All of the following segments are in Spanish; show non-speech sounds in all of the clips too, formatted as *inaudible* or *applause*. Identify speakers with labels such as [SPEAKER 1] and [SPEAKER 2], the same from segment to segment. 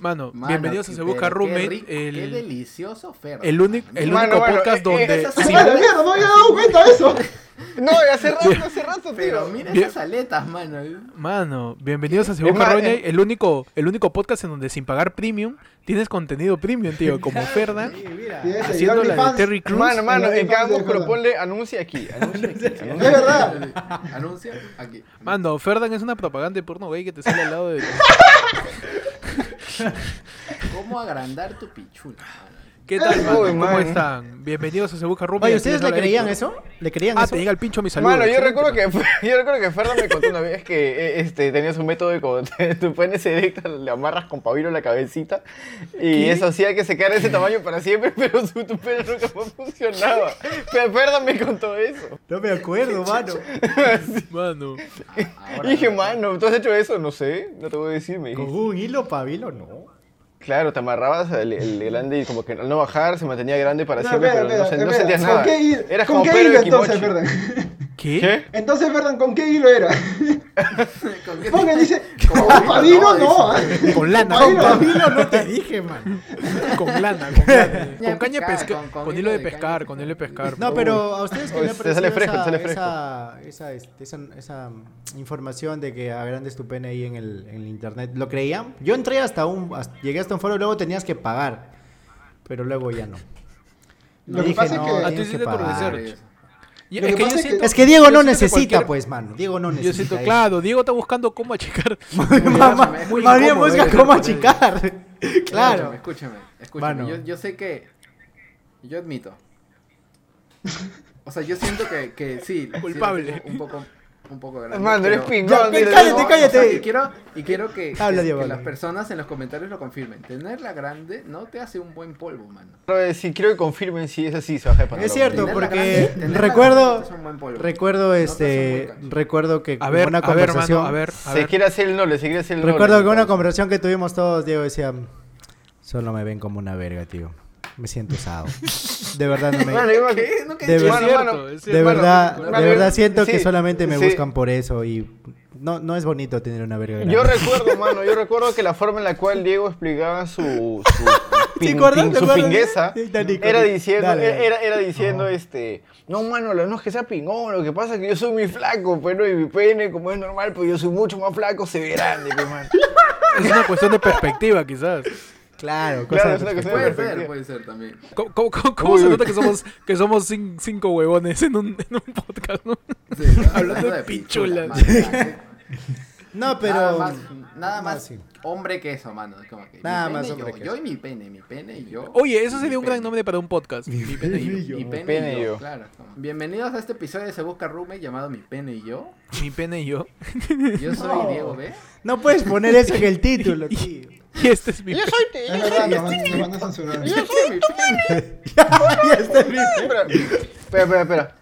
[SPEAKER 1] Mano, bienvenidos a Se Busca Roommate. el,
[SPEAKER 2] Qué delicioso, Fer.
[SPEAKER 1] el, únic- el
[SPEAKER 3] Mano,
[SPEAKER 1] único
[SPEAKER 3] bueno,
[SPEAKER 1] podcast
[SPEAKER 3] eh, eh,
[SPEAKER 1] donde.
[SPEAKER 2] esas son
[SPEAKER 1] sin-
[SPEAKER 2] las-
[SPEAKER 3] ¡Mala mierda! No había dado cuenta de
[SPEAKER 4] *laughs*
[SPEAKER 3] eso.
[SPEAKER 5] No, hace rato, hace rato,
[SPEAKER 2] Pero
[SPEAKER 5] tío.
[SPEAKER 2] mira
[SPEAKER 1] Bien.
[SPEAKER 2] esas aletas,
[SPEAKER 1] *laughs*
[SPEAKER 2] mano.
[SPEAKER 1] Mano, bienvenidos a Se Busca
[SPEAKER 3] más,
[SPEAKER 1] Roommate,
[SPEAKER 3] eh.
[SPEAKER 1] el único, el único podcast en donde sin pagar premium tienes contenido premium, tío, como Ferda.
[SPEAKER 2] Sí, mira.
[SPEAKER 3] Tienes el
[SPEAKER 1] Haciendo la de
[SPEAKER 3] OnlyFans.
[SPEAKER 1] Terry Crews.
[SPEAKER 5] Mano, mano,
[SPEAKER 3] en la
[SPEAKER 5] en cada
[SPEAKER 3] infancia,
[SPEAKER 5] músculo
[SPEAKER 3] joda.
[SPEAKER 5] ponle
[SPEAKER 3] *laughs*
[SPEAKER 5] anuncia aquí. Anuncia aquí.
[SPEAKER 2] Es
[SPEAKER 5] anuncia aquí.
[SPEAKER 3] verdad.
[SPEAKER 2] Anuncia aquí.
[SPEAKER 1] Mano, Ferdan es una propaganda de porno gay que te sale al lado de.
[SPEAKER 2] ¿Cómo agrandar tu pichula? mano?
[SPEAKER 1] ¿Qué tal, mano?
[SPEAKER 5] Uy,
[SPEAKER 1] ¿Cómo
[SPEAKER 5] mano.
[SPEAKER 1] están? Bienvenidos a Se Busca Roommate.
[SPEAKER 4] Oye,
[SPEAKER 1] Aquí
[SPEAKER 4] ¿ustedes
[SPEAKER 1] les
[SPEAKER 4] le
[SPEAKER 1] habla
[SPEAKER 4] creían
[SPEAKER 1] Víctor.
[SPEAKER 4] eso? ¿Le creían
[SPEAKER 1] Ah,
[SPEAKER 4] eso?
[SPEAKER 1] te llega el pincho mi saludo.
[SPEAKER 5] Mano, yo
[SPEAKER 1] excelente,
[SPEAKER 5] recuerdo
[SPEAKER 1] mano.
[SPEAKER 5] que *laughs* yo recuerdo que Ferda me contó una vez que eh, este, tenías un método de cuando te- *laughs* tu pene se directa, le amarras con pabilo la cabecita y eso hacía que se quedara ese tamaño para siempre, *laughs* pero su, tu pene nunca más funcionaba. Pero Ferda me contó eso.
[SPEAKER 4] No
[SPEAKER 5] *laughs*
[SPEAKER 4] me acuerdo, mano.
[SPEAKER 1] Mano,
[SPEAKER 2] Ahora,
[SPEAKER 5] Y dije, mano, ¿tú has hecho eso? No sé, no te voy a decir, me
[SPEAKER 4] Con
[SPEAKER 5] dijiste.
[SPEAKER 4] un hilo pabilo, no.
[SPEAKER 5] Claro, te amarrabas el, el grande y como que al no bajar se mantenía grande para
[SPEAKER 3] No,
[SPEAKER 5] siempre,
[SPEAKER 3] espera,
[SPEAKER 5] pero no,
[SPEAKER 3] espera,
[SPEAKER 5] sen- no
[SPEAKER 3] espera.
[SPEAKER 5] sentías nada.
[SPEAKER 3] ¿Con qué hilo,
[SPEAKER 5] Eras
[SPEAKER 3] ¿con
[SPEAKER 5] como
[SPEAKER 3] qué
[SPEAKER 5] Pedro
[SPEAKER 3] hilo
[SPEAKER 5] de Kimochi.
[SPEAKER 3] entonces, Ferdan?
[SPEAKER 1] ¿qué?
[SPEAKER 5] ¿Qué?
[SPEAKER 3] *laughs* Entonces, Ferdan, ¿con qué hilo
[SPEAKER 5] *laughs*
[SPEAKER 3] era?
[SPEAKER 2] ¿con qué te-
[SPEAKER 3] Pongan, dice.
[SPEAKER 2] ¿Cómo?
[SPEAKER 3] Con pabilo
[SPEAKER 2] No,
[SPEAKER 3] no. ¿ah?
[SPEAKER 1] Con
[SPEAKER 4] *laughs*
[SPEAKER 1] lana,
[SPEAKER 3] Con
[SPEAKER 1] con,
[SPEAKER 4] Con
[SPEAKER 3] Pabilo.
[SPEAKER 4] pabilo no te dije, man.
[SPEAKER 1] con lana, con lana.
[SPEAKER 2] Ya,
[SPEAKER 1] Con caña de
[SPEAKER 2] pescar,
[SPEAKER 1] pescar, con,
[SPEAKER 2] con- con
[SPEAKER 1] hilo de
[SPEAKER 2] caña de
[SPEAKER 1] pescar,
[SPEAKER 2] pescar.
[SPEAKER 1] con hilo de pescar.
[SPEAKER 4] No, pero a ustedes que
[SPEAKER 5] Uy,
[SPEAKER 4] le ha
[SPEAKER 5] te sale
[SPEAKER 4] parecido
[SPEAKER 5] fresco, te
[SPEAKER 4] esa,
[SPEAKER 5] sale fresco.
[SPEAKER 4] esa, esa, este, esa, esa información de que agrandes tu pene ahí en el, en el internet. ¿Lo creían? Yo entré hasta un... hasta- llegué hasta un foro, luego tenías que pagar. Pero luego ya no.
[SPEAKER 3] Lo que
[SPEAKER 4] Dije,
[SPEAKER 3] pasa es
[SPEAKER 4] no,
[SPEAKER 3] que- Ah, tú
[SPEAKER 4] tienes
[SPEAKER 1] hiciste tu
[SPEAKER 4] pagar.
[SPEAKER 1] reserva. Y
[SPEAKER 3] Lo que pasa es que-
[SPEAKER 4] Es que Diego
[SPEAKER 1] yo
[SPEAKER 4] no
[SPEAKER 1] siento
[SPEAKER 4] necesita,
[SPEAKER 1] cualquier-
[SPEAKER 4] pues, mano. Diego no necesita.
[SPEAKER 1] Yo siento,
[SPEAKER 4] eso. *laughs*
[SPEAKER 1] claro, Diego está buscando cómo achicar.
[SPEAKER 4] Mamá,
[SPEAKER 2] Muy
[SPEAKER 4] más bien
[SPEAKER 2] incómodo,
[SPEAKER 4] busca
[SPEAKER 1] *laughs*
[SPEAKER 2] debe
[SPEAKER 4] cómo
[SPEAKER 2] ser
[SPEAKER 4] achicar. Claro.
[SPEAKER 2] Escúchame, escúchame. escúchame.
[SPEAKER 4] Mano.
[SPEAKER 2] Yo, yo sé que. Yo admito. O sea, yo siento que, que sí. sí,
[SPEAKER 1] Culpable.
[SPEAKER 2] un poco. Un poco grande.
[SPEAKER 5] Mano, eres
[SPEAKER 2] pero-
[SPEAKER 4] Ya,
[SPEAKER 5] pingón.
[SPEAKER 4] pe-
[SPEAKER 5] dile,
[SPEAKER 4] cállate,
[SPEAKER 5] no.
[SPEAKER 2] No,
[SPEAKER 4] cállate.
[SPEAKER 2] o sea, y quiero, y quiero que,
[SPEAKER 4] Habla,
[SPEAKER 2] que-
[SPEAKER 4] Diego,
[SPEAKER 2] que
[SPEAKER 4] habla.
[SPEAKER 2] las personas en los comentarios lo confirmen. Tenerla grande no te hace un buen polvo, mano.
[SPEAKER 5] Si quiero eh, que confirmen si es así, se baja de pantalón.
[SPEAKER 4] Es cierto,
[SPEAKER 2] Tenerla
[SPEAKER 4] porque
[SPEAKER 2] grande- tenerla grande no
[SPEAKER 4] recuerdo,
[SPEAKER 2] te hace un buen polvo.
[SPEAKER 4] recuerdo
[SPEAKER 2] te hace un
[SPEAKER 4] este,
[SPEAKER 2] buen cacho.
[SPEAKER 4] recuerdo que
[SPEAKER 1] A
[SPEAKER 4] como
[SPEAKER 1] ver,
[SPEAKER 4] una
[SPEAKER 1] a ver,
[SPEAKER 4] conversación,
[SPEAKER 1] mano, a ver, a
[SPEAKER 5] Se
[SPEAKER 1] ver.
[SPEAKER 5] quiere hacer el noble, se quiere hacer el
[SPEAKER 4] recuerdo
[SPEAKER 5] noble.
[SPEAKER 4] que una conversación que tuvimos todos, Diego decía, solo me ven como una verga, tío, me siento usado, de verdad no me,
[SPEAKER 5] Mano,
[SPEAKER 2] *laughs* ¿Qué?
[SPEAKER 5] yo-
[SPEAKER 2] No, que-
[SPEAKER 4] de
[SPEAKER 1] Es
[SPEAKER 4] verdad,
[SPEAKER 1] cierto, es
[SPEAKER 4] de
[SPEAKER 1] cierto.
[SPEAKER 4] verdad,
[SPEAKER 5] mano,
[SPEAKER 4] de verdad
[SPEAKER 5] sí,
[SPEAKER 4] siento que
[SPEAKER 5] sí.
[SPEAKER 4] solamente me
[SPEAKER 5] Sí.
[SPEAKER 4] buscan por eso y no, no es bonito tener una verga.
[SPEAKER 5] Yo
[SPEAKER 4] grande.
[SPEAKER 5] recuerdo, mano, yo recuerdo que la forma en la cual Diego explicaba su,
[SPEAKER 4] *laughs*
[SPEAKER 5] su, pin-
[SPEAKER 4] ¿Te acuerdas?
[SPEAKER 5] pin-
[SPEAKER 4] ¿Te
[SPEAKER 5] su
[SPEAKER 4] acuerdas?
[SPEAKER 5] pingueza
[SPEAKER 4] Sí, está rico,
[SPEAKER 5] era
[SPEAKER 4] sí.
[SPEAKER 5] diciendo,
[SPEAKER 4] Dale, dale.
[SPEAKER 5] era, era diciendo este, no, mano, no es que sea pingón, lo que pasa es que yo soy muy flaco, pero y mi pene, como es normal, pues yo soy mucho más flaco, se ve grande, pues,
[SPEAKER 4] *laughs*
[SPEAKER 5] mano.
[SPEAKER 1] Es una cuestión de perspectiva, quizás.
[SPEAKER 4] Claro, cosa
[SPEAKER 5] Claro,
[SPEAKER 4] de
[SPEAKER 5] es una cuestión de
[SPEAKER 2] Puede
[SPEAKER 5] perspectiva.
[SPEAKER 2] ser, puede ser también.
[SPEAKER 1] ¿Cómo, cómo- cómo- cómo
[SPEAKER 5] Uy,
[SPEAKER 1] se
[SPEAKER 5] uy.
[SPEAKER 1] nota que somos, que somos cin- cinco huevones en un, en un podcast? ¿no? *laughs*
[SPEAKER 2] Sí, estamos
[SPEAKER 1] Hablando de pichulas.
[SPEAKER 4] *laughs*
[SPEAKER 2] pichulas, mano.
[SPEAKER 4] No, pero
[SPEAKER 2] nada más, nada
[SPEAKER 4] no,
[SPEAKER 2] más
[SPEAKER 4] sí.
[SPEAKER 2] hombre que eso, mano. Es como que mi
[SPEAKER 4] Nada
[SPEAKER 2] pene,
[SPEAKER 4] más
[SPEAKER 2] yo-
[SPEAKER 4] hombre que
[SPEAKER 2] yo,
[SPEAKER 4] eso.
[SPEAKER 2] y mi pene, mi pene y yo.
[SPEAKER 1] Oye, eso
[SPEAKER 2] Y
[SPEAKER 1] sería
[SPEAKER 2] mi
[SPEAKER 1] un gran
[SPEAKER 2] pene.
[SPEAKER 1] nombre para un podcast. Mi pene y yo.
[SPEAKER 2] Mi pene,
[SPEAKER 5] pene
[SPEAKER 2] y
[SPEAKER 5] y
[SPEAKER 2] yo,
[SPEAKER 5] yo.
[SPEAKER 2] claro. como- Bienvenidos a este episodio de Se Busca Rume llamado Mi pene y yo.
[SPEAKER 1] Mi pene y yo.
[SPEAKER 2] Yo soy Diego B.
[SPEAKER 4] no puedes poner eso en el título, tío.
[SPEAKER 1] Y este es
[SPEAKER 4] *laughs*
[SPEAKER 1] mi
[SPEAKER 5] Yo
[SPEAKER 1] pene.
[SPEAKER 5] soy
[SPEAKER 3] *laughs*
[SPEAKER 5] tío,
[SPEAKER 3] Es
[SPEAKER 5] *laughs*
[SPEAKER 3] verdad, nos van- nos van a censurar.
[SPEAKER 2] *laughs*
[SPEAKER 3] *laughs*
[SPEAKER 2] Yo soy mi pene.
[SPEAKER 4] Ya está bien.
[SPEAKER 5] espera, espera, espera, espera.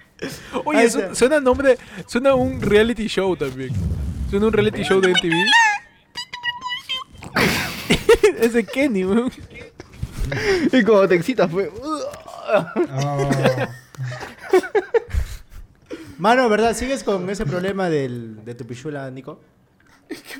[SPEAKER 1] Oye,
[SPEAKER 4] Ahí
[SPEAKER 1] su-
[SPEAKER 4] está.
[SPEAKER 1] suena nombre. Suena un reality show también. Suena un reality show de MTV. *laughs* es de Kenny, weón.
[SPEAKER 5] Y cuando te excitas, fue...
[SPEAKER 3] Oh.
[SPEAKER 4] Mano, ¿verdad? ¿Sigues con ese problema del, de tu pichula, Nico?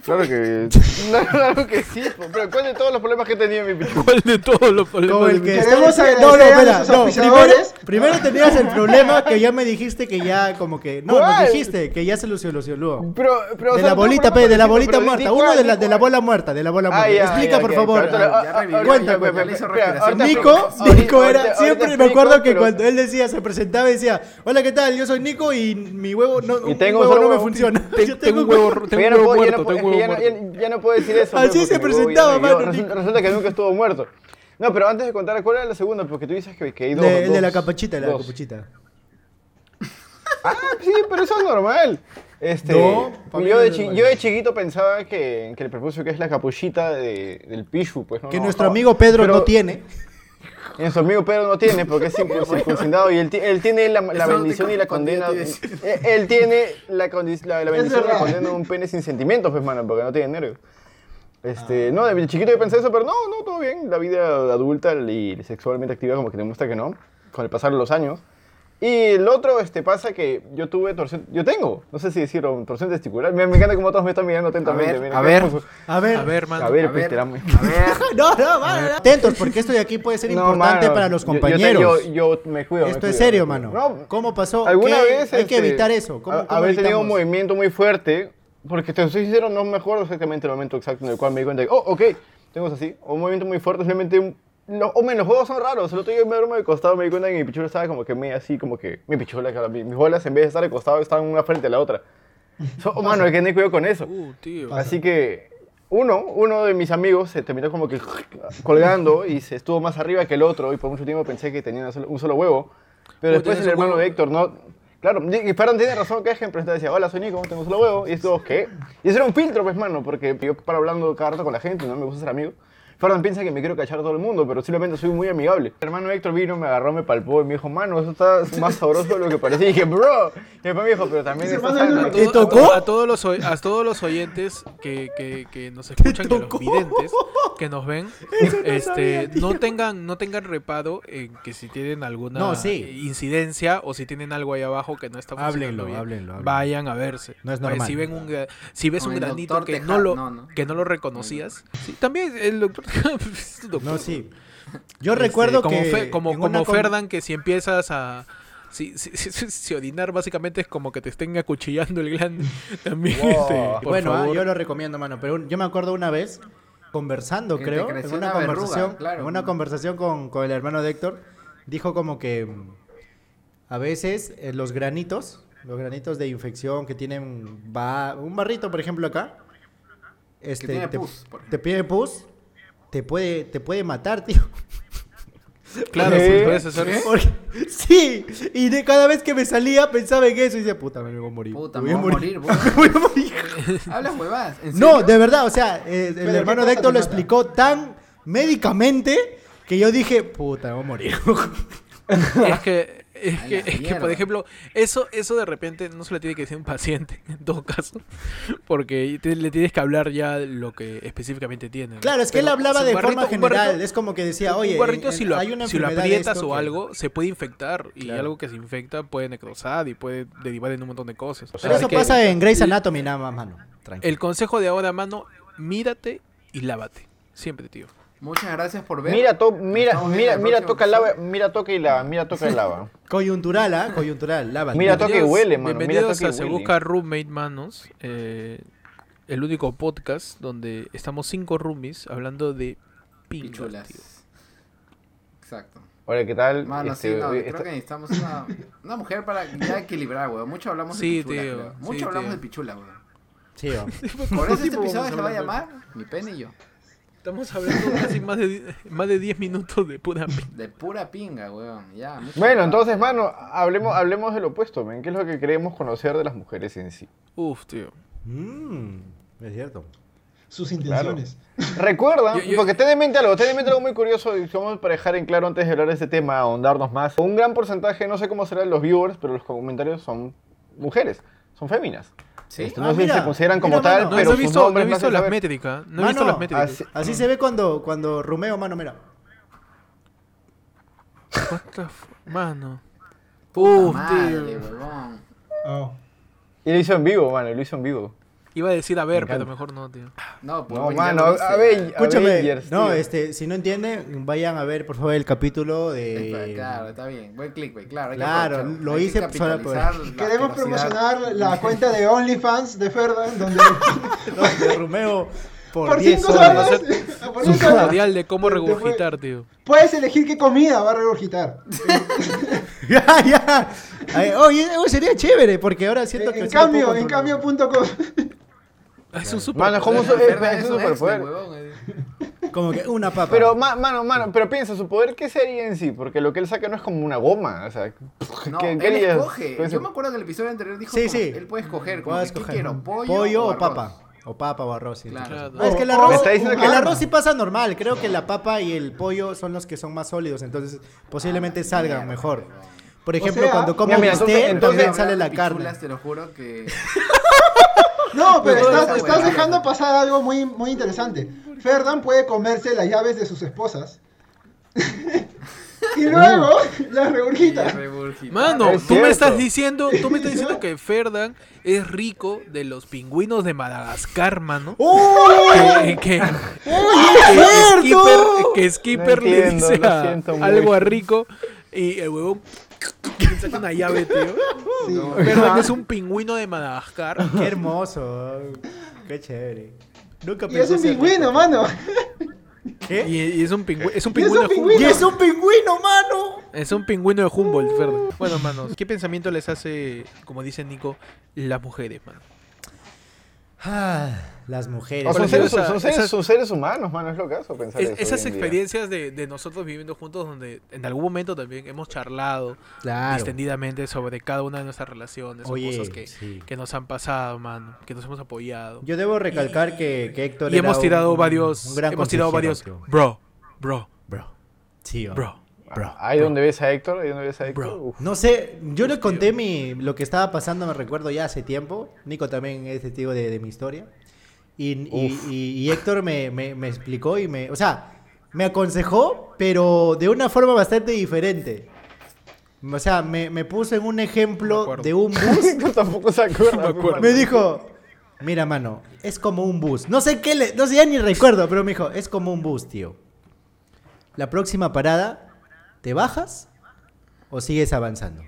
[SPEAKER 5] Claro que... *laughs* No, claro que sí, pero ¿cuál de todos los problemas que he tenido en mi pichu?
[SPEAKER 1] ¿Cuál de todos los
[SPEAKER 4] Como
[SPEAKER 5] Pues,
[SPEAKER 1] problemas?
[SPEAKER 4] el
[SPEAKER 1] de-
[SPEAKER 4] que
[SPEAKER 3] Queremos
[SPEAKER 4] estamos-
[SPEAKER 3] agradecer
[SPEAKER 4] no, no,
[SPEAKER 3] a
[SPEAKER 4] espera,
[SPEAKER 3] nuestros
[SPEAKER 4] no, primero,
[SPEAKER 3] auspiciadores.
[SPEAKER 4] primero tenías el problema que ya me dijiste que ya como que no,
[SPEAKER 5] ¿Cuál?
[SPEAKER 4] nos dijiste que ya se lo solucionó.
[SPEAKER 5] Pero, pero, o
[SPEAKER 4] De
[SPEAKER 5] sea,
[SPEAKER 4] la
[SPEAKER 5] no,
[SPEAKER 4] bolita,
[SPEAKER 5] pero,
[SPEAKER 4] pe, de la
[SPEAKER 5] pero,
[SPEAKER 4] bolita
[SPEAKER 5] pero,
[SPEAKER 4] muerta,
[SPEAKER 5] ¿cuál,
[SPEAKER 4] uno de la, de la
[SPEAKER 5] cuál?
[SPEAKER 4] bola muerta, de la bola
[SPEAKER 5] Ah,
[SPEAKER 4] muerta.
[SPEAKER 5] ya,
[SPEAKER 4] Explica
[SPEAKER 5] ya,
[SPEAKER 4] por
[SPEAKER 5] ya,
[SPEAKER 4] favor.
[SPEAKER 5] ahorita lo-
[SPEAKER 4] ah,
[SPEAKER 2] Ya
[SPEAKER 5] ah,
[SPEAKER 2] revivió,
[SPEAKER 4] cuenta,
[SPEAKER 2] ya,
[SPEAKER 4] cuenta.
[SPEAKER 2] ya le hizo
[SPEAKER 5] Espera,
[SPEAKER 2] respiración.
[SPEAKER 5] ahorita-
[SPEAKER 4] Nico,
[SPEAKER 5] ahorita-
[SPEAKER 4] Nico era,
[SPEAKER 5] ahorita
[SPEAKER 4] siempre me
[SPEAKER 5] explico,
[SPEAKER 4] acuerdo que
[SPEAKER 5] pero-
[SPEAKER 4] cuando él decía, se presentaba y decía, hola, ¿qué tal? Yo soy Nico y mi huevo no,
[SPEAKER 5] Y
[SPEAKER 4] un
[SPEAKER 5] tengo
[SPEAKER 4] huevo
[SPEAKER 5] solo
[SPEAKER 4] no me
[SPEAKER 5] huevo. *laughs*
[SPEAKER 4] funciona.
[SPEAKER 1] Ten-
[SPEAKER 4] *laughs* Yo
[SPEAKER 1] tengo un huevo,
[SPEAKER 5] Pero
[SPEAKER 1] tengo
[SPEAKER 5] ya
[SPEAKER 1] un
[SPEAKER 5] no
[SPEAKER 1] huevo
[SPEAKER 5] puedo- ya no
[SPEAKER 1] muerto,
[SPEAKER 5] puedo-
[SPEAKER 1] tengo
[SPEAKER 5] es
[SPEAKER 1] un
[SPEAKER 5] que
[SPEAKER 1] huevo
[SPEAKER 5] ya no-
[SPEAKER 1] muerto.
[SPEAKER 5] ya- ya no puedo decir eso.
[SPEAKER 4] Así
[SPEAKER 5] pues,
[SPEAKER 4] se
[SPEAKER 5] porque mi huevo
[SPEAKER 4] presentaba,
[SPEAKER 5] ya revivió.
[SPEAKER 4] mano,
[SPEAKER 5] Resulta,
[SPEAKER 4] Nico.
[SPEAKER 5] resulta que nunca estuvo muerto. No, pero antes de contar, ¿cuál era la segunda? Porque tú dices que, que hay dos.
[SPEAKER 4] De,
[SPEAKER 5] dos,
[SPEAKER 4] de la capuchita, de la
[SPEAKER 5] dos.
[SPEAKER 4] capuchita.
[SPEAKER 5] Ah, sí, pero eso es normal. Este,
[SPEAKER 4] No, para mí
[SPEAKER 5] yo,
[SPEAKER 4] no
[SPEAKER 5] de
[SPEAKER 4] es
[SPEAKER 5] chi-
[SPEAKER 4] normal.
[SPEAKER 5] yo de chiquito pensaba que, que el prepucio que es la capuchita de- del pichu, pues.
[SPEAKER 4] Que nuestro amigo Pedro
[SPEAKER 5] Pero
[SPEAKER 4] no tiene.
[SPEAKER 5] Nuestro amigo Pedro no tiene porque
[SPEAKER 2] *laughs*
[SPEAKER 5] es circun- circuncidado y él, ti- él tiene la, la
[SPEAKER 2] Eso no te
[SPEAKER 5] bendición y la
[SPEAKER 2] correspondía,
[SPEAKER 5] condena.
[SPEAKER 2] te iba a decir. *laughs*
[SPEAKER 5] Él, él tiene la, condi- la, la bendición y la
[SPEAKER 3] verdad.
[SPEAKER 5] condena de un pene sin sentimientos, pues, mano, porque no tiene nervios. Este,
[SPEAKER 2] Ah.
[SPEAKER 5] no, de chiquito yo pensé eso, pero no, no, todo bien. La vida adulta y sexualmente activa como que te muestra que no, con el pasar de los años. Y el otro este, pasa que yo tuve torsión, yo tengo, no sé si decirlo, torsión testicular. Me, me encanta como todos me están mirando atentamente.
[SPEAKER 2] ver,
[SPEAKER 5] mira,
[SPEAKER 2] a
[SPEAKER 5] qué
[SPEAKER 2] ver.
[SPEAKER 5] hermoso.
[SPEAKER 4] A ver.
[SPEAKER 1] A ver, mano.
[SPEAKER 5] a ver,
[SPEAKER 2] A
[SPEAKER 5] pues,
[SPEAKER 2] ver.
[SPEAKER 5] te dame.
[SPEAKER 4] *laughs* No, no, mano, no. Atentos, porque esto de aquí puede
[SPEAKER 5] *laughs*
[SPEAKER 4] ser
[SPEAKER 5] No,
[SPEAKER 4] importante
[SPEAKER 5] mano,
[SPEAKER 4] para los
[SPEAKER 5] yo- yo te-
[SPEAKER 4] compañeros.
[SPEAKER 5] Yo, yo me cuido. me
[SPEAKER 4] Esto es
[SPEAKER 5] cuido,
[SPEAKER 4] serio,
[SPEAKER 5] me cuido.
[SPEAKER 4] mano.
[SPEAKER 5] No,
[SPEAKER 4] ¿Cómo pasó?
[SPEAKER 5] Alguna
[SPEAKER 4] ¿Qué-
[SPEAKER 5] vez.
[SPEAKER 4] Hay que
[SPEAKER 5] este,
[SPEAKER 4] evitar eso. ¿Cómo,
[SPEAKER 5] a-
[SPEAKER 4] cómo
[SPEAKER 5] haber tenido un
[SPEAKER 4] evitamos?
[SPEAKER 5] movimiento muy fuerte, porque te soy sincero, no me acuerdo exactamente el momento exacto en el cual me di cuenta que, oh, ok, tengo eso así. Un movimiento muy fuerte, simplemente un. Lo, hombre, los juegos son raros. El otro día me broma de costado me di cuenta que mi pichula estaba como que medio así, como que. Mi pichula, claro, mi- mis bolas en vez de estar de costado estaban una frente a la otra.
[SPEAKER 4] *laughs*
[SPEAKER 5] So, oh, mano, hay que tener cuidado con eso.
[SPEAKER 1] Uh, tío.
[SPEAKER 3] Pasa.
[SPEAKER 5] Así que uno, uno de mis amigos se terminó como que colgando y se estuvo más arriba que el otro y por mucho tiempo pensé que tenía una sola- un solo huevo. Pero
[SPEAKER 1] Uy,
[SPEAKER 5] después
[SPEAKER 1] ¿tenés
[SPEAKER 5] el
[SPEAKER 1] un
[SPEAKER 5] hermano
[SPEAKER 1] huevo?
[SPEAKER 5] de Héctor, ¿no? Claro, di- y perdón, tiene razón que es que en presentación decía, hola, soy Nico, tengo un solo huevo. Y esto, ¿qué? Y eso era un filtro, pues, mano, porque yo para hablando cada rato con la gente, no me gusta ser amigo. Fernán piensa que me quiero cachar a todo el mundo, pero simplemente soy muy amigable. El hermano Héctor vino, me agarró, me palpó y me dijo, mano, eso está más sabroso de lo que parecía. Y dije, bro. Y después me dijo, pero también
[SPEAKER 3] Ese
[SPEAKER 5] está
[SPEAKER 3] hermano
[SPEAKER 5] sano".
[SPEAKER 3] no-
[SPEAKER 1] A
[SPEAKER 4] ¿Te
[SPEAKER 1] todo-
[SPEAKER 4] tocó?
[SPEAKER 1] A, a todos los, oy- a todos los oyentes que, que- que nos escuchan, que los
[SPEAKER 4] tocó?
[SPEAKER 1] videntes, que nos ven,
[SPEAKER 4] *laughs*
[SPEAKER 1] este, no tengan, no tengan reparo en que si tienen alguna
[SPEAKER 4] No, sí.
[SPEAKER 1] incidencia o si tienen algo ahí abajo que no está funcionando
[SPEAKER 4] Háblenlo,
[SPEAKER 1] bien,
[SPEAKER 4] háblenlo, háblenlo.
[SPEAKER 1] vayan a verse.
[SPEAKER 4] No es
[SPEAKER 1] Vaya,
[SPEAKER 4] normal.
[SPEAKER 1] Si ven un, gra- si ves
[SPEAKER 2] No,
[SPEAKER 1] un
[SPEAKER 2] el
[SPEAKER 1] granito
[SPEAKER 2] doctor
[SPEAKER 1] que
[SPEAKER 2] Teja-
[SPEAKER 1] no lo,
[SPEAKER 2] no, no.
[SPEAKER 1] que no lo reconocías, sí, también el doctor, *laughs* es un doctor.
[SPEAKER 4] No, sí. Yo
[SPEAKER 1] Este,
[SPEAKER 4] recuerdo
[SPEAKER 1] como
[SPEAKER 4] que.
[SPEAKER 1] Fe- como,
[SPEAKER 4] en
[SPEAKER 1] como
[SPEAKER 4] una com-
[SPEAKER 1] Ferdan, que si empiezas a. Si, si, si- si- si orinar, básicamente es como que te estén acuchillando el glande. *laughs* También.
[SPEAKER 5] Wow.
[SPEAKER 1] este, por
[SPEAKER 4] Bueno, ah,
[SPEAKER 1] favor.
[SPEAKER 4] yo lo recomiendo, mano. Pero un- yo me acuerdo una vez conversando,
[SPEAKER 2] Que te
[SPEAKER 4] creo, en
[SPEAKER 2] creció
[SPEAKER 4] una
[SPEAKER 2] una verruga,
[SPEAKER 4] conversación,
[SPEAKER 2] claro.
[SPEAKER 4] en una conversación con, con el hermano de Héctor, dijo como que mm, a veces eh, los granitos, los granitos de infección que tienen ba- un barrito, por ejemplo, acá, este,
[SPEAKER 2] tiene
[SPEAKER 4] te,
[SPEAKER 2] pus, por ejemplo.
[SPEAKER 4] te pide pus, te puede, te puede matar, *laughs* tío.
[SPEAKER 1] Claro,
[SPEAKER 5] ¿Eh?
[SPEAKER 1] pues, puedes
[SPEAKER 4] *laughs*
[SPEAKER 1] hacer.
[SPEAKER 4] Porque- sí, y de cada vez que me salía pensaba en eso y decía, puta, me voy a morir.
[SPEAKER 2] pues, Puta,
[SPEAKER 4] *laughs* me
[SPEAKER 2] me voy a morir, bro.
[SPEAKER 4] voy a morir.
[SPEAKER 2] *laughs* Hablas huevadas. ¿en
[SPEAKER 4] No,
[SPEAKER 2] serio?
[SPEAKER 4] de verdad, o sea, eh, el
[SPEAKER 3] Pero, ¿qué
[SPEAKER 4] hermano
[SPEAKER 3] cosa
[SPEAKER 4] de
[SPEAKER 3] te
[SPEAKER 4] Héctor lo
[SPEAKER 3] mata?
[SPEAKER 4] explicó tan médicamente que yo dije, puta, voy a morir. *laughs*
[SPEAKER 1] Es que. Es
[SPEAKER 2] A
[SPEAKER 1] que,
[SPEAKER 2] la
[SPEAKER 1] es que, por
[SPEAKER 2] mierda.
[SPEAKER 1] ejemplo, eso, eso de repente no se le tiene que decir a un paciente, *laughs* en todo caso, porque te- le tienes que hablar ya de lo que específicamente tiene. ¿no?
[SPEAKER 4] claro, es que él
[SPEAKER 1] Pero
[SPEAKER 4] hablaba
[SPEAKER 1] si un
[SPEAKER 4] de
[SPEAKER 1] barrito-
[SPEAKER 4] forma
[SPEAKER 1] un barrito-
[SPEAKER 4] general, es como que decía, oye,
[SPEAKER 1] un barrito
[SPEAKER 4] en-
[SPEAKER 1] si lo,
[SPEAKER 4] hay una
[SPEAKER 1] si lo
[SPEAKER 4] enfermedad de
[SPEAKER 1] aprietas
[SPEAKER 4] esto
[SPEAKER 1] o
[SPEAKER 4] que-
[SPEAKER 1] algo, se puede infectar. Y
[SPEAKER 4] Claro.
[SPEAKER 1] algo que se infecta puede necrosar y puede derivar en un montón de cosas.
[SPEAKER 4] Pero
[SPEAKER 1] Así
[SPEAKER 4] eso
[SPEAKER 1] que
[SPEAKER 4] pasa en Grey's Anatomy nada más, mano. Tranquilo.
[SPEAKER 1] El consejo de ahora, mano, mírate y lávate. Siempre, tío.
[SPEAKER 2] Muchas gracias por ver.
[SPEAKER 5] Mira, to- mira,
[SPEAKER 2] Estamos viendo
[SPEAKER 5] mira,
[SPEAKER 2] la
[SPEAKER 5] mira,
[SPEAKER 2] próxima
[SPEAKER 5] toca
[SPEAKER 2] opción.
[SPEAKER 5] lava, mira, toca y lava, mira, toca y lava.
[SPEAKER 1] Eh,
[SPEAKER 4] Coyuntural, ¿ah? Coyuntural, lávate.
[SPEAKER 5] Mira, toque
[SPEAKER 1] Bienvenidos-
[SPEAKER 5] huele, mano, mira,
[SPEAKER 1] Bienvenidos
[SPEAKER 5] toque
[SPEAKER 1] a Se
[SPEAKER 5] huele.
[SPEAKER 1] Busca Roommate, manos. eh, el único podcast donde estamos cinco roomies hablando de pingas, tío.
[SPEAKER 2] Pichulas. Exacto.
[SPEAKER 5] Ahora, ¿qué tal?
[SPEAKER 2] Mano,
[SPEAKER 5] Este,
[SPEAKER 2] sí, no,
[SPEAKER 5] eh,
[SPEAKER 2] creo
[SPEAKER 5] esta-
[SPEAKER 2] que necesitamos una, una mujer para ya equilibrar, weón. Mucho hablamos
[SPEAKER 1] Sí,
[SPEAKER 2] de pichula,
[SPEAKER 1] tío,
[SPEAKER 2] creo.
[SPEAKER 1] sí,
[SPEAKER 2] Mucho
[SPEAKER 1] tío.
[SPEAKER 2] hablamos de pichula, weón.
[SPEAKER 1] *laughs*
[SPEAKER 4] Sí, oh.
[SPEAKER 2] Por eso este
[SPEAKER 1] tiempo
[SPEAKER 2] episodio
[SPEAKER 1] vamos
[SPEAKER 2] se va a llamar
[SPEAKER 1] hablando?
[SPEAKER 2] Mi pene y yo.
[SPEAKER 1] Estamos hablando *laughs* casi más de, di- más de 10 minutos de pura pinga.
[SPEAKER 2] De pura pinga, weón. Ya, mucho
[SPEAKER 5] Bueno,
[SPEAKER 2] hablado.
[SPEAKER 5] entonces, mano, hablemos, hablemos del opuesto, men. ¿Qué es lo que queremos conocer de las mujeres en sí?
[SPEAKER 1] Uf, tío.
[SPEAKER 4] Mm, es cierto.
[SPEAKER 3] Sus
[SPEAKER 5] Claro.
[SPEAKER 3] intenciones.
[SPEAKER 5] Recuerda,
[SPEAKER 1] Yo- yo-
[SPEAKER 5] porque te de mente algo, te de mente algo muy curioso y vamos para dejar en claro antes de hablar de este tema, ahondarnos más. Un gran porcentaje, no sé cómo serán los viewers, pero los comentarios son mujeres, son féminas.
[SPEAKER 2] ¿Sí?
[SPEAKER 5] Esto
[SPEAKER 4] Ah,
[SPEAKER 5] no sé si
[SPEAKER 4] mira,
[SPEAKER 5] se consideran como
[SPEAKER 4] mira,
[SPEAKER 5] tal,
[SPEAKER 4] mano.
[SPEAKER 1] No,
[SPEAKER 5] pero
[SPEAKER 1] no he
[SPEAKER 5] sus
[SPEAKER 1] visto, no he
[SPEAKER 5] nombres me
[SPEAKER 1] visto
[SPEAKER 5] hacen
[SPEAKER 1] las
[SPEAKER 5] saber.
[SPEAKER 1] métricas. No he
[SPEAKER 4] Mano,
[SPEAKER 1] visto las métricas.
[SPEAKER 5] así-
[SPEAKER 4] Así se ve cuando, cuando rumeo, mano, mira.
[SPEAKER 1] What the fu- Mano.
[SPEAKER 2] Puta
[SPEAKER 1] Uf,
[SPEAKER 2] madre,
[SPEAKER 1] tío.
[SPEAKER 2] huevón.
[SPEAKER 3] Oh.
[SPEAKER 5] Y lo hizo en vivo, mano, lo hizo en vivo.
[SPEAKER 1] Iba a decir a ver,
[SPEAKER 5] Me
[SPEAKER 1] pero
[SPEAKER 5] encanta.
[SPEAKER 1] mejor no, tío.
[SPEAKER 2] No, pues,
[SPEAKER 5] No,
[SPEAKER 2] weón, ya
[SPEAKER 5] mano,
[SPEAKER 2] lo hice.
[SPEAKER 5] a ver,
[SPEAKER 4] Escúchame,
[SPEAKER 5] Avengers,
[SPEAKER 4] no,
[SPEAKER 5] tío.
[SPEAKER 4] este, si no entienden, vayan a ver por favor el capítulo de...
[SPEAKER 2] Está- Claro,
[SPEAKER 4] *laughs*
[SPEAKER 2] está bien. Buen clickbait, claro. hay que
[SPEAKER 4] Eh, Claro,
[SPEAKER 2] aprovechar,
[SPEAKER 4] lo
[SPEAKER 2] hay que
[SPEAKER 4] hice solo por- *laughs*
[SPEAKER 2] capitalizar la
[SPEAKER 3] Queremos
[SPEAKER 2] asquerosidad. *laughs*
[SPEAKER 3] promocionar la cuenta de OnlyFans de Ferdan,
[SPEAKER 5] *laughs*
[SPEAKER 3] donde
[SPEAKER 4] de Romeo por
[SPEAKER 3] por
[SPEAKER 4] 10
[SPEAKER 3] 5
[SPEAKER 4] horas.
[SPEAKER 3] dólares
[SPEAKER 5] *laughs*
[SPEAKER 3] por
[SPEAKER 1] Su
[SPEAKER 3] cinco dólares,
[SPEAKER 1] tutorial de cómo
[SPEAKER 3] te puede-
[SPEAKER 1] regurgitar, tío.
[SPEAKER 3] Puedes elegir qué comida va a regurgitar.
[SPEAKER 4] *laughs* ya, ya. Ay, oye, oye, sería chévere, porque ahora siento
[SPEAKER 3] En,
[SPEAKER 4] que...
[SPEAKER 3] en
[SPEAKER 4] sí lo puedo
[SPEAKER 3] cambio, en
[SPEAKER 4] controlar.
[SPEAKER 3] cambio.com.
[SPEAKER 1] Es un super.
[SPEAKER 5] Mano, ¿cómo
[SPEAKER 2] Fernan
[SPEAKER 5] soy? *laughs*
[SPEAKER 2] Fernan
[SPEAKER 5] Es
[SPEAKER 2] un
[SPEAKER 5] súper
[SPEAKER 2] extra,
[SPEAKER 5] fuerte.
[SPEAKER 2] huevón, eh.
[SPEAKER 5] *laughs*
[SPEAKER 4] Como que una papa.
[SPEAKER 1] Ah.
[SPEAKER 5] Pero, ma- mano, mano, pero piensa, ¿su poder qué sería en sí? Porque lo que él saca no es como una goma, o sea...
[SPEAKER 2] No,
[SPEAKER 5] ¿qué-
[SPEAKER 2] él
[SPEAKER 5] qué harías?
[SPEAKER 2] escoge.
[SPEAKER 5] Pues,
[SPEAKER 2] Yo me acuerdo que el episodio anterior dijo
[SPEAKER 4] Sí,
[SPEAKER 2] como,
[SPEAKER 4] sí.
[SPEAKER 2] él puede escoger, como
[SPEAKER 4] Puedo
[SPEAKER 2] que, ¿qué
[SPEAKER 4] escoger
[SPEAKER 2] quiero? ¿Pollo,
[SPEAKER 4] pollo o
[SPEAKER 2] arroz?
[SPEAKER 4] papa. O papa o arroz. sí,
[SPEAKER 2] Claro.
[SPEAKER 4] tienes razón.
[SPEAKER 1] Claro.
[SPEAKER 4] Ah, es que el
[SPEAKER 3] Me
[SPEAKER 4] arroz,
[SPEAKER 5] está diciendo que-
[SPEAKER 4] el arroz sí pasa normal. Creo que la papa y el pollo son los que son más sólidos, entonces posiblemente salgan
[SPEAKER 2] mierda,
[SPEAKER 4] mejor.
[SPEAKER 2] huevón.
[SPEAKER 4] Por
[SPEAKER 3] O
[SPEAKER 4] ejemplo,
[SPEAKER 3] sea-
[SPEAKER 4] cuando como
[SPEAKER 5] Mira, mira,
[SPEAKER 4] bistec,
[SPEAKER 5] entonces- entonces-
[SPEAKER 4] también
[SPEAKER 2] Hablar
[SPEAKER 4] sale
[SPEAKER 2] de
[SPEAKER 4] la carne.
[SPEAKER 2] pichulas, te lo juro
[SPEAKER 5] *laughs*
[SPEAKER 2] que...
[SPEAKER 3] No, pero
[SPEAKER 2] No, no,
[SPEAKER 3] estás,
[SPEAKER 2] esa
[SPEAKER 3] estás
[SPEAKER 2] huevada.
[SPEAKER 3] dejando pasar algo muy, muy interesante. Ferdan puede comerse las llaves de sus esposas. *laughs* Y luego, las regurgitas.
[SPEAKER 1] Mano,
[SPEAKER 5] Es
[SPEAKER 1] tú me estás
[SPEAKER 5] cierto.
[SPEAKER 1] diciendo, tú me
[SPEAKER 5] *laughs*
[SPEAKER 1] estás diciendo que Ferdan es rico de los pingüinos de Madagascar, mano. Que,
[SPEAKER 5] *laughs*
[SPEAKER 1] que-
[SPEAKER 4] Ah,
[SPEAKER 1] que Skipper, que Skipper
[SPEAKER 5] No
[SPEAKER 1] le
[SPEAKER 5] entiendo,
[SPEAKER 1] dice
[SPEAKER 5] lo
[SPEAKER 1] a-
[SPEAKER 5] siento mucho.
[SPEAKER 1] algo a Rico y el huevón *laughs* saca una llave, tío.
[SPEAKER 3] Sí.
[SPEAKER 1] Ferdan es un pingüino de Madagascar.
[SPEAKER 4] Qué hermoso. Qué chévere. Nunca
[SPEAKER 3] Y es un
[SPEAKER 4] ser rico.
[SPEAKER 3] pingüino, mano.
[SPEAKER 4] ¿Qué?
[SPEAKER 1] Y, y es un pingüino, es un
[SPEAKER 3] Y es
[SPEAKER 1] pingüino
[SPEAKER 3] un
[SPEAKER 1] de Humboldt.
[SPEAKER 4] ¡Y es un pingüino, mano!
[SPEAKER 1] Es un pingüino de Humboldt, Ferdan. Bueno, manos, ¿qué pensamiento les hace, como dice Nico, las mujeres, mano?
[SPEAKER 4] Ah, las mujeres.
[SPEAKER 5] O sea,
[SPEAKER 1] ¿Cuál
[SPEAKER 5] son
[SPEAKER 1] ha sido
[SPEAKER 5] seres,
[SPEAKER 1] esa-
[SPEAKER 5] son seres-
[SPEAKER 1] esas-
[SPEAKER 5] son seres humanos, mano, es lo caso pensar
[SPEAKER 1] Es-
[SPEAKER 5] eso
[SPEAKER 1] esas
[SPEAKER 5] hoy en día.
[SPEAKER 1] experiencias de, de nosotros viviendo juntos, donde en algún momento también hemos charlado
[SPEAKER 4] claro.
[SPEAKER 1] extendidamente sobre cada una de nuestras relaciones o
[SPEAKER 4] Oye,
[SPEAKER 1] cosas que,
[SPEAKER 4] sí.
[SPEAKER 1] que nos han pasado, mano, que nos hemos apoyado.
[SPEAKER 4] Yo debo recalcar que, que Héctor
[SPEAKER 1] y
[SPEAKER 4] era
[SPEAKER 1] hemos
[SPEAKER 4] un-
[SPEAKER 1] tirado
[SPEAKER 4] un-
[SPEAKER 1] varios,
[SPEAKER 4] un gran
[SPEAKER 1] hemos tirado varios,
[SPEAKER 4] consejero, tío.
[SPEAKER 1] bro, bro,
[SPEAKER 4] Bro. Sí, oh.
[SPEAKER 1] bro.
[SPEAKER 4] Bro.
[SPEAKER 5] Ahí donde ves a Héctor, ahí donde ves a Héctor.
[SPEAKER 1] Bro.
[SPEAKER 5] uf. *laughs*
[SPEAKER 4] No sé, yo le conté mi, lo que estaba pasando, me recuerdo ya hace tiempo. Nico también es testigo de, de mi historia. Y, y-
[SPEAKER 5] Uf.
[SPEAKER 4] y- y Héctor me, me- me explicó y me. O sea, me aconsejó, pero de una forma bastante diferente. O sea, me, me puso en un
[SPEAKER 1] Me
[SPEAKER 4] ejemplo
[SPEAKER 1] acuerdo.
[SPEAKER 4] de un bus.
[SPEAKER 5] Héctor tampoco se acuerda.
[SPEAKER 1] Me acuerdo.
[SPEAKER 5] mano.
[SPEAKER 4] Me dijo, mira, mano, es como un bus. No sé qué le. No sé, ya ni recuerdo, pero me dijo, es como un bus, tío. La próxima parada, ¿te bajas o sigues avanzando?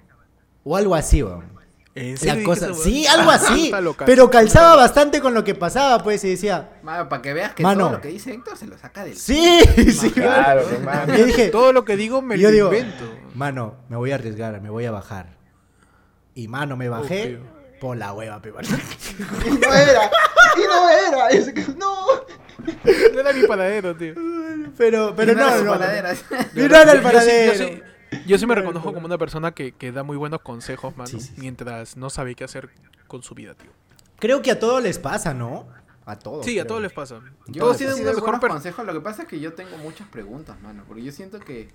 [SPEAKER 4] O algo así, weón.
[SPEAKER 1] ¿En serio
[SPEAKER 4] La
[SPEAKER 1] dijiste
[SPEAKER 4] cosa,
[SPEAKER 1] eso, weón? *laughs*
[SPEAKER 4] sí, algo así.
[SPEAKER 1] Está loca.
[SPEAKER 4] Pero calzaba bastante con lo que pasaba, pues, y decía,
[SPEAKER 2] Mano, para que veas que
[SPEAKER 4] Mano.
[SPEAKER 2] todo lo que dice Héctor se lo saca del.
[SPEAKER 4] sí, *laughs* sí,
[SPEAKER 5] Claro,
[SPEAKER 4] weón.
[SPEAKER 5] hermano.
[SPEAKER 4] Yo dije,
[SPEAKER 1] todo lo que digo me
[SPEAKER 4] y yo
[SPEAKER 1] lo
[SPEAKER 4] digo,
[SPEAKER 1] invento. *laughs*
[SPEAKER 4] mano, me voy a arriesgar, me voy a bajar. Y mano, me bajé por la hueva, pe, *laughs* mano.
[SPEAKER 3] Y no era. Y no era. Y es que, no.
[SPEAKER 1] No era mi paladero, tío.
[SPEAKER 4] Pero, pero
[SPEAKER 2] Y era
[SPEAKER 4] no,
[SPEAKER 2] su
[SPEAKER 4] no, no.
[SPEAKER 2] paladera.
[SPEAKER 4] Y no era el
[SPEAKER 1] Yo- yo sí-
[SPEAKER 4] paradero.
[SPEAKER 1] Yo, sí, yo sí me reconozco como una persona que, que da muy buenos consejos, mano,
[SPEAKER 4] Sí, sí, sí.
[SPEAKER 1] mientras no sabe qué hacer con su vida, tío.
[SPEAKER 4] Creo que a todos les pasa, ¿no? A todos.
[SPEAKER 1] Sí, a
[SPEAKER 4] creo.
[SPEAKER 1] todos les pasa.
[SPEAKER 2] Yo
[SPEAKER 1] Todos
[SPEAKER 2] sí
[SPEAKER 1] tienen
[SPEAKER 2] doy
[SPEAKER 1] una mejor
[SPEAKER 2] buenos
[SPEAKER 1] per-
[SPEAKER 2] consejos. Lo que pasa es que yo tengo muchas preguntas, mano. Porque yo siento que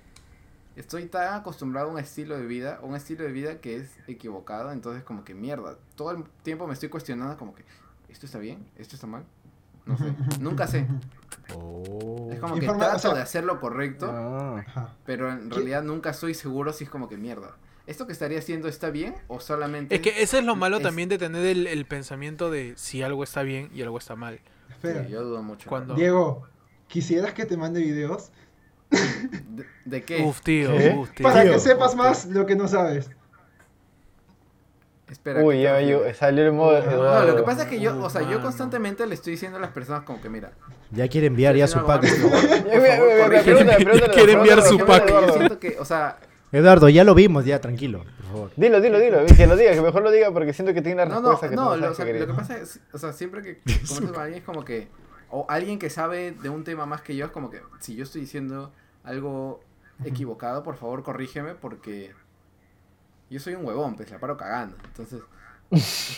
[SPEAKER 2] estoy tan acostumbrado a un estilo de vida, un estilo de vida que es equivocado. Entonces, como que mierda. Todo el tiempo me estoy cuestionando, como que esto está bien, esto está mal. No sé, nunca sé.
[SPEAKER 4] Oh.
[SPEAKER 2] Es como que
[SPEAKER 3] Informa- o
[SPEAKER 2] trato
[SPEAKER 3] sea-
[SPEAKER 2] de hacer lo correcto,
[SPEAKER 5] Ah.
[SPEAKER 3] Ajá.
[SPEAKER 2] pero en realidad nunca soy seguro si es como que mierda. ¿Esto que estaría haciendo está bien o solamente.?
[SPEAKER 1] Es que ese es lo malo
[SPEAKER 2] Es-
[SPEAKER 1] también de tener el, el pensamiento de si algo está bien y algo está mal.
[SPEAKER 3] Espera.
[SPEAKER 2] Sí, yo dudo mucho.
[SPEAKER 1] Cuando-
[SPEAKER 3] Diego, ¿quisieras que te mande videos?
[SPEAKER 2] ¿De, de qué?
[SPEAKER 1] Uf, tío,
[SPEAKER 5] ¿Qué?
[SPEAKER 1] uf, tío.
[SPEAKER 3] Para que
[SPEAKER 4] Diego,
[SPEAKER 3] sepas más lo que no sabes.
[SPEAKER 2] Espera. ¿qué
[SPEAKER 5] Uy,
[SPEAKER 2] te
[SPEAKER 5] ya
[SPEAKER 2] refieres?
[SPEAKER 5] yo, salió el modo.
[SPEAKER 2] No, lo que
[SPEAKER 5] Eduardo.
[SPEAKER 2] pasa es que yo, o sea,
[SPEAKER 1] Mano.
[SPEAKER 2] yo constantemente le estoy diciendo a las personas como que mira.
[SPEAKER 4] Ya quiere enviar ya su pack.
[SPEAKER 2] Por favor,
[SPEAKER 5] *laughs* Ya, Eh, mira, mira, mira,
[SPEAKER 2] corrígeme.
[SPEAKER 5] pregúntale, pregúntale,
[SPEAKER 1] Quiere enviar
[SPEAKER 5] pregúntale,
[SPEAKER 1] su
[SPEAKER 2] Porque
[SPEAKER 1] pack.
[SPEAKER 5] pregúntale,
[SPEAKER 2] Yo
[SPEAKER 5] Eduardo.
[SPEAKER 2] siento que, o sea,
[SPEAKER 4] Eduardo, ya lo vimos, ya, tranquilo, por favor.
[SPEAKER 5] Dilo, dilo, dilo. Que lo diga, que mejor lo diga porque siento que tiene *laughs* la
[SPEAKER 2] no, no,
[SPEAKER 5] respuesta que tú
[SPEAKER 2] no,
[SPEAKER 5] sabes
[SPEAKER 2] lo, o sea,
[SPEAKER 5] que
[SPEAKER 2] lo que
[SPEAKER 5] querías.
[SPEAKER 2] pasa es, o sea, siempre
[SPEAKER 5] *laughs*
[SPEAKER 2] que converso con alguien es como que, o alguien que sabe de un tema más que yo, es como que, si yo estoy diciendo algo equivocado, por favor, corrígeme, porque yo soy un huevón, pues la paro cagando.
[SPEAKER 5] *laughs*
[SPEAKER 2] Entonces,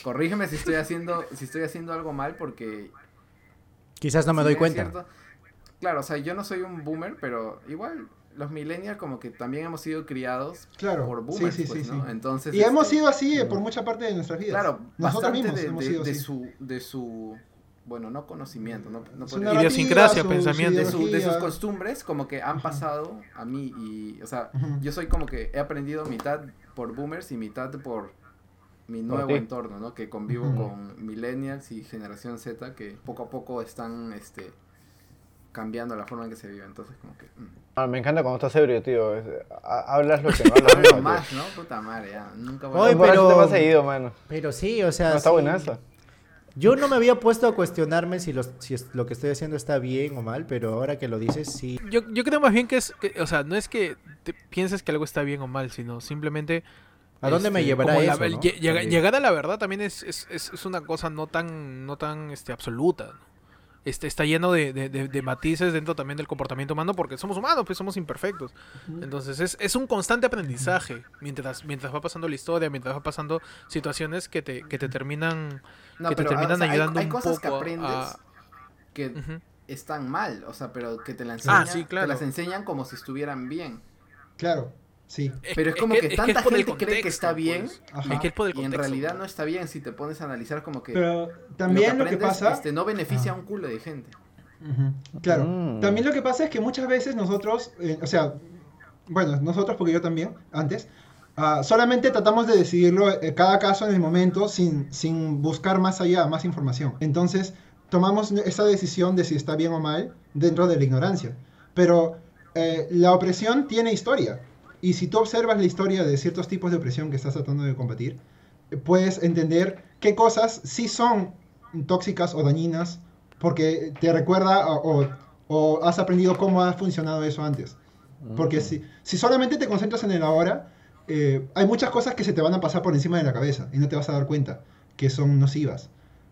[SPEAKER 2] corrígeme si estoy haciendo, si estoy haciendo algo mal, porque
[SPEAKER 4] Quizás no me
[SPEAKER 2] Si
[SPEAKER 4] doy
[SPEAKER 2] bien es
[SPEAKER 4] cuenta.
[SPEAKER 2] cierto- claro, o sea, yo no soy un boomer, pero igual los millennials como que también hemos sido criados
[SPEAKER 3] Claro,
[SPEAKER 2] por
[SPEAKER 3] sí,
[SPEAKER 2] boomers,
[SPEAKER 3] sí,
[SPEAKER 2] pues,
[SPEAKER 3] sí,
[SPEAKER 2] ¿no?
[SPEAKER 3] sí.
[SPEAKER 2] Entonces,
[SPEAKER 3] Y hemos
[SPEAKER 2] este,
[SPEAKER 3] sido así eh, por mucha parte de nuestras vidas.
[SPEAKER 2] claro,
[SPEAKER 3] nosotros
[SPEAKER 2] bastante
[SPEAKER 3] mismos
[SPEAKER 2] de,
[SPEAKER 3] hemos
[SPEAKER 2] de-
[SPEAKER 3] sido
[SPEAKER 2] de
[SPEAKER 3] así.
[SPEAKER 2] su de su bueno, no conocimiento, no, no
[SPEAKER 3] Su
[SPEAKER 2] podría-
[SPEAKER 3] narrativa,
[SPEAKER 1] Idiosincrasia,
[SPEAKER 3] su-
[SPEAKER 1] pensamiento.
[SPEAKER 2] de, su- de sus
[SPEAKER 3] ideología.
[SPEAKER 2] costumbres como que han
[SPEAKER 3] Ujú.
[SPEAKER 2] pasado a mí y o sea,
[SPEAKER 3] Ujú.
[SPEAKER 2] yo soy como que he aprendido mitad por boomers y mitad por mi nuevo
[SPEAKER 5] ti.
[SPEAKER 2] entorno, ¿no? Que convivo
[SPEAKER 3] Ujú.
[SPEAKER 2] con millennials y generación Z que poco a poco están este cambiando la forma en que se vive, entonces como que mm.
[SPEAKER 5] Ah, me encanta cuando estás ebrio, tío. Es- ha- Hablas lo que
[SPEAKER 2] *laughs*
[SPEAKER 5] no
[SPEAKER 2] Hablo
[SPEAKER 5] hablas. nunca,
[SPEAKER 2] más, ¿no? Puta madre, ya. Nunca
[SPEAKER 5] tío.
[SPEAKER 4] Oye,
[SPEAKER 2] voy
[SPEAKER 5] Por
[SPEAKER 4] pero-
[SPEAKER 5] eso te más seguido, mano.
[SPEAKER 4] Pero sí, o sea.
[SPEAKER 5] No, está
[SPEAKER 4] sí.
[SPEAKER 5] buenazo.
[SPEAKER 4] Yo no me había puesto a cuestionarme si, los- si es- lo que estoy haciendo está bien o mal, pero ahora que lo dices, sí.
[SPEAKER 1] Yo, yo creo más bien que es, que- o sea, no es que te pienses que algo está bien o mal, sino simplemente... este,
[SPEAKER 4] ¿A dónde me llevará
[SPEAKER 1] como la-
[SPEAKER 4] eso, no?
[SPEAKER 1] lle- llega-
[SPEAKER 4] También.
[SPEAKER 1] Llegar a la verdad también es, es, es- es una cosa no tan, no tan este, absoluta. ¿no? Este, está lleno de, de- de- de matices dentro también del comportamiento humano porque somos humanos, pues somos imperfectos. Entonces es, es un constante aprendizaje mientras, mientras va pasando la historia, mientras va pasando situaciones que te, que te terminan... que te terminan ayudando
[SPEAKER 2] hay,
[SPEAKER 1] un
[SPEAKER 2] cosas
[SPEAKER 1] poco
[SPEAKER 2] que
[SPEAKER 1] a-
[SPEAKER 2] aprendes
[SPEAKER 1] a-
[SPEAKER 2] que
[SPEAKER 1] Ujú. Ah,
[SPEAKER 2] están mal, o sea, pero que te la enseñan,
[SPEAKER 1] sí,
[SPEAKER 2] te
[SPEAKER 1] claro.
[SPEAKER 2] las enseñan como si estuvieran bien.
[SPEAKER 3] Claro, sí.
[SPEAKER 2] Pero es como que tanta
[SPEAKER 1] por el
[SPEAKER 2] gente cree que está
[SPEAKER 1] pues.
[SPEAKER 2] bien,
[SPEAKER 3] Ajá.
[SPEAKER 1] Es que es por el
[SPEAKER 2] y en
[SPEAKER 1] contexto, pues.
[SPEAKER 2] realidad
[SPEAKER 1] ¿no?
[SPEAKER 2] no está bien si te pones a analizar como que
[SPEAKER 3] Pero también lo que,
[SPEAKER 2] aprendes,
[SPEAKER 3] pasa...
[SPEAKER 2] este, no beneficia a
[SPEAKER 6] Ah.
[SPEAKER 2] un culo de gente.
[SPEAKER 3] Ujú, Claro.
[SPEAKER 5] Mm.
[SPEAKER 3] También lo que pasa es que muchas veces nosotros, eh, o sea,
[SPEAKER 6] bueno, nosotros, porque yo también, antes, ah, solamente tratamos de decidirlo eh, cada caso en el momento sin, sin buscar más allá, más información. Entonces, tomamos esa decisión de si está bien o mal dentro de la ignorancia. Pero eh, la opresión tiene historia. Y si tú observas la historia de ciertos tipos de opresión que estás tratando de combatir, eh, puedes entender qué cosas sí son tóxicas o dañinas porque te recuerda o, o- o has aprendido cómo ha funcionado eso antes.
[SPEAKER 5] Ah.
[SPEAKER 6] Porque si, si solamente te concentras en el ahora, eh, hay muchas cosas que se te van a pasar por encima de la cabeza y no te vas a dar cuenta que son nocivas.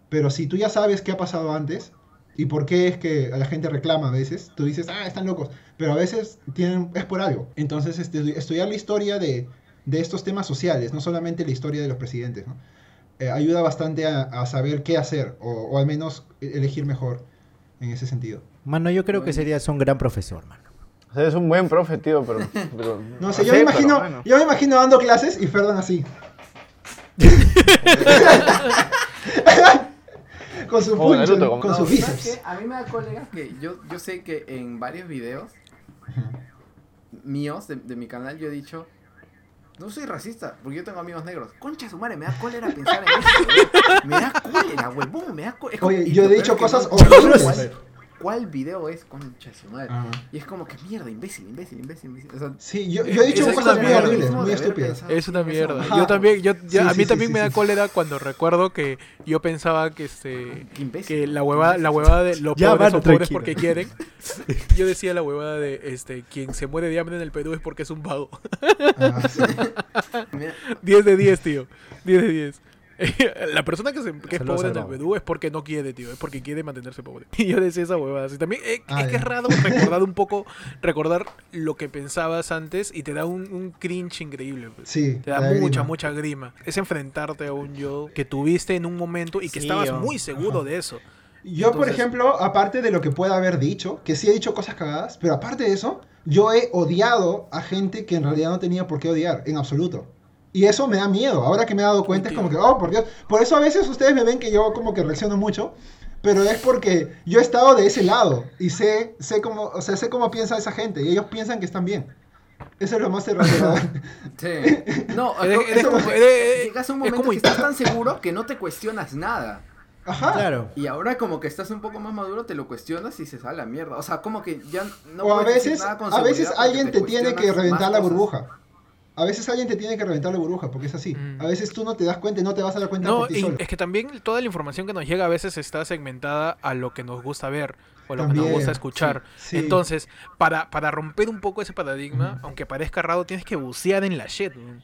[SPEAKER 6] Pero si tú ya sabes qué ha pasado antes y por qué es que la gente reclama a veces, tú dices, ah, están locos, pero a veces tienen, es por algo. Entonces, este, estudiar la historia de, de estos temas sociales, no solamente la historia de los presidentes, ¿no? Eh, ayuda bastante a, a saber qué hacer o, o al menos e-, elegir mejor en ese sentido.
[SPEAKER 4] Mano, yo creo que serías un gran profesor, mano.
[SPEAKER 5] O sea, es un buen profe, tío,
[SPEAKER 4] *laughs*
[SPEAKER 5] pero. pero-
[SPEAKER 6] No sé,
[SPEAKER 5] sí,
[SPEAKER 6] yo me
[SPEAKER 5] pero
[SPEAKER 6] imagino,
[SPEAKER 5] bueno.
[SPEAKER 6] yo me imagino dando clases y Ferdan así. con su
[SPEAKER 5] Como
[SPEAKER 6] punch,
[SPEAKER 5] Naruto, como-
[SPEAKER 6] con
[SPEAKER 2] No,
[SPEAKER 6] sus
[SPEAKER 2] ¿sabes
[SPEAKER 6] bíceps.
[SPEAKER 2] qué? A mí me da colegas que yo, yo sé que en varios videos míos de, de mi canal yo he dicho, no soy racista, porque yo tengo amigos negros. Concha su madre, me da cólera pensar en eso. huevón. Me da cólera, huevón, me da cólera.
[SPEAKER 6] Oye, yo he dicho cosas horribles.
[SPEAKER 2] ¿cuál, ¿Cuál video es concha su madre?
[SPEAKER 6] Ah.
[SPEAKER 2] Y es como que mierda, imbécil, imbécil, imbécil, imbécil. O sea,
[SPEAKER 6] Sí, yo, yo he dicho
[SPEAKER 1] Esa es
[SPEAKER 6] cosas
[SPEAKER 1] una
[SPEAKER 6] muy
[SPEAKER 1] mierda.
[SPEAKER 6] horribles,
[SPEAKER 2] Mismo
[SPEAKER 6] muy
[SPEAKER 2] de haber
[SPEAKER 6] estúpidas.
[SPEAKER 2] pensado.
[SPEAKER 1] Es una mierda.
[SPEAKER 6] Ajá.
[SPEAKER 1] Yo también, yo, yo-
[SPEAKER 6] Sí,
[SPEAKER 1] a
[SPEAKER 6] sí,
[SPEAKER 1] mí
[SPEAKER 6] sí,
[SPEAKER 1] también
[SPEAKER 6] sí,
[SPEAKER 1] me da
[SPEAKER 6] sí.
[SPEAKER 1] cólera cuando recuerdo que yo pensaba que este
[SPEAKER 2] Qué imbécil.
[SPEAKER 1] que la huevada, la huevada de los
[SPEAKER 4] Ya,
[SPEAKER 1] pobres son
[SPEAKER 4] mano,
[SPEAKER 1] pobres
[SPEAKER 4] tranquilo.
[SPEAKER 1] porque
[SPEAKER 6] *laughs*
[SPEAKER 1] quieren. Yo decía la huevada de este quien se muere de hambre en el Perú es porque es un vago. *laughs*
[SPEAKER 6] Ah, sí.
[SPEAKER 1] 10 de 10, tío. 10 de 10. *laughs* La persona que, se- que es
[SPEAKER 4] Saludos
[SPEAKER 1] pobre
[SPEAKER 4] al
[SPEAKER 1] en el
[SPEAKER 4] vago.
[SPEAKER 1] Perú es porque no quiere, tío. Es porque quiere mantenerse pobre. *laughs* Y yo decía esa huevada. Así también eh,
[SPEAKER 6] Ah,
[SPEAKER 1] es que
[SPEAKER 6] ya.
[SPEAKER 1] es raro
[SPEAKER 6] *laughs*
[SPEAKER 1] recordar un poco, recordar lo que pensabas antes y te da un, un cringe increíble. pues.
[SPEAKER 6] Sí,
[SPEAKER 1] Te da
[SPEAKER 6] la
[SPEAKER 1] mucha,
[SPEAKER 6] grima.
[SPEAKER 1] mucha grima. Es enfrentarte a un yo que tuviste en un momento y que
[SPEAKER 4] Sí,
[SPEAKER 1] estabas
[SPEAKER 4] yo.
[SPEAKER 1] muy seguro de eso.
[SPEAKER 6] Yo, por
[SPEAKER 1] Entonces-
[SPEAKER 6] ejemplo, aparte de lo que pueda haber dicho, que sí he dicho cosas cagadas, pero aparte de eso, yo he odiado a gente que en realidad no tenía por qué odiar, en absoluto. Y eso me da miedo. Ahora que me he dado cuenta, es como que, oh, por Dios. Por eso a veces ustedes me ven que yo como que reacciono mucho, pero es porque yo he estado de ese lado y sé, sé cómo, o sea, sé cómo piensa esa gente y ellos piensan que están bien. Eso es lo más aterrador.
[SPEAKER 2] Sí. *laughs* No,
[SPEAKER 1] Eres-
[SPEAKER 2] es
[SPEAKER 1] eres
[SPEAKER 2] como
[SPEAKER 1] como-
[SPEAKER 2] que
[SPEAKER 1] eres-
[SPEAKER 2] llegas a un
[SPEAKER 1] es
[SPEAKER 2] momento
[SPEAKER 1] como
[SPEAKER 2] que estás tan seguro que no te cuestionas nada.
[SPEAKER 5] Ah.
[SPEAKER 6] Ajá.
[SPEAKER 4] Claro.
[SPEAKER 2] Y ahora como que estás un poco más maduro, te lo cuestionas y se sale a la mierda. O sea, como que ya no
[SPEAKER 6] o a
[SPEAKER 2] puedes decir
[SPEAKER 6] veces,
[SPEAKER 2] nada con
[SPEAKER 6] a veces
[SPEAKER 2] seguridad porque
[SPEAKER 6] alguien te tiene que
[SPEAKER 2] cuestionas
[SPEAKER 6] reventar
[SPEAKER 2] más
[SPEAKER 6] la
[SPEAKER 2] cosas.
[SPEAKER 6] burbuja. A veces alguien te tiene que reventar la burbuja, porque es así.
[SPEAKER 1] Mm.
[SPEAKER 6] A veces tú no te das cuenta y no te vas a dar cuenta
[SPEAKER 1] No,
[SPEAKER 6] por ti
[SPEAKER 1] y
[SPEAKER 6] solo.
[SPEAKER 1] es que también toda la información que nos llega a veces está segmentada a lo que nos gusta ver o lo que
[SPEAKER 6] También,
[SPEAKER 1] nos gusta escuchar.
[SPEAKER 6] sí, sí.
[SPEAKER 1] Entonces, para, para romper un poco ese paradigma, aunque parezca raro, tienes que bucear en la shit. ¿no?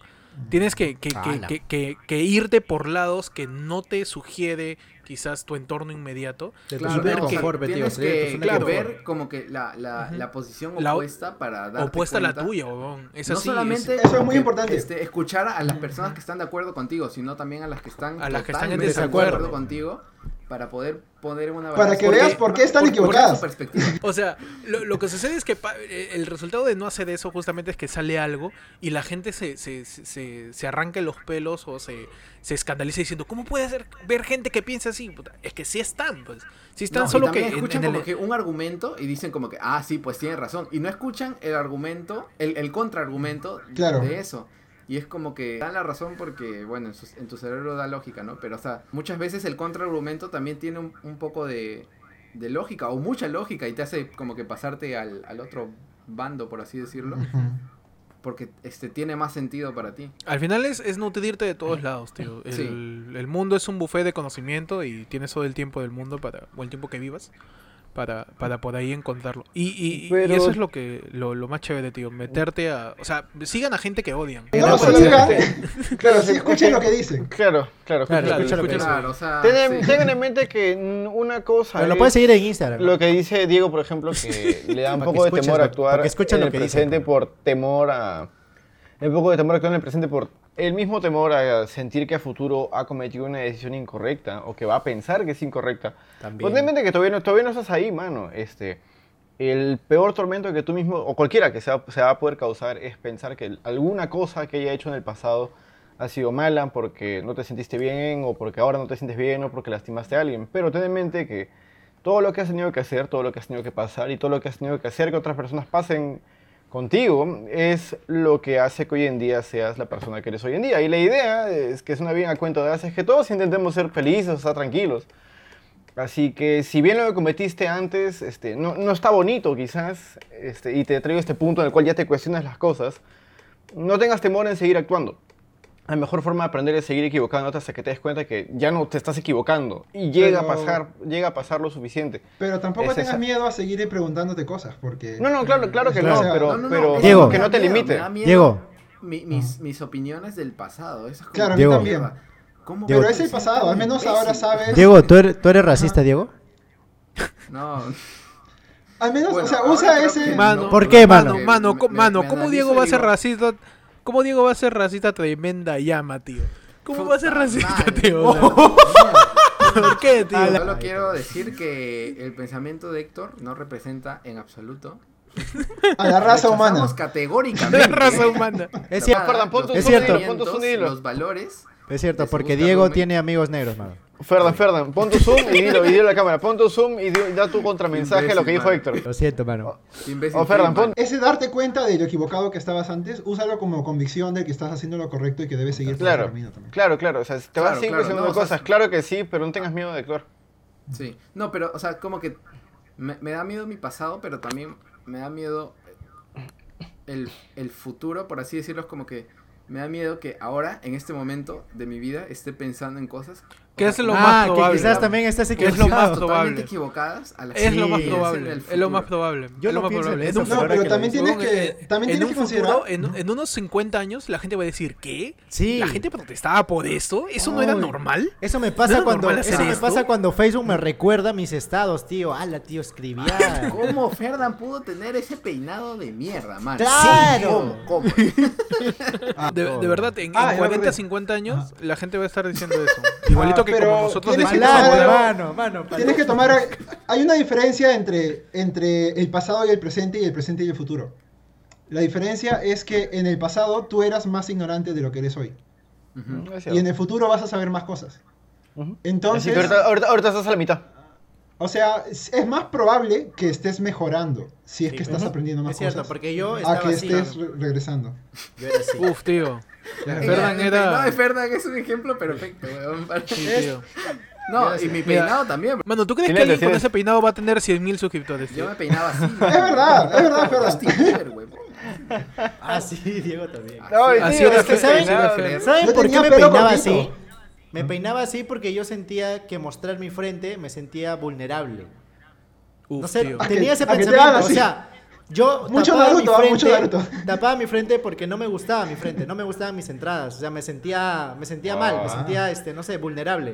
[SPEAKER 1] Tienes que, que- que-
[SPEAKER 4] Ala.
[SPEAKER 1] que- que- que irte por lados que no te sugiere quizás tu entorno inmediato.
[SPEAKER 4] De tu
[SPEAKER 2] Claro,
[SPEAKER 4] zona de
[SPEAKER 2] no, o sea,
[SPEAKER 4] confort, tío,
[SPEAKER 2] tienes
[SPEAKER 4] sí, de tu
[SPEAKER 2] que,
[SPEAKER 4] zona de
[SPEAKER 2] que
[SPEAKER 1] claro.
[SPEAKER 4] confort.
[SPEAKER 2] ver como que la, la,
[SPEAKER 1] Ujú.
[SPEAKER 2] la posición
[SPEAKER 1] La o-
[SPEAKER 2] opuesta para darte
[SPEAKER 1] Opuesta a la
[SPEAKER 2] cuenta.
[SPEAKER 1] tuya, huevón. Es
[SPEAKER 2] no
[SPEAKER 1] así, es-
[SPEAKER 2] solamente
[SPEAKER 6] Eso es muy
[SPEAKER 2] como que,
[SPEAKER 6] importante.
[SPEAKER 2] este, escuchar a las personas que están de acuerdo contigo, sino también a las que están
[SPEAKER 1] A las que están en
[SPEAKER 2] totalmente
[SPEAKER 1] desacuerdo.
[SPEAKER 2] contigo para poder poner una
[SPEAKER 6] Para que
[SPEAKER 1] veas
[SPEAKER 6] por qué están
[SPEAKER 2] porque- porque
[SPEAKER 6] equivocadas.
[SPEAKER 2] su perspectiva.
[SPEAKER 1] O sea, lo, lo que sucede es que pa- eh, el resultado de no hacer eso justamente es que sale algo y la gente se, se, se- se, se arranca los pelos o se, se escandaliza diciendo, ¿cómo puede ser, ver gente que piensa así? Puta, Es que sí están, pues. Sí están,
[SPEAKER 2] No, y
[SPEAKER 1] solo que
[SPEAKER 2] también
[SPEAKER 1] en-
[SPEAKER 2] escuchan
[SPEAKER 1] en el-
[SPEAKER 2] como que un argumento y dicen como que, ah, sí, pues tiene razón. Y no escuchan el argumento, el, el contraargumento
[SPEAKER 6] Claro.
[SPEAKER 2] de eso. Y es como que dan la razón porque, bueno, en, sus- en tu cerebro da lógica, ¿no? Pero, o sea, muchas veces el contraargumento también tiene un, un poco de, de lógica o mucha lógica y te hace como que pasarte al, al otro bando, por así decirlo, porque este tiene más sentido para ti.
[SPEAKER 1] Al final es, es nutrirte de todos lados, tío. El,
[SPEAKER 2] Sí.
[SPEAKER 1] el mundo es un buffet de conocimiento y tienes todo el tiempo del mundo para, o el tiempo que vivas. Para, para por ahí encontrarlo. Y, y- y
[SPEAKER 5] Pero-
[SPEAKER 1] eso es lo que lo, lo más chévere, tío. Meterte a. O sea, sigan a gente que odian.
[SPEAKER 6] No,
[SPEAKER 1] Pero
[SPEAKER 4] pues,
[SPEAKER 6] se lo
[SPEAKER 1] sigan
[SPEAKER 6] digan.
[SPEAKER 1] gente-
[SPEAKER 2] *laughs*
[SPEAKER 6] *laughs* Claro, sí, escuchen lo que dicen.
[SPEAKER 5] Claro, claro.
[SPEAKER 4] Claro,
[SPEAKER 5] escucha.
[SPEAKER 4] escucha lo que
[SPEAKER 1] escucha.
[SPEAKER 4] dice.
[SPEAKER 2] Claro, o sea,
[SPEAKER 5] Tengan,
[SPEAKER 2] sí.
[SPEAKER 5] tengan en mente que mm, una cosa.
[SPEAKER 4] Pero lo
[SPEAKER 5] es-
[SPEAKER 4] puedes seguir en Instagram.
[SPEAKER 5] Lo que dice Diego, por ejemplo,
[SPEAKER 4] *laughs*
[SPEAKER 5] que le da un
[SPEAKER 4] Para que
[SPEAKER 5] poco de
[SPEAKER 4] escuches
[SPEAKER 5] temor
[SPEAKER 4] lo-
[SPEAKER 5] a actuar
[SPEAKER 4] para que escuches
[SPEAKER 5] en
[SPEAKER 4] lo
[SPEAKER 5] el
[SPEAKER 4] que dicen,
[SPEAKER 5] presente
[SPEAKER 4] claro.
[SPEAKER 5] por temor a... Un poco de temor a actuar en el presente por el mismo temor a sentir que a futuro ha cometido una decisión incorrecta o que va a pensar que es incorrecta.
[SPEAKER 4] También.
[SPEAKER 5] Ponte en mente que todavía no, todavía no estás ahí, mano. Este, el peor tormento que tú mismo, o cualquiera que sea- se va a poder causar, es pensar que alguna cosa que haya hecho en el pasado ha sido mala porque no te sentiste bien o porque ahora no te sientes bien o porque lastimaste a alguien. Pero ten en mente que todo lo que has tenido que hacer, todo lo que has tenido que pasar y todo lo que has tenido que hacer que otras personas pasen contigo es lo que hace que hoy en día seas la persona que eres hoy en día. Y la idea es que es una bien a cuento de hace es que todos intentemos ser felices, estar tranquilos. Así que si bien lo que cometiste antes este, no, no está bonito quizás, este, y te traigo este punto en el cual ya te cuestionas las cosas, no tengas temor en seguir actuando. La mejor forma de aprender es seguir equivocándote hasta que te des cuenta que ya no te estás equivocando y llega a
[SPEAKER 6] Pero-
[SPEAKER 5] pasar, llega a pasar lo suficiente.
[SPEAKER 6] Pero tampoco
[SPEAKER 5] Es
[SPEAKER 6] tengas
[SPEAKER 5] esa.
[SPEAKER 6] miedo a seguir preguntándote cosas, porque...
[SPEAKER 5] No, no, claro, claro que
[SPEAKER 6] Claro.
[SPEAKER 5] no,
[SPEAKER 6] O sea,
[SPEAKER 5] pero,
[SPEAKER 6] no, Ah.
[SPEAKER 5] pero
[SPEAKER 4] Diego.
[SPEAKER 5] que no te
[SPEAKER 2] limite
[SPEAKER 5] limite.
[SPEAKER 4] Diego.
[SPEAKER 2] mis, mis opiniones del pasado. Esas cosas.
[SPEAKER 6] Claro, a mí
[SPEAKER 4] Diego.
[SPEAKER 6] también.
[SPEAKER 2] ¿Cómo
[SPEAKER 6] Pero
[SPEAKER 2] puedes
[SPEAKER 6] es el
[SPEAKER 2] ser tan
[SPEAKER 6] pasado, al menos
[SPEAKER 2] imbécil?
[SPEAKER 6] ahora sabes...
[SPEAKER 4] Diego, ¿tú eres, tú eres racista, Diego?
[SPEAKER 2] No.
[SPEAKER 6] Al menos,
[SPEAKER 2] Bueno,
[SPEAKER 6] o sea,
[SPEAKER 2] ahora
[SPEAKER 6] usa
[SPEAKER 2] creo
[SPEAKER 6] ese...
[SPEAKER 2] que
[SPEAKER 1] Mano,
[SPEAKER 4] ¿Por qué, mano?
[SPEAKER 2] porque
[SPEAKER 1] Mano, co-
[SPEAKER 2] me-
[SPEAKER 1] mano,
[SPEAKER 2] me
[SPEAKER 1] ¿cómo
[SPEAKER 2] analizo
[SPEAKER 1] Diego
[SPEAKER 2] y
[SPEAKER 1] va a ser
[SPEAKER 2] digo,
[SPEAKER 1] racista? ¿Cómo Diego va a ser racista tremenda llama, tío? ¿Cómo va a ser
[SPEAKER 2] "Puta
[SPEAKER 1] racista,
[SPEAKER 2] madre,
[SPEAKER 1] tío?
[SPEAKER 2] mierda".
[SPEAKER 1] *laughs* ¿Por qué, tío? *laughs*
[SPEAKER 2] Solo quiero decir que el pensamiento de Héctor no representa en absoluto
[SPEAKER 6] A la raza humana.
[SPEAKER 2] Rechazamos
[SPEAKER 1] *laughs*
[SPEAKER 2] categóricamente
[SPEAKER 1] La raza
[SPEAKER 2] *laughs*
[SPEAKER 1] humana.
[SPEAKER 2] Nada,
[SPEAKER 4] Es cierto,
[SPEAKER 5] Ferdan, pon tu-
[SPEAKER 4] Es cierto.
[SPEAKER 2] pensamientos,
[SPEAKER 5] pon tu zoom y dilo.
[SPEAKER 2] Los valores.
[SPEAKER 4] es cierto,
[SPEAKER 2] que se
[SPEAKER 4] porque
[SPEAKER 2] busca
[SPEAKER 4] Diego
[SPEAKER 2] Rome.
[SPEAKER 4] tiene amigos negros, mano.
[SPEAKER 5] Ferdan, Ferdan, pon tu zoom y dilo, y dilo a la cámara. Pon tu zoom y di- da tu contramensaje a lo que dijo
[SPEAKER 2] Imbécil,
[SPEAKER 5] Héctor.
[SPEAKER 4] Lo siento, mano.
[SPEAKER 2] Imbécil,
[SPEAKER 5] O Ferdan, Oh,
[SPEAKER 2] Friedman.
[SPEAKER 5] pon,
[SPEAKER 6] Ese darte cuenta de lo equivocado que estabas antes, úsalo como convicción de que estás haciendo lo correcto y que debes seguir por el
[SPEAKER 5] Claro,
[SPEAKER 6] camino también.
[SPEAKER 5] claro, claro. O sea, te vas
[SPEAKER 2] Claro,
[SPEAKER 5] a seguir
[SPEAKER 2] claro,
[SPEAKER 5] cuestionando
[SPEAKER 2] no, o sea,
[SPEAKER 5] cosas. claro que sí, pero no tengas miedo de actuar.
[SPEAKER 2] Sí. No, pero, o sea, como que me, me da miedo mi pasado, pero también me da miedo el, el futuro, por así decirlo. Es como que me da miedo que ahora, en este momento de mi vida, esté pensando en cosas.
[SPEAKER 1] ¿Qué
[SPEAKER 2] o
[SPEAKER 1] es
[SPEAKER 2] sea,
[SPEAKER 1] lo
[SPEAKER 2] como
[SPEAKER 1] más
[SPEAKER 4] Ah, que
[SPEAKER 1] probable.
[SPEAKER 4] quizás también estás
[SPEAKER 1] Que es lo más
[SPEAKER 2] totalmente
[SPEAKER 4] equivocado.
[SPEAKER 1] probable.
[SPEAKER 2] equivocadas a las
[SPEAKER 1] Es lo
[SPEAKER 2] que
[SPEAKER 1] más
[SPEAKER 4] Sí,
[SPEAKER 2] piensen en
[SPEAKER 1] probable.
[SPEAKER 2] el
[SPEAKER 1] Es lo más
[SPEAKER 2] futuro.
[SPEAKER 1] probable.
[SPEAKER 4] Yo
[SPEAKER 1] es lo
[SPEAKER 4] no
[SPEAKER 1] más
[SPEAKER 4] pienso en
[SPEAKER 1] probable.
[SPEAKER 4] eso,
[SPEAKER 1] Es un
[SPEAKER 4] pero
[SPEAKER 1] futuro-
[SPEAKER 6] No,
[SPEAKER 4] ahora
[SPEAKER 6] pero
[SPEAKER 4] que
[SPEAKER 6] también
[SPEAKER 4] lo
[SPEAKER 6] tienes
[SPEAKER 1] Supongo
[SPEAKER 6] que, también
[SPEAKER 1] en
[SPEAKER 6] tienes
[SPEAKER 1] un
[SPEAKER 6] que
[SPEAKER 1] futuro,
[SPEAKER 6] considerar...
[SPEAKER 1] en, en unos 50 años, la gente va a decir, ¿qué?
[SPEAKER 4] Sí.
[SPEAKER 1] ¿La gente protestaba por eso? ¿Eso no era
[SPEAKER 4] Ay.
[SPEAKER 1] normal?
[SPEAKER 4] Eso me
[SPEAKER 1] ¿No
[SPEAKER 4] pasa
[SPEAKER 1] era
[SPEAKER 4] cuando
[SPEAKER 1] normal hacer
[SPEAKER 4] eso me
[SPEAKER 1] esto?
[SPEAKER 4] pasa cuando Facebook me recuerda mis estados, tío. Ala, tío, escribía.
[SPEAKER 2] ¿Cómo Ferdan pudo tener ese peinado de mierda, man?
[SPEAKER 4] ¡Claro!
[SPEAKER 2] ¿Cómo?
[SPEAKER 1] *laughs*
[SPEAKER 2] ¿Cómo?
[SPEAKER 1] De, de verdad, en, en
[SPEAKER 6] Ah, ya me
[SPEAKER 1] 40,
[SPEAKER 6] acordé.
[SPEAKER 1] 50 años, la gente va a estar diciendo eso. Igualito que
[SPEAKER 6] Ah, pero
[SPEAKER 1] como nosotros
[SPEAKER 6] tienes que
[SPEAKER 1] decimos
[SPEAKER 6] tomar-
[SPEAKER 4] Palabra,
[SPEAKER 1] ahora.
[SPEAKER 4] mano, mano.
[SPEAKER 6] Tienes que tomar... Hay una diferencia entre, entre el pasado y el presente y el presente y el futuro. La diferencia es que en el pasado tú eras más ignorante de lo que eres hoy.
[SPEAKER 2] Ujú.
[SPEAKER 5] Es
[SPEAKER 6] Y en
[SPEAKER 5] cierto.
[SPEAKER 6] el futuro vas a saber más cosas.
[SPEAKER 5] Ujú. Así
[SPEAKER 6] Entonces,
[SPEAKER 5] que ahorita, ahorita- ahorita estás a la mitad.
[SPEAKER 6] o sea, es es más probable que estés mejorando si es
[SPEAKER 4] Sí,
[SPEAKER 6] que estás
[SPEAKER 4] ujú.
[SPEAKER 6] aprendiendo más
[SPEAKER 4] Es cierto,
[SPEAKER 6] cosas.
[SPEAKER 4] porque yo
[SPEAKER 6] a
[SPEAKER 4] estaba
[SPEAKER 6] que
[SPEAKER 4] así.
[SPEAKER 6] estés re- regresando. Eh,
[SPEAKER 4] Yo era así.
[SPEAKER 1] Uf, tío.
[SPEAKER 6] Claro.
[SPEAKER 1] Ferdan
[SPEAKER 2] El
[SPEAKER 1] era-
[SPEAKER 2] peinado de Eh, Ferdan es un ejemplo perfecto, weón. para-
[SPEAKER 1] Sí, tío.
[SPEAKER 2] No, y mi peinado también.
[SPEAKER 1] Mano, ¿tú crees que
[SPEAKER 5] Silencio,
[SPEAKER 1] alguien con
[SPEAKER 5] silencio.
[SPEAKER 1] ese peinado va a tener 100.000 suscriptores?
[SPEAKER 2] Yo
[SPEAKER 1] tío?
[SPEAKER 2] me peinaba así. Es
[SPEAKER 6] verdad, es verdad, Ferdan.
[SPEAKER 4] Ah, sí, Diego también.
[SPEAKER 5] Ay,
[SPEAKER 1] Así
[SPEAKER 5] tío,
[SPEAKER 1] era
[SPEAKER 5] este
[SPEAKER 1] Fer-
[SPEAKER 4] ¿Saben,
[SPEAKER 1] así era
[SPEAKER 5] peinado,
[SPEAKER 1] Fer.
[SPEAKER 4] ¿saben
[SPEAKER 6] Yo
[SPEAKER 4] por qué
[SPEAKER 6] tenía
[SPEAKER 4] me
[SPEAKER 6] pelo
[SPEAKER 4] peinaba
[SPEAKER 6] cortito.
[SPEAKER 4] así? Me peinaba así porque yo sentía que mostrar mi frente me sentía vulnerable.
[SPEAKER 1] Uf,
[SPEAKER 4] No sé, ah,
[SPEAKER 1] tío.
[SPEAKER 6] A que-
[SPEAKER 4] tenía ese
[SPEAKER 6] a que te
[SPEAKER 4] pensamiento.
[SPEAKER 6] hagan
[SPEAKER 4] O
[SPEAKER 6] así.
[SPEAKER 4] sea, yo
[SPEAKER 6] Mucho
[SPEAKER 4] tapaba
[SPEAKER 6] Naruto, ah,
[SPEAKER 4] mi frente,
[SPEAKER 6] mucho Naruto.
[SPEAKER 4] tapaba mi frente porque no me gustaba mi frente, no me gustaban mis entradas. O sea, me sentía, me sentía mal, me
[SPEAKER 6] Ah.
[SPEAKER 4] sentía, este, no sé, vulnerable.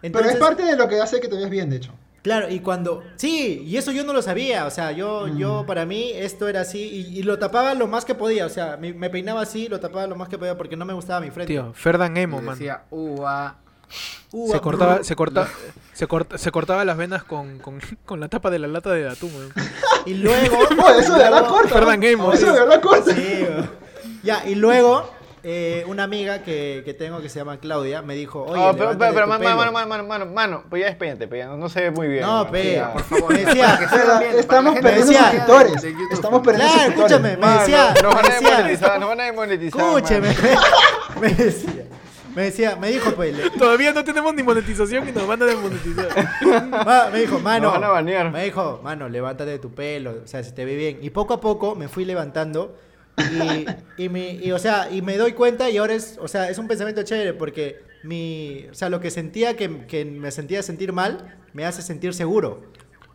[SPEAKER 6] Pero
[SPEAKER 4] Entonces,
[SPEAKER 6] es parte de lo que hace que te veas bien,
[SPEAKER 4] *laughs*
[SPEAKER 6] de hecho.
[SPEAKER 4] Claro, y cuando... Sí, y eso yo no lo sabía, o sea, yo,
[SPEAKER 1] Mm.
[SPEAKER 4] yo para mí esto era así y, y lo tapaba lo más que podía, o sea, me, me peinaba así, lo tapaba lo más que podía porque no me gustaba mi frente.
[SPEAKER 1] Tío, Ferdan Emo, man.
[SPEAKER 2] decía, uva.
[SPEAKER 1] Se cortaba, se corta, se corta, se cortaba las venas con, con, *laughs* con la tapa de la lata de atún, weón.
[SPEAKER 4] Y luego...
[SPEAKER 6] *laughs* No, Oh, eso de verdad corta.
[SPEAKER 1] Ferdan
[SPEAKER 6] ¿no?
[SPEAKER 1] Emo,
[SPEAKER 6] Eso
[SPEAKER 1] tío.
[SPEAKER 6] de verdad corta.
[SPEAKER 4] Sí, bro. ya, y luego eh, una amiga que, que tengo que se llama Claudia me dijo, oye,
[SPEAKER 5] Ah, pero,
[SPEAKER 4] levántate
[SPEAKER 5] pero, pero,
[SPEAKER 4] tu
[SPEAKER 5] mano,
[SPEAKER 4] pelo".
[SPEAKER 5] mano, mano, mano, mano, mano, pues ya despéñate, pues ya no, no se ve muy bien.
[SPEAKER 4] No,
[SPEAKER 5] mano,
[SPEAKER 4] pe.
[SPEAKER 5] ya.
[SPEAKER 2] Por favor,
[SPEAKER 4] Me
[SPEAKER 2] para
[SPEAKER 4] decía-
[SPEAKER 2] que Ferdan
[SPEAKER 6] Ferdan,
[SPEAKER 2] bien, para
[SPEAKER 6] estamos
[SPEAKER 2] la gente
[SPEAKER 6] perdiendo
[SPEAKER 4] decía-
[SPEAKER 6] suscriptores.
[SPEAKER 2] del YouTube.
[SPEAKER 6] Estamos perdiendo
[SPEAKER 4] Claro,
[SPEAKER 6] suscriptores.
[SPEAKER 4] escúchame, me
[SPEAKER 5] Mano,
[SPEAKER 4] decía,
[SPEAKER 5] nos van
[SPEAKER 4] me
[SPEAKER 5] a
[SPEAKER 4] decía,
[SPEAKER 5] demonetizar, nos van a demonetizar.
[SPEAKER 4] escúcheme,
[SPEAKER 5] mano.
[SPEAKER 4] me decía, me decía, me dijo, pues, le-
[SPEAKER 1] Todavía no tenemos ni monetización y nos van a desmonetizar.
[SPEAKER 4] *laughs* Ma- me dijo, mano.
[SPEAKER 5] Nos van a banear.
[SPEAKER 4] Me dijo, mano, levántate de tu pelo. O sea, si te ve bien. Y poco a poco me fui levantando. Y, y me, y, o sea, y me doy cuenta y ahora es, o sea, es un pensamiento chévere porque mi, o sea, lo que sentía que, que me sentía sentir mal, me hace sentir seguro.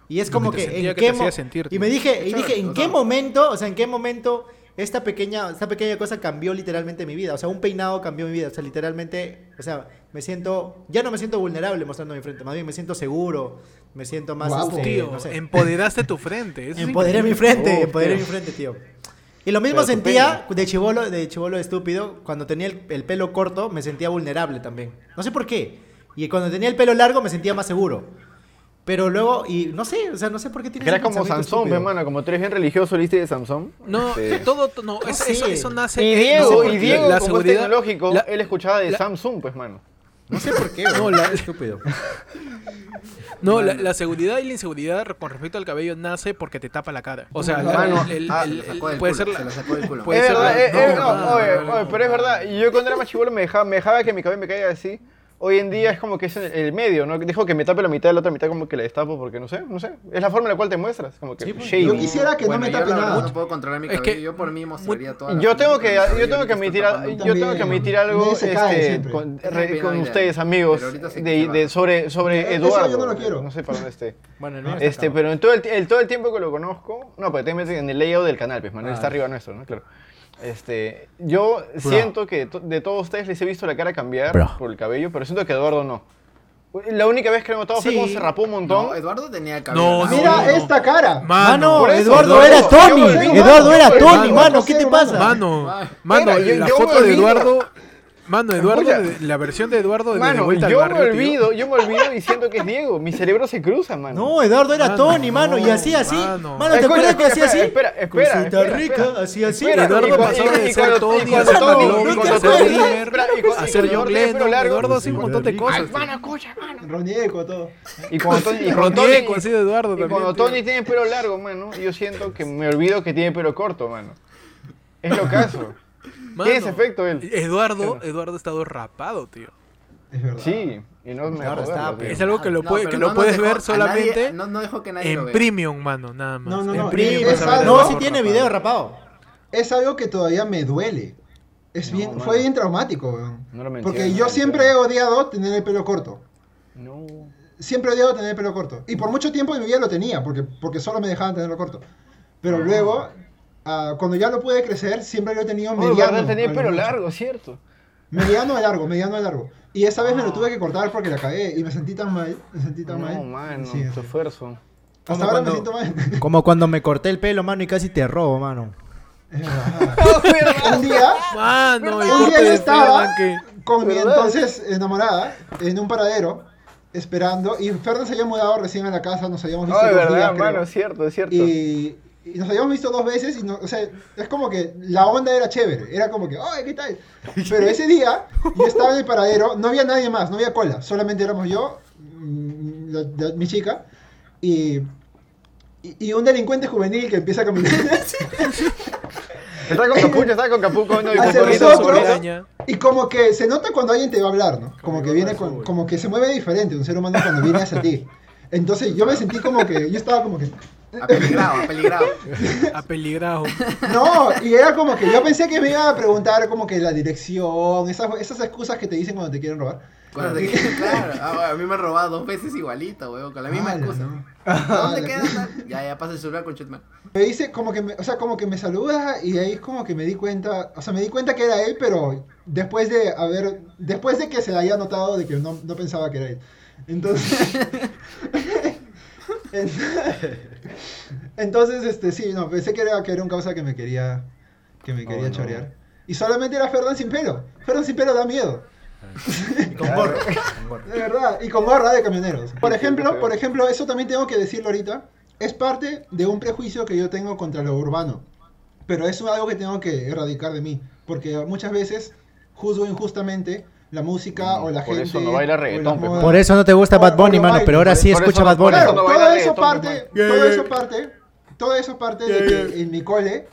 [SPEAKER 4] Y es
[SPEAKER 1] Lo
[SPEAKER 4] como
[SPEAKER 1] que
[SPEAKER 4] que,
[SPEAKER 1] te sentía
[SPEAKER 4] en
[SPEAKER 1] que
[SPEAKER 4] qué
[SPEAKER 1] te
[SPEAKER 4] mo-
[SPEAKER 1] hacía sentir,
[SPEAKER 4] y
[SPEAKER 1] tío.
[SPEAKER 4] me dije, y
[SPEAKER 2] Chévere,
[SPEAKER 4] dije, ¿en
[SPEAKER 2] o
[SPEAKER 4] qué
[SPEAKER 2] sea.
[SPEAKER 4] momento, o sea, en qué momento esta pequeña, esta pequeña cosa cambió literalmente mi vida? O sea, un peinado cambió mi vida. O sea, literalmente, o sea, me siento, ya no me siento vulnerable mostrando mi frente, más bien me siento seguro, me siento más,
[SPEAKER 6] Guau,
[SPEAKER 4] este,
[SPEAKER 1] Tío,
[SPEAKER 4] no sé,
[SPEAKER 1] empoderaste tu frente. eso es
[SPEAKER 4] empoderé mi
[SPEAKER 1] increíble.
[SPEAKER 4] frente,
[SPEAKER 5] Oh,
[SPEAKER 4] empoderé
[SPEAKER 5] tío.
[SPEAKER 4] mi frente, tío. Y lo mismo
[SPEAKER 5] Pero tu
[SPEAKER 4] sentía de chivolo, de chivolo estúpido, cuando tenía el, el pelo corto me sentía vulnerable también. No sé por qué. Y cuando tenía el pelo largo me sentía más seguro. Pero luego, y no sé, o sea, no sé por qué tiene
[SPEAKER 5] Que Era
[SPEAKER 4] ese
[SPEAKER 5] como
[SPEAKER 4] pensamiento
[SPEAKER 5] Sansón,
[SPEAKER 4] estúpido.
[SPEAKER 5] hermano, como tú eres bien religioso, ¿viste de Sansón?
[SPEAKER 1] No,
[SPEAKER 5] Este,
[SPEAKER 1] todo, to- no, eso,
[SPEAKER 4] sé.
[SPEAKER 1] eso, eso nace.
[SPEAKER 5] Y
[SPEAKER 1] no sé
[SPEAKER 5] Diego,
[SPEAKER 1] por
[SPEAKER 5] y
[SPEAKER 1] qué.
[SPEAKER 5] Diego,
[SPEAKER 1] la
[SPEAKER 5] como es
[SPEAKER 1] seguridad.
[SPEAKER 5] tecnológico,
[SPEAKER 1] la-
[SPEAKER 5] él escuchaba de
[SPEAKER 1] la-
[SPEAKER 5] Samsung, pues, mano.
[SPEAKER 4] No sé por qué.
[SPEAKER 1] No,
[SPEAKER 4] No,
[SPEAKER 1] la-
[SPEAKER 4] estúpido.
[SPEAKER 1] No, la, la seguridad y la inseguridad con respecto al cabello nace porque te tapa la cara. O sea,
[SPEAKER 6] La
[SPEAKER 1] la-
[SPEAKER 6] mano.
[SPEAKER 1] el- el-
[SPEAKER 2] Ah,
[SPEAKER 1] el-
[SPEAKER 2] se lo sacó del
[SPEAKER 1] puede
[SPEAKER 2] culo,
[SPEAKER 1] ser
[SPEAKER 2] se lo
[SPEAKER 1] la...
[SPEAKER 2] sacó del culo.
[SPEAKER 1] puede
[SPEAKER 5] es
[SPEAKER 1] ser
[SPEAKER 5] verdad,
[SPEAKER 1] la-
[SPEAKER 5] es- es-
[SPEAKER 1] no,
[SPEAKER 5] no,
[SPEAKER 1] no,
[SPEAKER 5] oye,
[SPEAKER 1] no, no,
[SPEAKER 5] oye,
[SPEAKER 1] no.
[SPEAKER 5] pero es verdad. Yo cuando era más chivolo me dejaba, me dejaba que mi cabello me caiga así. Hoy en día es como que es el, el medio, ¿no? Dijo que me tape la mitad, la otra mitad como que la destapo porque no sé, no sé. Es la forma en la cual te muestras, como que
[SPEAKER 1] Sí, pues.
[SPEAKER 5] shading.
[SPEAKER 6] Yo quisiera que
[SPEAKER 2] Bueno,
[SPEAKER 6] no me
[SPEAKER 2] yo
[SPEAKER 6] tape
[SPEAKER 2] la verdad
[SPEAKER 6] nada.
[SPEAKER 2] No puedo controlar mi
[SPEAKER 1] Es
[SPEAKER 2] cabello.
[SPEAKER 1] que-
[SPEAKER 2] yo por mí mostraría toda la
[SPEAKER 5] Yo tengo
[SPEAKER 2] película
[SPEAKER 5] que,
[SPEAKER 2] de mi
[SPEAKER 5] yo
[SPEAKER 2] cabello
[SPEAKER 5] tengo que
[SPEAKER 2] estoy
[SPEAKER 5] admitir,
[SPEAKER 2] tapando.
[SPEAKER 5] al- yo
[SPEAKER 6] también.
[SPEAKER 5] tengo que admitir algo
[SPEAKER 6] Nadie se cae
[SPEAKER 5] este,
[SPEAKER 6] siempre.
[SPEAKER 5] con,
[SPEAKER 2] Es bien
[SPEAKER 5] re- con
[SPEAKER 2] binario,
[SPEAKER 5] ustedes,
[SPEAKER 2] pero
[SPEAKER 5] amigos,
[SPEAKER 2] ahorita sí que
[SPEAKER 5] de,
[SPEAKER 2] se va.
[SPEAKER 5] de- sobre, sobre
[SPEAKER 6] Eso yo
[SPEAKER 5] Eduardo.
[SPEAKER 6] no lo quiero.
[SPEAKER 5] No sé para dónde esté.
[SPEAKER 4] Bueno, el mío está
[SPEAKER 5] Este,
[SPEAKER 4] acabado.
[SPEAKER 5] pero en todo el, el- todo el tiempo que lo conozco, no, pero te metes en el layout del canal, pues, Manuel
[SPEAKER 4] Ah.
[SPEAKER 5] está arriba nuestro, ¿no? Claro. Este, yo siento que to- de todos ustedes les he visto la cara cambiar
[SPEAKER 1] Bro.
[SPEAKER 5] por el cabello, pero siento que Eduardo no. La única vez que lo he notado fue
[SPEAKER 4] Sí.
[SPEAKER 5] cuando se rapó un montón.
[SPEAKER 2] No, Eduardo tenía el cabello.
[SPEAKER 1] No,
[SPEAKER 2] largo.
[SPEAKER 1] no,
[SPEAKER 6] Mira
[SPEAKER 1] no.
[SPEAKER 6] esta cara.
[SPEAKER 1] Mano,
[SPEAKER 4] Mano,
[SPEAKER 5] por eso,
[SPEAKER 4] Eduardo
[SPEAKER 5] Eduardo,
[SPEAKER 4] era Tony.
[SPEAKER 6] yo volví,
[SPEAKER 4] Eduardo
[SPEAKER 6] mano,
[SPEAKER 4] era
[SPEAKER 6] yo
[SPEAKER 4] Tony,
[SPEAKER 6] volví,
[SPEAKER 4] mano.
[SPEAKER 6] mano,
[SPEAKER 4] ¿Qué
[SPEAKER 6] sí,
[SPEAKER 4] te
[SPEAKER 6] hermano.
[SPEAKER 4] pasa?
[SPEAKER 1] Mano,
[SPEAKER 2] Ay.
[SPEAKER 1] mano,
[SPEAKER 5] Mira, yo-
[SPEAKER 1] la
[SPEAKER 5] yo me
[SPEAKER 1] foto de
[SPEAKER 5] olvido.
[SPEAKER 1] Eduardo... Mano, Eduardo,
[SPEAKER 5] Escucha.
[SPEAKER 1] de- la versión de Eduardo de De
[SPEAKER 5] Mano,
[SPEAKER 1] Vuelta al
[SPEAKER 5] yo me
[SPEAKER 1] Barrio, tío.
[SPEAKER 5] olvido, yo me olvido y siento que es Diego. Mi cerebro se cruza, mano.
[SPEAKER 4] No, Eduardo era
[SPEAKER 1] Mano,
[SPEAKER 4] Tony, mano. Y
[SPEAKER 1] no,
[SPEAKER 4] así, así.
[SPEAKER 1] mano.
[SPEAKER 4] Mano,
[SPEAKER 5] Eh,
[SPEAKER 4] ¿te
[SPEAKER 5] escucha,
[SPEAKER 4] acuerdas que hacía
[SPEAKER 5] espera,
[SPEAKER 4] así?
[SPEAKER 5] espera, espera,
[SPEAKER 4] Cosita
[SPEAKER 5] espera,
[SPEAKER 4] rica,
[SPEAKER 5] espera.
[SPEAKER 4] así, así.
[SPEAKER 5] Espera, eh,
[SPEAKER 1] Eduardo
[SPEAKER 5] y cua-
[SPEAKER 1] pasó de
[SPEAKER 5] y
[SPEAKER 1] ser
[SPEAKER 5] cuando- y
[SPEAKER 1] Tony a
[SPEAKER 5] cuando
[SPEAKER 1] ser
[SPEAKER 5] Tony-
[SPEAKER 1] Blob,
[SPEAKER 5] y
[SPEAKER 1] a
[SPEAKER 5] cuando
[SPEAKER 1] ser
[SPEAKER 5] Tony-
[SPEAKER 1] Dreamer,
[SPEAKER 5] espera, y cu-
[SPEAKER 1] a ser
[SPEAKER 5] y cuando
[SPEAKER 1] John
[SPEAKER 5] Tony tiene pelo
[SPEAKER 1] Lennon.
[SPEAKER 5] largo-
[SPEAKER 1] Eduardo hacía un montón de cosas. tío.
[SPEAKER 6] Ronieco, todo.
[SPEAKER 5] Y cuando Tony, y cuando Tony-
[SPEAKER 1] Ronieco, así de Eduardo
[SPEAKER 5] Y
[SPEAKER 1] también.
[SPEAKER 5] cuando
[SPEAKER 1] tío.
[SPEAKER 5] Tony tiene pelo largo, mano, yo siento que me olvido que tiene pelo corto, mano. Es lo caso.
[SPEAKER 1] Mano,
[SPEAKER 5] Tiene ese efecto él.
[SPEAKER 1] Eduardo, Eduardo ha estado rapado, tío.
[SPEAKER 6] Es verdad.
[SPEAKER 5] Sí, y no me
[SPEAKER 4] Claro, está,
[SPEAKER 5] jodas,
[SPEAKER 4] pe.
[SPEAKER 5] tío.
[SPEAKER 1] Es algo que lo,
[SPEAKER 2] No,
[SPEAKER 1] puede-
[SPEAKER 2] pero
[SPEAKER 1] que
[SPEAKER 2] no
[SPEAKER 1] lo
[SPEAKER 2] nos
[SPEAKER 1] puedes
[SPEAKER 2] dejó
[SPEAKER 1] ver
[SPEAKER 2] a
[SPEAKER 1] solamente
[SPEAKER 2] nadie- no, no dejó que nadie lo
[SPEAKER 1] en
[SPEAKER 2] vea.
[SPEAKER 1] premium, mano, nada más.
[SPEAKER 6] No, no,
[SPEAKER 1] en
[SPEAKER 6] no,
[SPEAKER 1] premium
[SPEAKER 6] es-
[SPEAKER 1] vas
[SPEAKER 6] es
[SPEAKER 1] a ver a
[SPEAKER 6] algo-
[SPEAKER 4] No,
[SPEAKER 1] Eduardo
[SPEAKER 4] sí tiene
[SPEAKER 1] rapado.
[SPEAKER 4] video rapado.
[SPEAKER 6] Es algo que todavía me duele. Es bien, fue bien traumático, weón.
[SPEAKER 5] No lo menciones,
[SPEAKER 6] Porque
[SPEAKER 5] no
[SPEAKER 6] yo
[SPEAKER 5] lo
[SPEAKER 6] siempre he
[SPEAKER 5] menciones.
[SPEAKER 6] odiado tener el pelo corto.
[SPEAKER 5] No.
[SPEAKER 6] Siempre he odiado tener el pelo corto. Y por mucho tiempo en mi vida lo tenía, porque, porque solo me dejaban tenerlo corto. Pero luego, ah, cuando ya lo pude crecer, siempre lo he tenido
[SPEAKER 5] Oh,
[SPEAKER 6] mediano.
[SPEAKER 5] verdad, tenía
[SPEAKER 6] a
[SPEAKER 5] el
[SPEAKER 6] lo
[SPEAKER 5] pelo
[SPEAKER 6] mucho.
[SPEAKER 5] largo, ¿cierto?
[SPEAKER 6] Mediano a largo, mediano a largo. Y esa vez me lo tuve que cortar porque la cagué y me sentí tan mal. Me sentí tan
[SPEAKER 5] No,
[SPEAKER 6] mal.
[SPEAKER 5] mano,
[SPEAKER 6] Sí,
[SPEAKER 5] tu esfuerzo.
[SPEAKER 6] Hasta
[SPEAKER 4] Como
[SPEAKER 6] ahora me
[SPEAKER 4] cuando-
[SPEAKER 6] siento mal.
[SPEAKER 4] Como cuando me corté el pelo, mano, y casi te robo, mano.
[SPEAKER 6] Es verdad. Un día,
[SPEAKER 1] Mano, el
[SPEAKER 6] un día
[SPEAKER 1] corte
[SPEAKER 6] yo
[SPEAKER 1] de
[SPEAKER 6] estaba
[SPEAKER 1] Fernan que...
[SPEAKER 6] con mi
[SPEAKER 5] ¿Verdad?
[SPEAKER 6] entonces enamorada en un paradero esperando. Y Fernan se había mudado recién a la casa, nos habíamos visto
[SPEAKER 5] No, de
[SPEAKER 6] dos días,
[SPEAKER 5] verdad,
[SPEAKER 6] creo.
[SPEAKER 5] mano, es cierto, es cierto.
[SPEAKER 6] y, y nos habíamos visto dos veces y no, o sea, es como que la onda era chévere, era como que, ¡ay, qué tal! Pero ese día yo estaba en el paradero, no había nadie más, no había cola, solamente éramos yo, mm, la- la- mi chica, y, y, y un delincuente juvenil que empieza a caminar
[SPEAKER 5] Está con capucho, está con capucho,
[SPEAKER 6] *laughs*
[SPEAKER 5] no, y con
[SPEAKER 6] hacia
[SPEAKER 1] corriendo sobre
[SPEAKER 5] gorrito
[SPEAKER 6] nosotros.
[SPEAKER 5] sobre-
[SPEAKER 1] araña.
[SPEAKER 6] Y como que se nota cuando alguien te va a hablar, ¿no? Como que viene, con- como que se mueve diferente un ser humano cuando viene hacia ti. Entonces yo me sentí como que, yo estaba como que,
[SPEAKER 2] Apeligrado, apeligrado.
[SPEAKER 1] Apeligrado.
[SPEAKER 6] No, y era como que yo pensé que me iba a preguntar como que la dirección, esas, esas excusas que te dicen cuando te quieren robar.
[SPEAKER 2] Cuando te quedas- claro, ah, a mí me han robado dos veces igualito, weón, con la misma
[SPEAKER 6] Ala,
[SPEAKER 2] excusa.
[SPEAKER 6] Ah, ¿no?
[SPEAKER 2] ¿Dónde
[SPEAKER 6] Ala.
[SPEAKER 2] quedas? tal? Ya, ya pasa el celular con Chetman.
[SPEAKER 6] Me dice como que, me, o sea, como que me saluda y ahí es como que me di cuenta, o sea, me di cuenta que era él, pero después de haber, después de que se haya notado de que no, no pensaba que era él. Entonces, *laughs* en- entonces, este, sí, no, pensé que era, que era un causa que me quería, que me quería
[SPEAKER 5] no.
[SPEAKER 6] chorear. Y solamente era Ferdan sin pelo. Ferdan sin pelo da miedo.
[SPEAKER 4] Con gorro.
[SPEAKER 6] De verdad, y con gorra de camioneros. Por
[SPEAKER 5] qué
[SPEAKER 6] ejemplo,
[SPEAKER 5] feo.
[SPEAKER 6] por ejemplo, eso también tengo que decirlo ahorita. Es parte de un prejuicio que yo tengo contra lo urbano. Pero eso es algo que tengo que erradicar de mí. Porque muchas veces juzgo injustamente la música o la
[SPEAKER 5] Mm, Por
[SPEAKER 6] gente.
[SPEAKER 5] eso no baila
[SPEAKER 6] o las
[SPEAKER 5] reggaetón, pe.
[SPEAKER 6] modas.
[SPEAKER 4] Por eso no te gusta Bad Bunny, mano, pero ahora sí
[SPEAKER 5] Por eso
[SPEAKER 4] escucha
[SPEAKER 5] no-
[SPEAKER 4] Bad Bunny.
[SPEAKER 6] Claro,
[SPEAKER 5] no baila
[SPEAKER 6] todo eso
[SPEAKER 5] reggaetón,
[SPEAKER 6] parte,
[SPEAKER 1] man.
[SPEAKER 6] todo
[SPEAKER 1] Yeah,
[SPEAKER 6] eso
[SPEAKER 1] yeah.
[SPEAKER 6] parte, todo eso parte de que en mi cole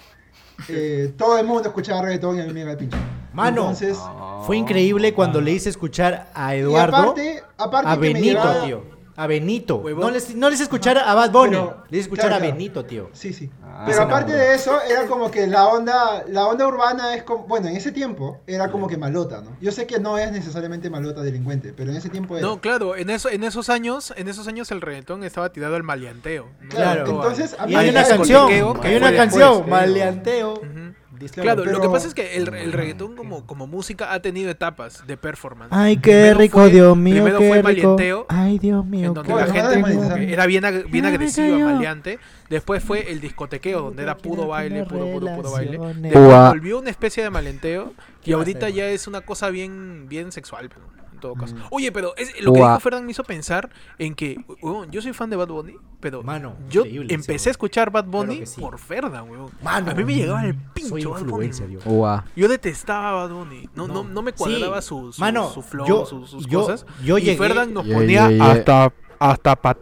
[SPEAKER 6] eh, todo el mundo escuchaba reggaetón y a mí me iba el pincho.
[SPEAKER 4] Mano.
[SPEAKER 6] Entonces,
[SPEAKER 4] Fue increíble
[SPEAKER 5] Ah.
[SPEAKER 4] cuando le hice escuchar a
[SPEAKER 6] y
[SPEAKER 4] Eduardo,
[SPEAKER 6] aparte, aparte
[SPEAKER 4] a
[SPEAKER 6] que me
[SPEAKER 4] Benito,
[SPEAKER 6] llevaba-
[SPEAKER 4] tío. A Benito.
[SPEAKER 1] Huevón.
[SPEAKER 4] No les, no les escuchara a Bad Bunny,
[SPEAKER 6] Pero-
[SPEAKER 4] les escuchara
[SPEAKER 6] claro,
[SPEAKER 4] a
[SPEAKER 6] claro.
[SPEAKER 4] Benito, tío.
[SPEAKER 6] Sí, sí.
[SPEAKER 5] Ah,
[SPEAKER 6] Pero
[SPEAKER 4] se
[SPEAKER 6] aparte
[SPEAKER 4] enamoró.
[SPEAKER 6] de eso, era como que la onda, la onda urbana es como, bueno, en ese tiempo era como que malota, ¿no? Yo sé que no es necesariamente malota delincuente, pero en ese tiempo era.
[SPEAKER 1] No, claro, en eso, en esos años, en esos años el reggaetón estaba tirado al maleanteo. ¿no?
[SPEAKER 4] Claro.
[SPEAKER 1] Tanto al-
[SPEAKER 6] Entonces, a mí
[SPEAKER 4] Y hay
[SPEAKER 1] al
[SPEAKER 4] una
[SPEAKER 6] Benito
[SPEAKER 4] canción,
[SPEAKER 1] discotequeo
[SPEAKER 4] que
[SPEAKER 1] que
[SPEAKER 4] hay
[SPEAKER 1] fue
[SPEAKER 4] una
[SPEAKER 1] después.
[SPEAKER 4] canción, maleanteo.
[SPEAKER 1] pues, Ujú.
[SPEAKER 4] Disclaimer.
[SPEAKER 1] Claro, lo que
[SPEAKER 6] pero-
[SPEAKER 1] pasa es que el, el reggaetón como, como música ha tenido etapas de performance.
[SPEAKER 4] Ay, qué
[SPEAKER 1] Primero
[SPEAKER 4] rico,
[SPEAKER 1] fue-
[SPEAKER 4] Dios mío,
[SPEAKER 1] Primero
[SPEAKER 4] qué
[SPEAKER 1] fue
[SPEAKER 4] rico.
[SPEAKER 1] maleanteo,
[SPEAKER 4] Ay, Dios mío,
[SPEAKER 1] en
[SPEAKER 4] qué
[SPEAKER 1] donde la
[SPEAKER 6] Bueno,
[SPEAKER 4] rico.
[SPEAKER 1] gente
[SPEAKER 6] no,
[SPEAKER 1] como
[SPEAKER 6] no,
[SPEAKER 1] que
[SPEAKER 6] no.
[SPEAKER 1] era bien, ag- bien
[SPEAKER 4] Ah, me
[SPEAKER 1] agresiva,
[SPEAKER 4] cayó.
[SPEAKER 1] maleante. Después fue el discotequeo, donde era puro baile, puro, puro, puro baile.
[SPEAKER 4] Relaciones.
[SPEAKER 1] Después volvió una especie de malenteo y
[SPEAKER 4] ¿Qué va a
[SPEAKER 1] ahorita
[SPEAKER 4] ser,
[SPEAKER 1] ya
[SPEAKER 4] man?
[SPEAKER 1] es una cosa bien, bien sexual, pero en todo
[SPEAKER 4] Mm.
[SPEAKER 1] caso. Oye, pero es, lo que dijo Ferdan me hizo pensar en que weón, yo soy fan de Bad Bunny, pero
[SPEAKER 4] Mano,
[SPEAKER 1] yo
[SPEAKER 4] increíble ese
[SPEAKER 1] empecé
[SPEAKER 4] weón.
[SPEAKER 1] a escuchar Bad Bunny
[SPEAKER 4] que sí.
[SPEAKER 1] por Ferdan, weón.
[SPEAKER 4] Mano,
[SPEAKER 1] a mí me llegaba el
[SPEAKER 4] Ah, Soy
[SPEAKER 1] pincho Bad Bunny.
[SPEAKER 4] influencer, yo.
[SPEAKER 1] Yo detestaba a Bad Bunny. No, no, no, me cuadraba
[SPEAKER 4] Sí.
[SPEAKER 1] su, su,
[SPEAKER 4] Mano,
[SPEAKER 1] su flow,
[SPEAKER 4] yo-
[SPEAKER 1] su- sus
[SPEAKER 4] yo-
[SPEAKER 1] cosas.
[SPEAKER 4] yo
[SPEAKER 1] y
[SPEAKER 4] llegué-
[SPEAKER 1] Ferdan nos ponía hasta hasta para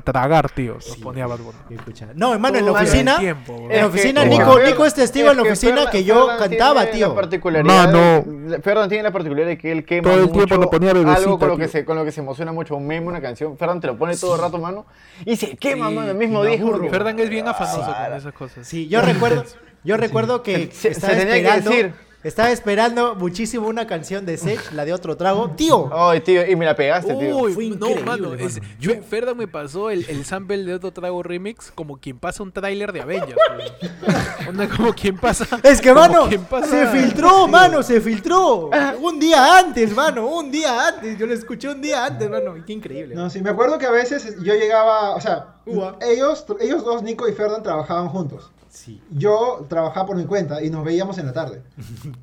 [SPEAKER 1] tragar, tío. Nos ponía Bad Bunny.
[SPEAKER 4] Y escucha- No, hermano, en la
[SPEAKER 5] Todo el
[SPEAKER 4] oficina.
[SPEAKER 1] tiempo, bro.
[SPEAKER 4] en
[SPEAKER 1] Es
[SPEAKER 4] la
[SPEAKER 1] que-
[SPEAKER 4] oficina,
[SPEAKER 5] Wow.
[SPEAKER 4] Nico,
[SPEAKER 5] Ferdan-
[SPEAKER 4] Nico es testigo en la
[SPEAKER 5] que
[SPEAKER 4] oficina
[SPEAKER 5] Ferdan-
[SPEAKER 4] que yo
[SPEAKER 5] Ferdan
[SPEAKER 4] cantaba,
[SPEAKER 5] tiene
[SPEAKER 4] tío.
[SPEAKER 5] La particularidad
[SPEAKER 1] Mano.
[SPEAKER 5] de- Ferdan tiene la particularidad de que él quema
[SPEAKER 1] Todo el
[SPEAKER 5] mucho
[SPEAKER 1] tiempo lo ponía bebecita,
[SPEAKER 5] algo con lo, que
[SPEAKER 1] tío.
[SPEAKER 5] se, con lo que se emociona mucho, un meme, una canción. Ferdan te lo pone todo el rato, mano, y se quema,
[SPEAKER 1] Sí,
[SPEAKER 5] mano, el mismo
[SPEAKER 4] me
[SPEAKER 5] día. es un
[SPEAKER 4] aburro.
[SPEAKER 5] robo.
[SPEAKER 1] Ferdan es bien afanoso con esas cosas.
[SPEAKER 4] Sí, yo recuerdo, yo recuerdo que
[SPEAKER 5] Se- se
[SPEAKER 4] estaba
[SPEAKER 5] tenía que
[SPEAKER 4] esperando,
[SPEAKER 5] decir.
[SPEAKER 4] estaba esperando muchísimo una canción de Sech, la de otro trago. Tío,
[SPEAKER 5] Ay, tío, y me la pegaste, tío.
[SPEAKER 4] este Fue
[SPEAKER 1] Uy, no,
[SPEAKER 4] increíble,
[SPEAKER 1] mano. es-
[SPEAKER 4] mano.
[SPEAKER 1] yo en Ferdan me pasó el, el sample de otro trago remix como quien pasa un tráiler de Avengers.
[SPEAKER 4] *laughs*
[SPEAKER 1] güey. Onda como quien pasa.
[SPEAKER 4] es que
[SPEAKER 1] como
[SPEAKER 4] mano,
[SPEAKER 1] quien pasa-
[SPEAKER 4] se filtró, mano, se filtró. Un día antes, mano, un día antes. Yo lo escuché un día antes, mano. y Qué increíble.
[SPEAKER 6] No, sí, me acuerdo que a veces yo llegaba, o sea,
[SPEAKER 4] Ua.
[SPEAKER 6] ellos, ellos dos, Nico y Ferdan, trabajaban juntos.
[SPEAKER 4] Sí.
[SPEAKER 6] Yo trabajaba por mi cuenta y nos veíamos en la tarde.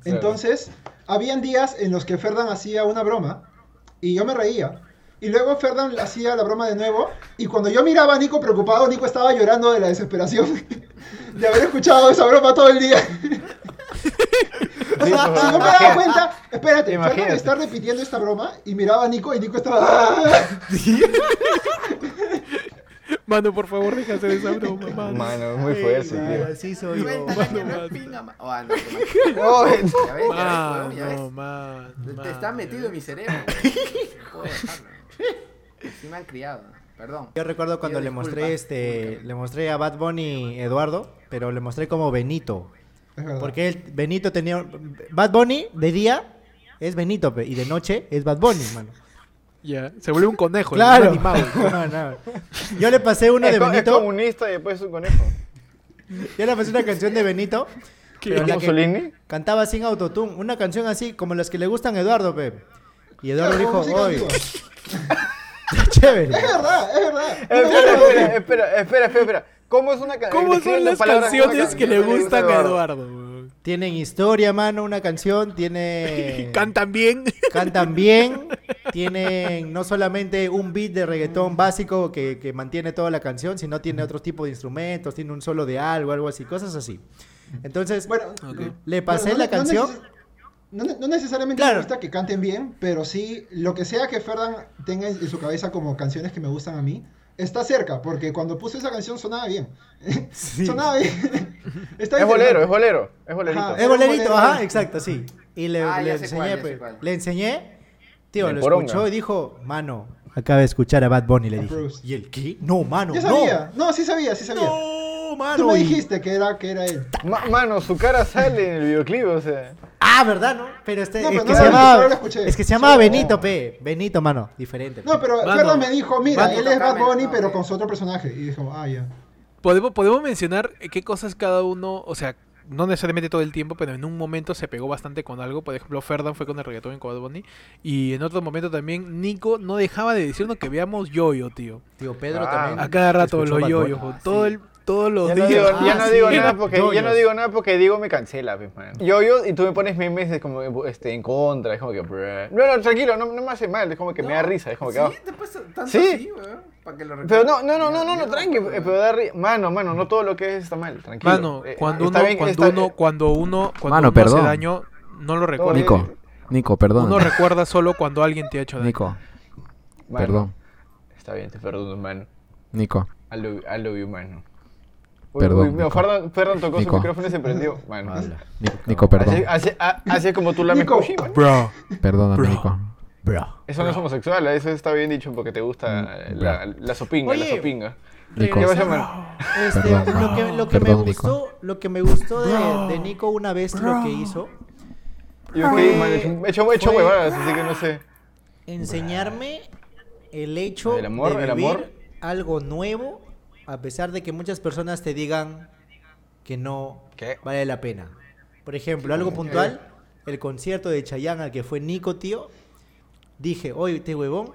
[SPEAKER 6] Entonces, habían días en los que Ferdan hacía una broma y yo me reía. Y luego Ferdan hacía la broma de nuevo y cuando yo miraba a Nico preocupado, Nico estaba llorando de la desesperación *laughs* de haber escuchado esa broma todo el día. *laughs*
[SPEAKER 4] *laughs*
[SPEAKER 6] O sea, si yo me daba cuenta, espérate,
[SPEAKER 5] Imagínate.
[SPEAKER 6] Ferdan está repitiendo esta broma y miraba a Nico y Nico estaba... *laughs*
[SPEAKER 1] Mano, por favor, deja hacer esa broma, mano.
[SPEAKER 5] Mano, es muy
[SPEAKER 4] Ey,
[SPEAKER 5] fuerte,
[SPEAKER 4] mano,
[SPEAKER 5] tío.
[SPEAKER 4] así soy yo.
[SPEAKER 2] Cuéntala que no
[SPEAKER 1] mano.
[SPEAKER 2] es pinga, ma- Oh, ah, no, qué mal.
[SPEAKER 5] Ay,
[SPEAKER 2] Ya ves, ya ves, weón, ya ves.
[SPEAKER 1] Mano, mano,
[SPEAKER 2] Te- Te
[SPEAKER 1] mano.
[SPEAKER 2] está metido en mi cerebro.
[SPEAKER 4] *laughs*
[SPEAKER 2] weón. No puedo dejarlo. Sí me han criado. Perdón.
[SPEAKER 4] Yo recuerdo cuando
[SPEAKER 2] Pido
[SPEAKER 4] le mostré
[SPEAKER 2] disculpas.
[SPEAKER 4] este,
[SPEAKER 2] Discúlpame.
[SPEAKER 4] le mostré a Bad Bunny Eduardo, pero le mostré como Benito, porque él, Benito tenía Bad Bunny de día es Benito pe, y de noche es Bad Bunny,
[SPEAKER 1] *laughs*
[SPEAKER 4] mano.
[SPEAKER 1] Ya, se vuelve un conejo.
[SPEAKER 4] Claro.
[SPEAKER 1] un
[SPEAKER 5] *laughs*
[SPEAKER 1] animal.
[SPEAKER 4] *laughs* No, no. Yo le
[SPEAKER 1] *laughs*
[SPEAKER 4] pasé uno
[SPEAKER 5] es,
[SPEAKER 4] de
[SPEAKER 5] co- es
[SPEAKER 4] Benito.
[SPEAKER 5] comunista y después es un conejo.
[SPEAKER 4] Yo le pasé una canción de Benito. pero
[SPEAKER 5] ¿Es
[SPEAKER 4] la que
[SPEAKER 5] Mussolini?
[SPEAKER 4] cantaba sin autotune. Una canción así como las que le gustan a Eduardo, pe. Y Eduardo dijo,
[SPEAKER 6] *laughs*
[SPEAKER 4] oye,
[SPEAKER 6] Es
[SPEAKER 4] *laughs* chévere.
[SPEAKER 6] verdad, es verdad.
[SPEAKER 5] Eh, Espera, espera, espera, espera, espera, espera. ¿Cómo es una ca-
[SPEAKER 1] ¿Cómo
[SPEAKER 5] describe
[SPEAKER 1] son las
[SPEAKER 5] palabras de una
[SPEAKER 1] canciones que le
[SPEAKER 5] canción
[SPEAKER 1] gustan a Eduardo? weón?
[SPEAKER 4] Tienen historia, mano, una canción.
[SPEAKER 5] Eh.
[SPEAKER 4] Tiene...
[SPEAKER 6] *laughs*
[SPEAKER 1] Cantan bien. *laughs*
[SPEAKER 4] Cantan bien. Tienen no solamente un beat de reggaetón básico que, que mantiene toda la canción, sino tiene otro tipo de instrumentos, tiene un solo de algo, algo así, cosas así. Entonces,
[SPEAKER 6] Bueno,
[SPEAKER 4] le pasé
[SPEAKER 6] Pero no-
[SPEAKER 4] la
[SPEAKER 6] no
[SPEAKER 4] canción.
[SPEAKER 6] neces- No, ne- no necesariamente
[SPEAKER 4] Claro.
[SPEAKER 6] me gusta que canten bien, pero sí lo que sea que Ferdan tenga en en su cabeza como canciones que me gustan a mí, está cerca, porque cuando puse esa canción sonaba bien. *laughs*
[SPEAKER 4] Sí.
[SPEAKER 6] sonaba
[SPEAKER 4] *laughs*
[SPEAKER 6] bien. Está
[SPEAKER 5] Es bolero, es
[SPEAKER 6] interesante.
[SPEAKER 5] bolero, es bolerito.
[SPEAKER 6] Ajá.
[SPEAKER 4] Es bolerito,
[SPEAKER 6] Bolero.
[SPEAKER 4] ajá, exacto, sí. Y le,
[SPEAKER 2] Ah,
[SPEAKER 4] le
[SPEAKER 2] ya sé
[SPEAKER 4] enseñé,
[SPEAKER 2] cuál, ya sé
[SPEAKER 4] pe-
[SPEAKER 2] cuál.
[SPEAKER 4] le enseñé, tío,
[SPEAKER 5] De
[SPEAKER 4] lo
[SPEAKER 5] poronga.
[SPEAKER 4] escuchó y dijo, mano, acaba de escuchar a Bad Bunny, le dije.
[SPEAKER 6] Bruce.
[SPEAKER 4] ¿Y el qué? No, mano,
[SPEAKER 6] Yo
[SPEAKER 4] no.
[SPEAKER 6] sabía, no. sí sabía, sí sabía.
[SPEAKER 4] No, mano.
[SPEAKER 6] Tú me
[SPEAKER 4] y-
[SPEAKER 6] dijiste que era, que era él.
[SPEAKER 5] Ma- mano, su cara sale en el videoclip, o sea.
[SPEAKER 4] Ah, ¿verdad, no? Pero este,
[SPEAKER 6] No,
[SPEAKER 4] es,
[SPEAKER 6] pero
[SPEAKER 4] que
[SPEAKER 6] no
[SPEAKER 4] se
[SPEAKER 6] lo-
[SPEAKER 4] llamaba,
[SPEAKER 6] no lo escuché.
[SPEAKER 4] es que se llamaba
[SPEAKER 6] Sí.
[SPEAKER 4] Benito, pe. Benito, mano, diferente. pe.
[SPEAKER 6] No, pero
[SPEAKER 1] Mano.
[SPEAKER 6] Ferdan me dijo, mira,
[SPEAKER 2] Mano.
[SPEAKER 6] él es Bad
[SPEAKER 2] Tócame,
[SPEAKER 6] Bunny,
[SPEAKER 2] no,
[SPEAKER 6] pero
[SPEAKER 2] ok.
[SPEAKER 6] con su otro personaje. Y dijo, ah, ya.
[SPEAKER 1] Podemos, podemos mencionar eh, qué cosas cada uno, o sea, no necesariamente todo el tiempo, pero en un momento se pegó bastante con algo. Por ejemplo, Ferdan fue con el reggaetón y con Bad Bunny. Y en otro momento también Nico no dejaba de decirnos que veamos yoyo, tío.
[SPEAKER 4] Tío Pedro
[SPEAKER 5] Ah.
[SPEAKER 4] también.
[SPEAKER 1] A cada rato
[SPEAKER 4] escuchó
[SPEAKER 1] los
[SPEAKER 4] Bad Bunny.
[SPEAKER 1] yoyos, jo, todo el, todos los
[SPEAKER 5] Ya no
[SPEAKER 1] días.
[SPEAKER 5] digo, ya
[SPEAKER 4] Ah,
[SPEAKER 5] no
[SPEAKER 4] sí.
[SPEAKER 5] digo nada porque ya no
[SPEAKER 4] Yoyos.
[SPEAKER 5] digo nada porque Diego me cancela, pues, man. Yo yo y tú me pones memes es como este en contra, es como que bruh. No, no, tranquilo, no, no me hace mal, es como que me da risa, es como que ah.
[SPEAKER 2] Sí, después tanto
[SPEAKER 5] Sí.
[SPEAKER 2] así, weón. Para que lo
[SPEAKER 5] Pero
[SPEAKER 2] recuerden.
[SPEAKER 5] no, no, no, no, no,
[SPEAKER 2] Ya,
[SPEAKER 5] no,
[SPEAKER 2] ya,
[SPEAKER 5] tranqui, eh,
[SPEAKER 2] weón.
[SPEAKER 5] pero da ri- Mano, mano, no todo lo que es está mal, tranquilo.
[SPEAKER 1] Mano,
[SPEAKER 5] Eh,
[SPEAKER 1] cuando
[SPEAKER 5] está
[SPEAKER 1] uno,
[SPEAKER 5] bien,
[SPEAKER 1] cuando
[SPEAKER 5] está-
[SPEAKER 1] uno, cuando uno, cuando
[SPEAKER 7] Mano,
[SPEAKER 1] uno hace
[SPEAKER 7] perdón.
[SPEAKER 1] daño, no lo recuerda.
[SPEAKER 7] Nico, Nico, perdón.
[SPEAKER 1] Uno recuerda solo cuando alguien te ha hecho daño.
[SPEAKER 7] *laughs* Nico,
[SPEAKER 5] mano,
[SPEAKER 7] perdón.
[SPEAKER 5] Está bien, te perdono, mano.
[SPEAKER 7] Nico,
[SPEAKER 5] I love, you- I love you, mano. Uy,
[SPEAKER 7] Perdón,
[SPEAKER 5] uy, mira,
[SPEAKER 7] Nico.
[SPEAKER 5] Ferdan, Ferdan tocó
[SPEAKER 7] Nico.
[SPEAKER 5] su micrófono y se prendió. Mano.
[SPEAKER 7] Ni- Nico, perdón.
[SPEAKER 5] Así, así- a- así es como tú la me
[SPEAKER 6] Nico.
[SPEAKER 5] escuchas, mano.
[SPEAKER 1] Bro.
[SPEAKER 7] Perdóname,
[SPEAKER 1] Bro.
[SPEAKER 7] Nico.
[SPEAKER 4] Bro.
[SPEAKER 5] Eso no es homosexual, eso está bien dicho porque te gusta
[SPEAKER 7] Mm,
[SPEAKER 5] la, la sopinga, la
[SPEAKER 4] Oye.
[SPEAKER 5] sopinga.
[SPEAKER 7] Nico.
[SPEAKER 5] ¿Qué pasa, mano?
[SPEAKER 4] Este,
[SPEAKER 7] Perdón, bro.
[SPEAKER 4] lo que, lo que me
[SPEAKER 7] Perdón, Nico.
[SPEAKER 4] gustó, lo que me gustó
[SPEAKER 1] Bro.
[SPEAKER 4] de, de Nico una vez lo que hizo,
[SPEAKER 5] Yo
[SPEAKER 4] Fue-
[SPEAKER 5] que, mano, he hecho, he hecho
[SPEAKER 4] fue-
[SPEAKER 5] huevadas, así que no sé.
[SPEAKER 4] enseñarme el hecho
[SPEAKER 5] El amor,
[SPEAKER 4] de
[SPEAKER 5] el
[SPEAKER 4] vivir
[SPEAKER 5] amor.
[SPEAKER 4] algo nuevo, a pesar de que muchas personas te digan que no
[SPEAKER 5] ¿Qué?
[SPEAKER 4] vale la pena. Por ejemplo, algo puntual, el concierto de Chayanne al que fue Nico, tío, dije, oye, este huevón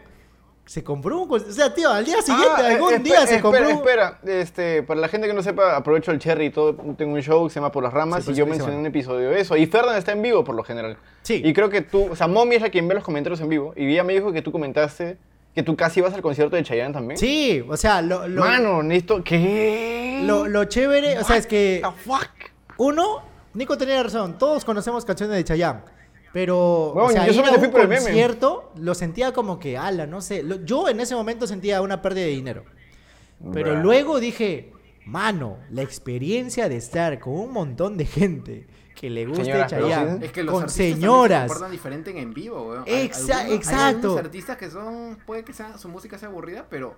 [SPEAKER 4] se compró un... con- O sea, tío, al día siguiente,
[SPEAKER 5] Ah,
[SPEAKER 4] algún
[SPEAKER 5] eh, espe-
[SPEAKER 4] día se
[SPEAKER 5] espera,
[SPEAKER 4] compró un...
[SPEAKER 5] Espera, este, para la gente que no sepa, aprovecho el cherry y todo. Tengo un show que se llama Por las Ramas
[SPEAKER 4] Sí,
[SPEAKER 5] y
[SPEAKER 4] pues,
[SPEAKER 5] yo
[SPEAKER 4] sí,
[SPEAKER 5] mencioné
[SPEAKER 4] sí,
[SPEAKER 5] en un episodio de eso. Y Ferdan está en vivo por lo general.
[SPEAKER 4] Sí.
[SPEAKER 5] Y creo que tú, o sea, Mommy es la quien ve los comentarios en vivo. Y ella me dijo que tú comentaste que tú casi ibas al concierto de Chayanne también.
[SPEAKER 4] Sí, o sea, lo, lo,
[SPEAKER 5] Mano, necesito. ¿Qué?
[SPEAKER 4] lo, lo chévere, o sea, es que
[SPEAKER 5] The fuck?
[SPEAKER 4] uno, Nico tenía razón, todos conocemos canciones de Chayanne. Pero
[SPEAKER 5] Huevón,
[SPEAKER 4] o sea,
[SPEAKER 5] yo
[SPEAKER 4] ir
[SPEAKER 5] solamente
[SPEAKER 4] a un
[SPEAKER 5] fui por el meme.
[SPEAKER 4] concierto lo sentía como que, ala, no sé. Lo- yo en ese momento sentía una pérdida de dinero. Pero
[SPEAKER 5] Bruh.
[SPEAKER 4] luego dije, mano, la experiencia de estar con un montón de gente que le gusta
[SPEAKER 5] Señoras
[SPEAKER 4] Chayanne,
[SPEAKER 5] pelosas.
[SPEAKER 2] Es que los
[SPEAKER 4] con
[SPEAKER 2] artistas también se
[SPEAKER 4] señoras.
[SPEAKER 2] comportan diferente en en vivo, weón.
[SPEAKER 4] Exa-
[SPEAKER 2] Hay
[SPEAKER 4] exacto.
[SPEAKER 2] algunos artistas que son, puede que sea, su música sea aburrida, pero,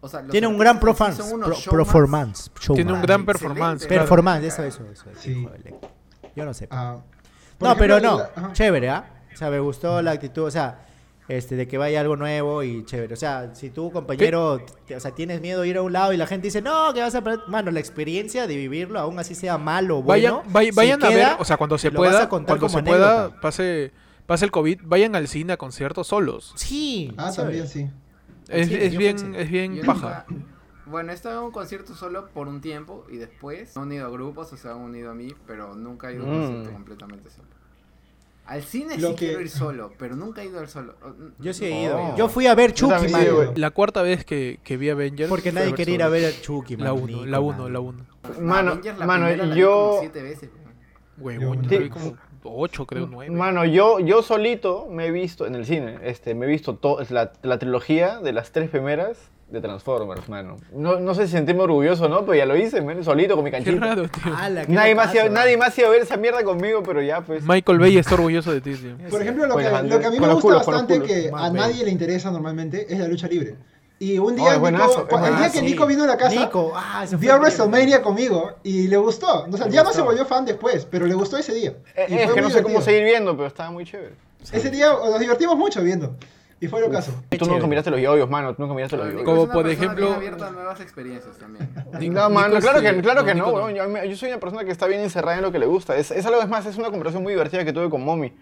[SPEAKER 2] o sea, los
[SPEAKER 4] Tiene un
[SPEAKER 2] artistas
[SPEAKER 4] gran
[SPEAKER 2] en sí
[SPEAKER 4] performance.
[SPEAKER 2] son unos
[SPEAKER 4] pro-
[SPEAKER 2] showmans.
[SPEAKER 4] performance.
[SPEAKER 1] Tiene un
[SPEAKER 4] showman.
[SPEAKER 1] gran
[SPEAKER 2] Excelente,
[SPEAKER 1] performance.
[SPEAKER 2] claro.
[SPEAKER 4] Performance, eso, eso, eso. eso,
[SPEAKER 6] Sí.
[SPEAKER 4] joder. Yo no sé.
[SPEAKER 6] Ah, por
[SPEAKER 4] No,
[SPEAKER 6] ejemplo,
[SPEAKER 4] pero no,
[SPEAKER 6] la- ajá.
[SPEAKER 4] chévere, ¿ah? O sea, me gustó la actitud, o sea, este, de que vaya algo nuevo y chévere. O sea, si tú, compañero, te- o sea, tienes miedo de ir a un lado y la gente dice, no, que vas a perder. Mano, la experiencia de vivirlo, aún así sea malo o
[SPEAKER 1] Vayan,
[SPEAKER 4] bueno.
[SPEAKER 1] vay-
[SPEAKER 4] si
[SPEAKER 1] vayan a ver,
[SPEAKER 4] queda,
[SPEAKER 1] o sea, cuando se
[SPEAKER 4] lo vas
[SPEAKER 1] pueda,
[SPEAKER 4] a contar
[SPEAKER 1] cuando se
[SPEAKER 4] como
[SPEAKER 1] pueda,
[SPEAKER 4] anécdota.
[SPEAKER 1] pase, pase el COVID, vayan al cine a conciertos solos.
[SPEAKER 4] Sí.
[SPEAKER 6] Ah,
[SPEAKER 4] chévere.
[SPEAKER 6] también sí.
[SPEAKER 1] Es,
[SPEAKER 4] Sí,
[SPEAKER 1] es
[SPEAKER 4] yo fui al
[SPEAKER 1] bien,
[SPEAKER 4] cine.
[SPEAKER 1] es
[SPEAKER 2] Yo
[SPEAKER 1] bien
[SPEAKER 2] no
[SPEAKER 1] paja.
[SPEAKER 2] iba- Bueno, he estado en un concierto solo por un tiempo y después se han unido a grupos o se han unido a mí, pero nunca he ido a un
[SPEAKER 5] Mm.
[SPEAKER 2] concierto completamente solo. Al cine
[SPEAKER 6] Lo
[SPEAKER 2] sí
[SPEAKER 6] que-
[SPEAKER 2] quiero ir solo, pero nunca he ido al solo.
[SPEAKER 4] Yo sí he
[SPEAKER 5] Oh.
[SPEAKER 4] ido. Yo fui a ver Chucky,
[SPEAKER 5] también,
[SPEAKER 4] mano,
[SPEAKER 5] güey.
[SPEAKER 1] La cuarta vez que, que vi Avengers.
[SPEAKER 4] Porque
[SPEAKER 1] fue
[SPEAKER 4] nadie quería ir a
[SPEAKER 1] solo.
[SPEAKER 4] ver a Chucky,
[SPEAKER 1] La
[SPEAKER 4] mano,
[SPEAKER 1] 1,
[SPEAKER 4] Nico,
[SPEAKER 1] la 1,
[SPEAKER 4] mano.
[SPEAKER 1] la 1.
[SPEAKER 5] Mano,
[SPEAKER 2] Avengers la
[SPEAKER 5] mano,
[SPEAKER 2] primera la vi como
[SPEAKER 5] yo.
[SPEAKER 2] siete veces, weón.
[SPEAKER 1] Huevón,
[SPEAKER 6] Yo-
[SPEAKER 1] yo vi como 8, creo, 9.
[SPEAKER 5] Mano, yo, yo solito me he visto en el cine, este, me he visto to- la, la trilogía de las tres primeras de Transformers, mano. No, no sé si sentirme orgulloso o no, pero ya lo hice, man, solito con mi
[SPEAKER 1] Qué
[SPEAKER 5] canchita.
[SPEAKER 1] raro, tío.
[SPEAKER 4] Ala, qué
[SPEAKER 5] Nadie más, iba,
[SPEAKER 4] locazo, ¿ah?
[SPEAKER 5] nadie más iba a ver esa mierda conmigo, pero ya, pues.
[SPEAKER 1] Michael Bay está orgulloso de ti, tío.
[SPEAKER 6] Por ejemplo, lo
[SPEAKER 5] Con
[SPEAKER 6] que,
[SPEAKER 5] las
[SPEAKER 6] lo que a
[SPEAKER 5] banderas-
[SPEAKER 6] mí
[SPEAKER 5] con
[SPEAKER 6] me
[SPEAKER 5] los
[SPEAKER 6] gusta
[SPEAKER 5] culos, con los
[SPEAKER 6] bastante,
[SPEAKER 5] culos.
[SPEAKER 6] que
[SPEAKER 4] Más
[SPEAKER 6] a
[SPEAKER 4] bello.
[SPEAKER 6] nadie le interesa normalmente, es la lucha libre. Y un
[SPEAKER 5] Oh,
[SPEAKER 6] día,
[SPEAKER 5] es buenazo, es
[SPEAKER 6] Nico- el día
[SPEAKER 5] buenazo.
[SPEAKER 6] que
[SPEAKER 4] Ah, Sí.
[SPEAKER 6] Nico vino a la casa,
[SPEAKER 4] Nico, ah, se fue
[SPEAKER 6] vio
[SPEAKER 4] a ver.
[SPEAKER 6] WrestleMania conmigo y le gustó. O sea,
[SPEAKER 4] Le
[SPEAKER 6] ya no
[SPEAKER 4] gustó.
[SPEAKER 6] se volvió fan después, pero le gustó ese día.
[SPEAKER 5] Eh,
[SPEAKER 6] Y
[SPEAKER 5] eh, es
[SPEAKER 6] fue
[SPEAKER 5] que no
[SPEAKER 6] muy
[SPEAKER 5] sé cómo
[SPEAKER 6] divertido.
[SPEAKER 5] seguir viendo, pero estaba muy chévere.
[SPEAKER 6] Ese día nos divertimos mucho viendo. Y fue lo caso.
[SPEAKER 5] Tú nunca
[SPEAKER 4] chévere.
[SPEAKER 5] miraste los yoyos, mano, tú nunca miraste los
[SPEAKER 2] Pero Nico
[SPEAKER 5] yoyos.
[SPEAKER 1] Como
[SPEAKER 2] es una
[SPEAKER 1] por
[SPEAKER 2] persona bien
[SPEAKER 1] ejemplo-
[SPEAKER 2] abierta a nuevas experiencias también.
[SPEAKER 5] No, mano,
[SPEAKER 1] Nico,
[SPEAKER 5] *laughs* claro
[SPEAKER 1] este,
[SPEAKER 5] que, claro que
[SPEAKER 1] no,
[SPEAKER 5] no,
[SPEAKER 1] Nico no.
[SPEAKER 5] weón. Yo, me- yo soy una persona que está bien encerrada en lo que le gusta. Es, es algo, es más, es una conversación muy divertida que tuve con Mommy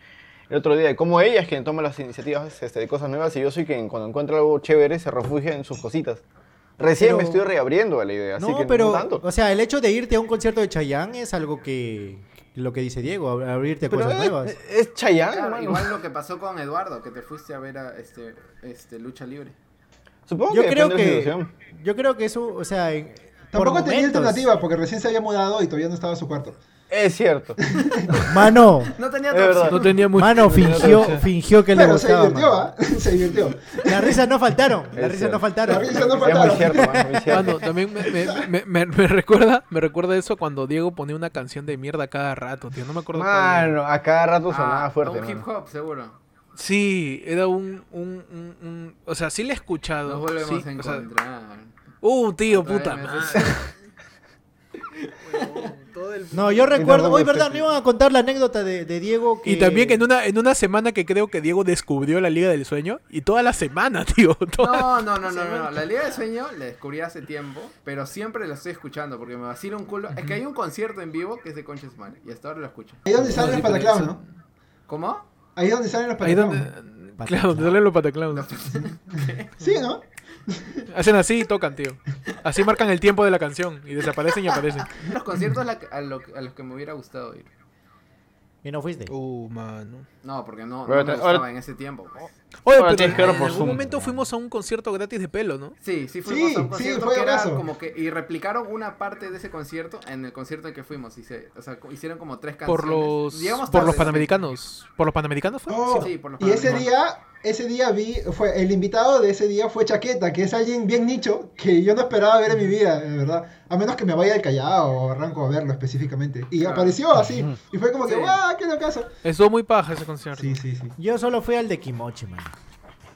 [SPEAKER 5] el otro día, de cómo ella es quien toma las iniciativas este, de cosas nuevas y yo soy quien cuando encuentra algo chévere se refugia en sus cositas. Recién
[SPEAKER 4] Pero-
[SPEAKER 5] me estoy reabriendo a la idea, así
[SPEAKER 4] No,
[SPEAKER 5] que
[SPEAKER 4] pero,
[SPEAKER 5] no tanto.
[SPEAKER 4] o sea, el hecho de irte a un concierto de Chayanne es algo que, lo que dice Diego, ab- abrirte a
[SPEAKER 5] Pero eh,
[SPEAKER 4] cosas
[SPEAKER 5] es,
[SPEAKER 4] nuevas.
[SPEAKER 5] es Chayanne,
[SPEAKER 2] Claro,
[SPEAKER 5] mano.
[SPEAKER 2] igual lo que pasó con Eduardo, que te fuiste a ver a este, este lucha libre.
[SPEAKER 5] Supongo
[SPEAKER 4] Yo
[SPEAKER 5] que
[SPEAKER 4] creo
[SPEAKER 5] depende de la
[SPEAKER 4] que,
[SPEAKER 5] situación.
[SPEAKER 4] yo creo que eso, o sea, en- por
[SPEAKER 6] Tampoco tenía
[SPEAKER 4] momentos-
[SPEAKER 6] alternativa porque recién se había mudado y todavía no estaba en su cuarto.
[SPEAKER 5] Es cierto.
[SPEAKER 4] *laughs* Mano,
[SPEAKER 2] No tenía
[SPEAKER 5] Es
[SPEAKER 2] otra
[SPEAKER 5] verdad.
[SPEAKER 1] No
[SPEAKER 2] opción.
[SPEAKER 1] tenía mucho.
[SPEAKER 4] mano fingió,
[SPEAKER 5] opción.
[SPEAKER 4] fingió que le
[SPEAKER 6] Pero se
[SPEAKER 4] gustaba.
[SPEAKER 6] divirtió,
[SPEAKER 4] mano.
[SPEAKER 6] ¿ah? *laughs* Se divirtió.
[SPEAKER 4] Las risas no faltaron,
[SPEAKER 5] Es
[SPEAKER 4] las risas
[SPEAKER 5] cierto.
[SPEAKER 4] no faltaron.
[SPEAKER 6] La risa no
[SPEAKER 5] es muy
[SPEAKER 6] faltaron.
[SPEAKER 5] cierto, mano, muy cierto.
[SPEAKER 1] Mano, Ah, también me, me- me- me- me recuerda, me recuerda eso cuando Diego ponía una canción de mierda cada rato, tío. No me acuerdo cuál. era.
[SPEAKER 5] Mano, a cada rato sonaba
[SPEAKER 2] Ah,
[SPEAKER 5] fuerte,
[SPEAKER 2] un hip
[SPEAKER 5] mano.
[SPEAKER 2] hop, seguro.
[SPEAKER 1] Sí, era un, un, un, un- o sea, sí le he escuchado.
[SPEAKER 2] Nos volvemos
[SPEAKER 1] sí,
[SPEAKER 2] a
[SPEAKER 1] o sea,
[SPEAKER 2] encontrar.
[SPEAKER 1] uh, tío,
[SPEAKER 2] Otra
[SPEAKER 1] puta
[SPEAKER 2] vez me
[SPEAKER 1] madre. *laughs*
[SPEAKER 2] haces-
[SPEAKER 4] No, yo recuerdo,
[SPEAKER 5] tampoco
[SPEAKER 4] hoy verdad,
[SPEAKER 5] sé.
[SPEAKER 4] no iban a contar la anécdota de, de Diego que...
[SPEAKER 1] Y también que en una, en una semana que creo que Diego descubrió la Liga del Sueño, y toda la semana, *laughs* tío. toda-
[SPEAKER 2] No, no, no, no, no, no. La Liga de Sueño la descubrí hace tiempo, pero siempre la estoy escuchando porque me vacila un culo. Es que hay un concierto en vivo que es de Conches Man y hasta ahora lo escucho.
[SPEAKER 6] Ahí es donde salen los pataclados, ¿no?
[SPEAKER 2] ¿Cómo?
[SPEAKER 6] Ahí es donde salen los
[SPEAKER 1] Ahí donde,
[SPEAKER 6] pataclados.
[SPEAKER 1] claro, donde salen los pataclowns.
[SPEAKER 6] Sí, ¿no?
[SPEAKER 1] Hacen así y tocan, tío. Así marcan el tiempo de la canción y desaparecen y aparecen.
[SPEAKER 2] Los conciertos la- a, lo- a los que me hubiera gustado ir.
[SPEAKER 4] Y no fuiste.
[SPEAKER 1] Uh, mano.
[SPEAKER 2] No, porque no, no
[SPEAKER 5] Pero
[SPEAKER 2] me
[SPEAKER 5] te-
[SPEAKER 2] gustaba
[SPEAKER 5] ahora-
[SPEAKER 2] en ese tiempo. pues.
[SPEAKER 1] Oye,
[SPEAKER 5] Ahora
[SPEAKER 1] pero
[SPEAKER 5] tienes que
[SPEAKER 1] en
[SPEAKER 5] verlo por
[SPEAKER 1] algún
[SPEAKER 5] Zoom.
[SPEAKER 1] momento fuimos a un concierto gratis de pelo, ¿no?
[SPEAKER 2] Sí, sí fuimos
[SPEAKER 6] Sí,
[SPEAKER 2] a un
[SPEAKER 6] sí,
[SPEAKER 2] concierto
[SPEAKER 6] fue
[SPEAKER 2] que era
[SPEAKER 6] abrazo.
[SPEAKER 2] como que... Y replicaron una parte de ese concierto en el concierto en que fuimos. Y se, o sea, hicieron como tres canciones.
[SPEAKER 1] Por los,
[SPEAKER 2] Llegamos
[SPEAKER 1] por los
[SPEAKER 2] tarde,
[SPEAKER 1] panamericanos. ¿Por los panamericanos fue?
[SPEAKER 6] Oh,
[SPEAKER 2] Pues, Sí, por los
[SPEAKER 6] y ese
[SPEAKER 2] Panamá.
[SPEAKER 6] día, ese día vi, fue, el invitado de ese día fue Chaqueta, que es alguien bien nicho, que yo no esperaba ver en mi vida, de verdad. A menos que me vaya al Callao o arranco a verlo específicamente. Y
[SPEAKER 2] Claro.
[SPEAKER 6] apareció así, y fue como que,
[SPEAKER 2] Sí.
[SPEAKER 6] ¡guau, qué locazo!
[SPEAKER 1] Estuvo muy paja ese concierto.
[SPEAKER 6] Sí, sí, sí.
[SPEAKER 4] Yo solo fui al de Kimochi, mano.
[SPEAKER 1] *laughs*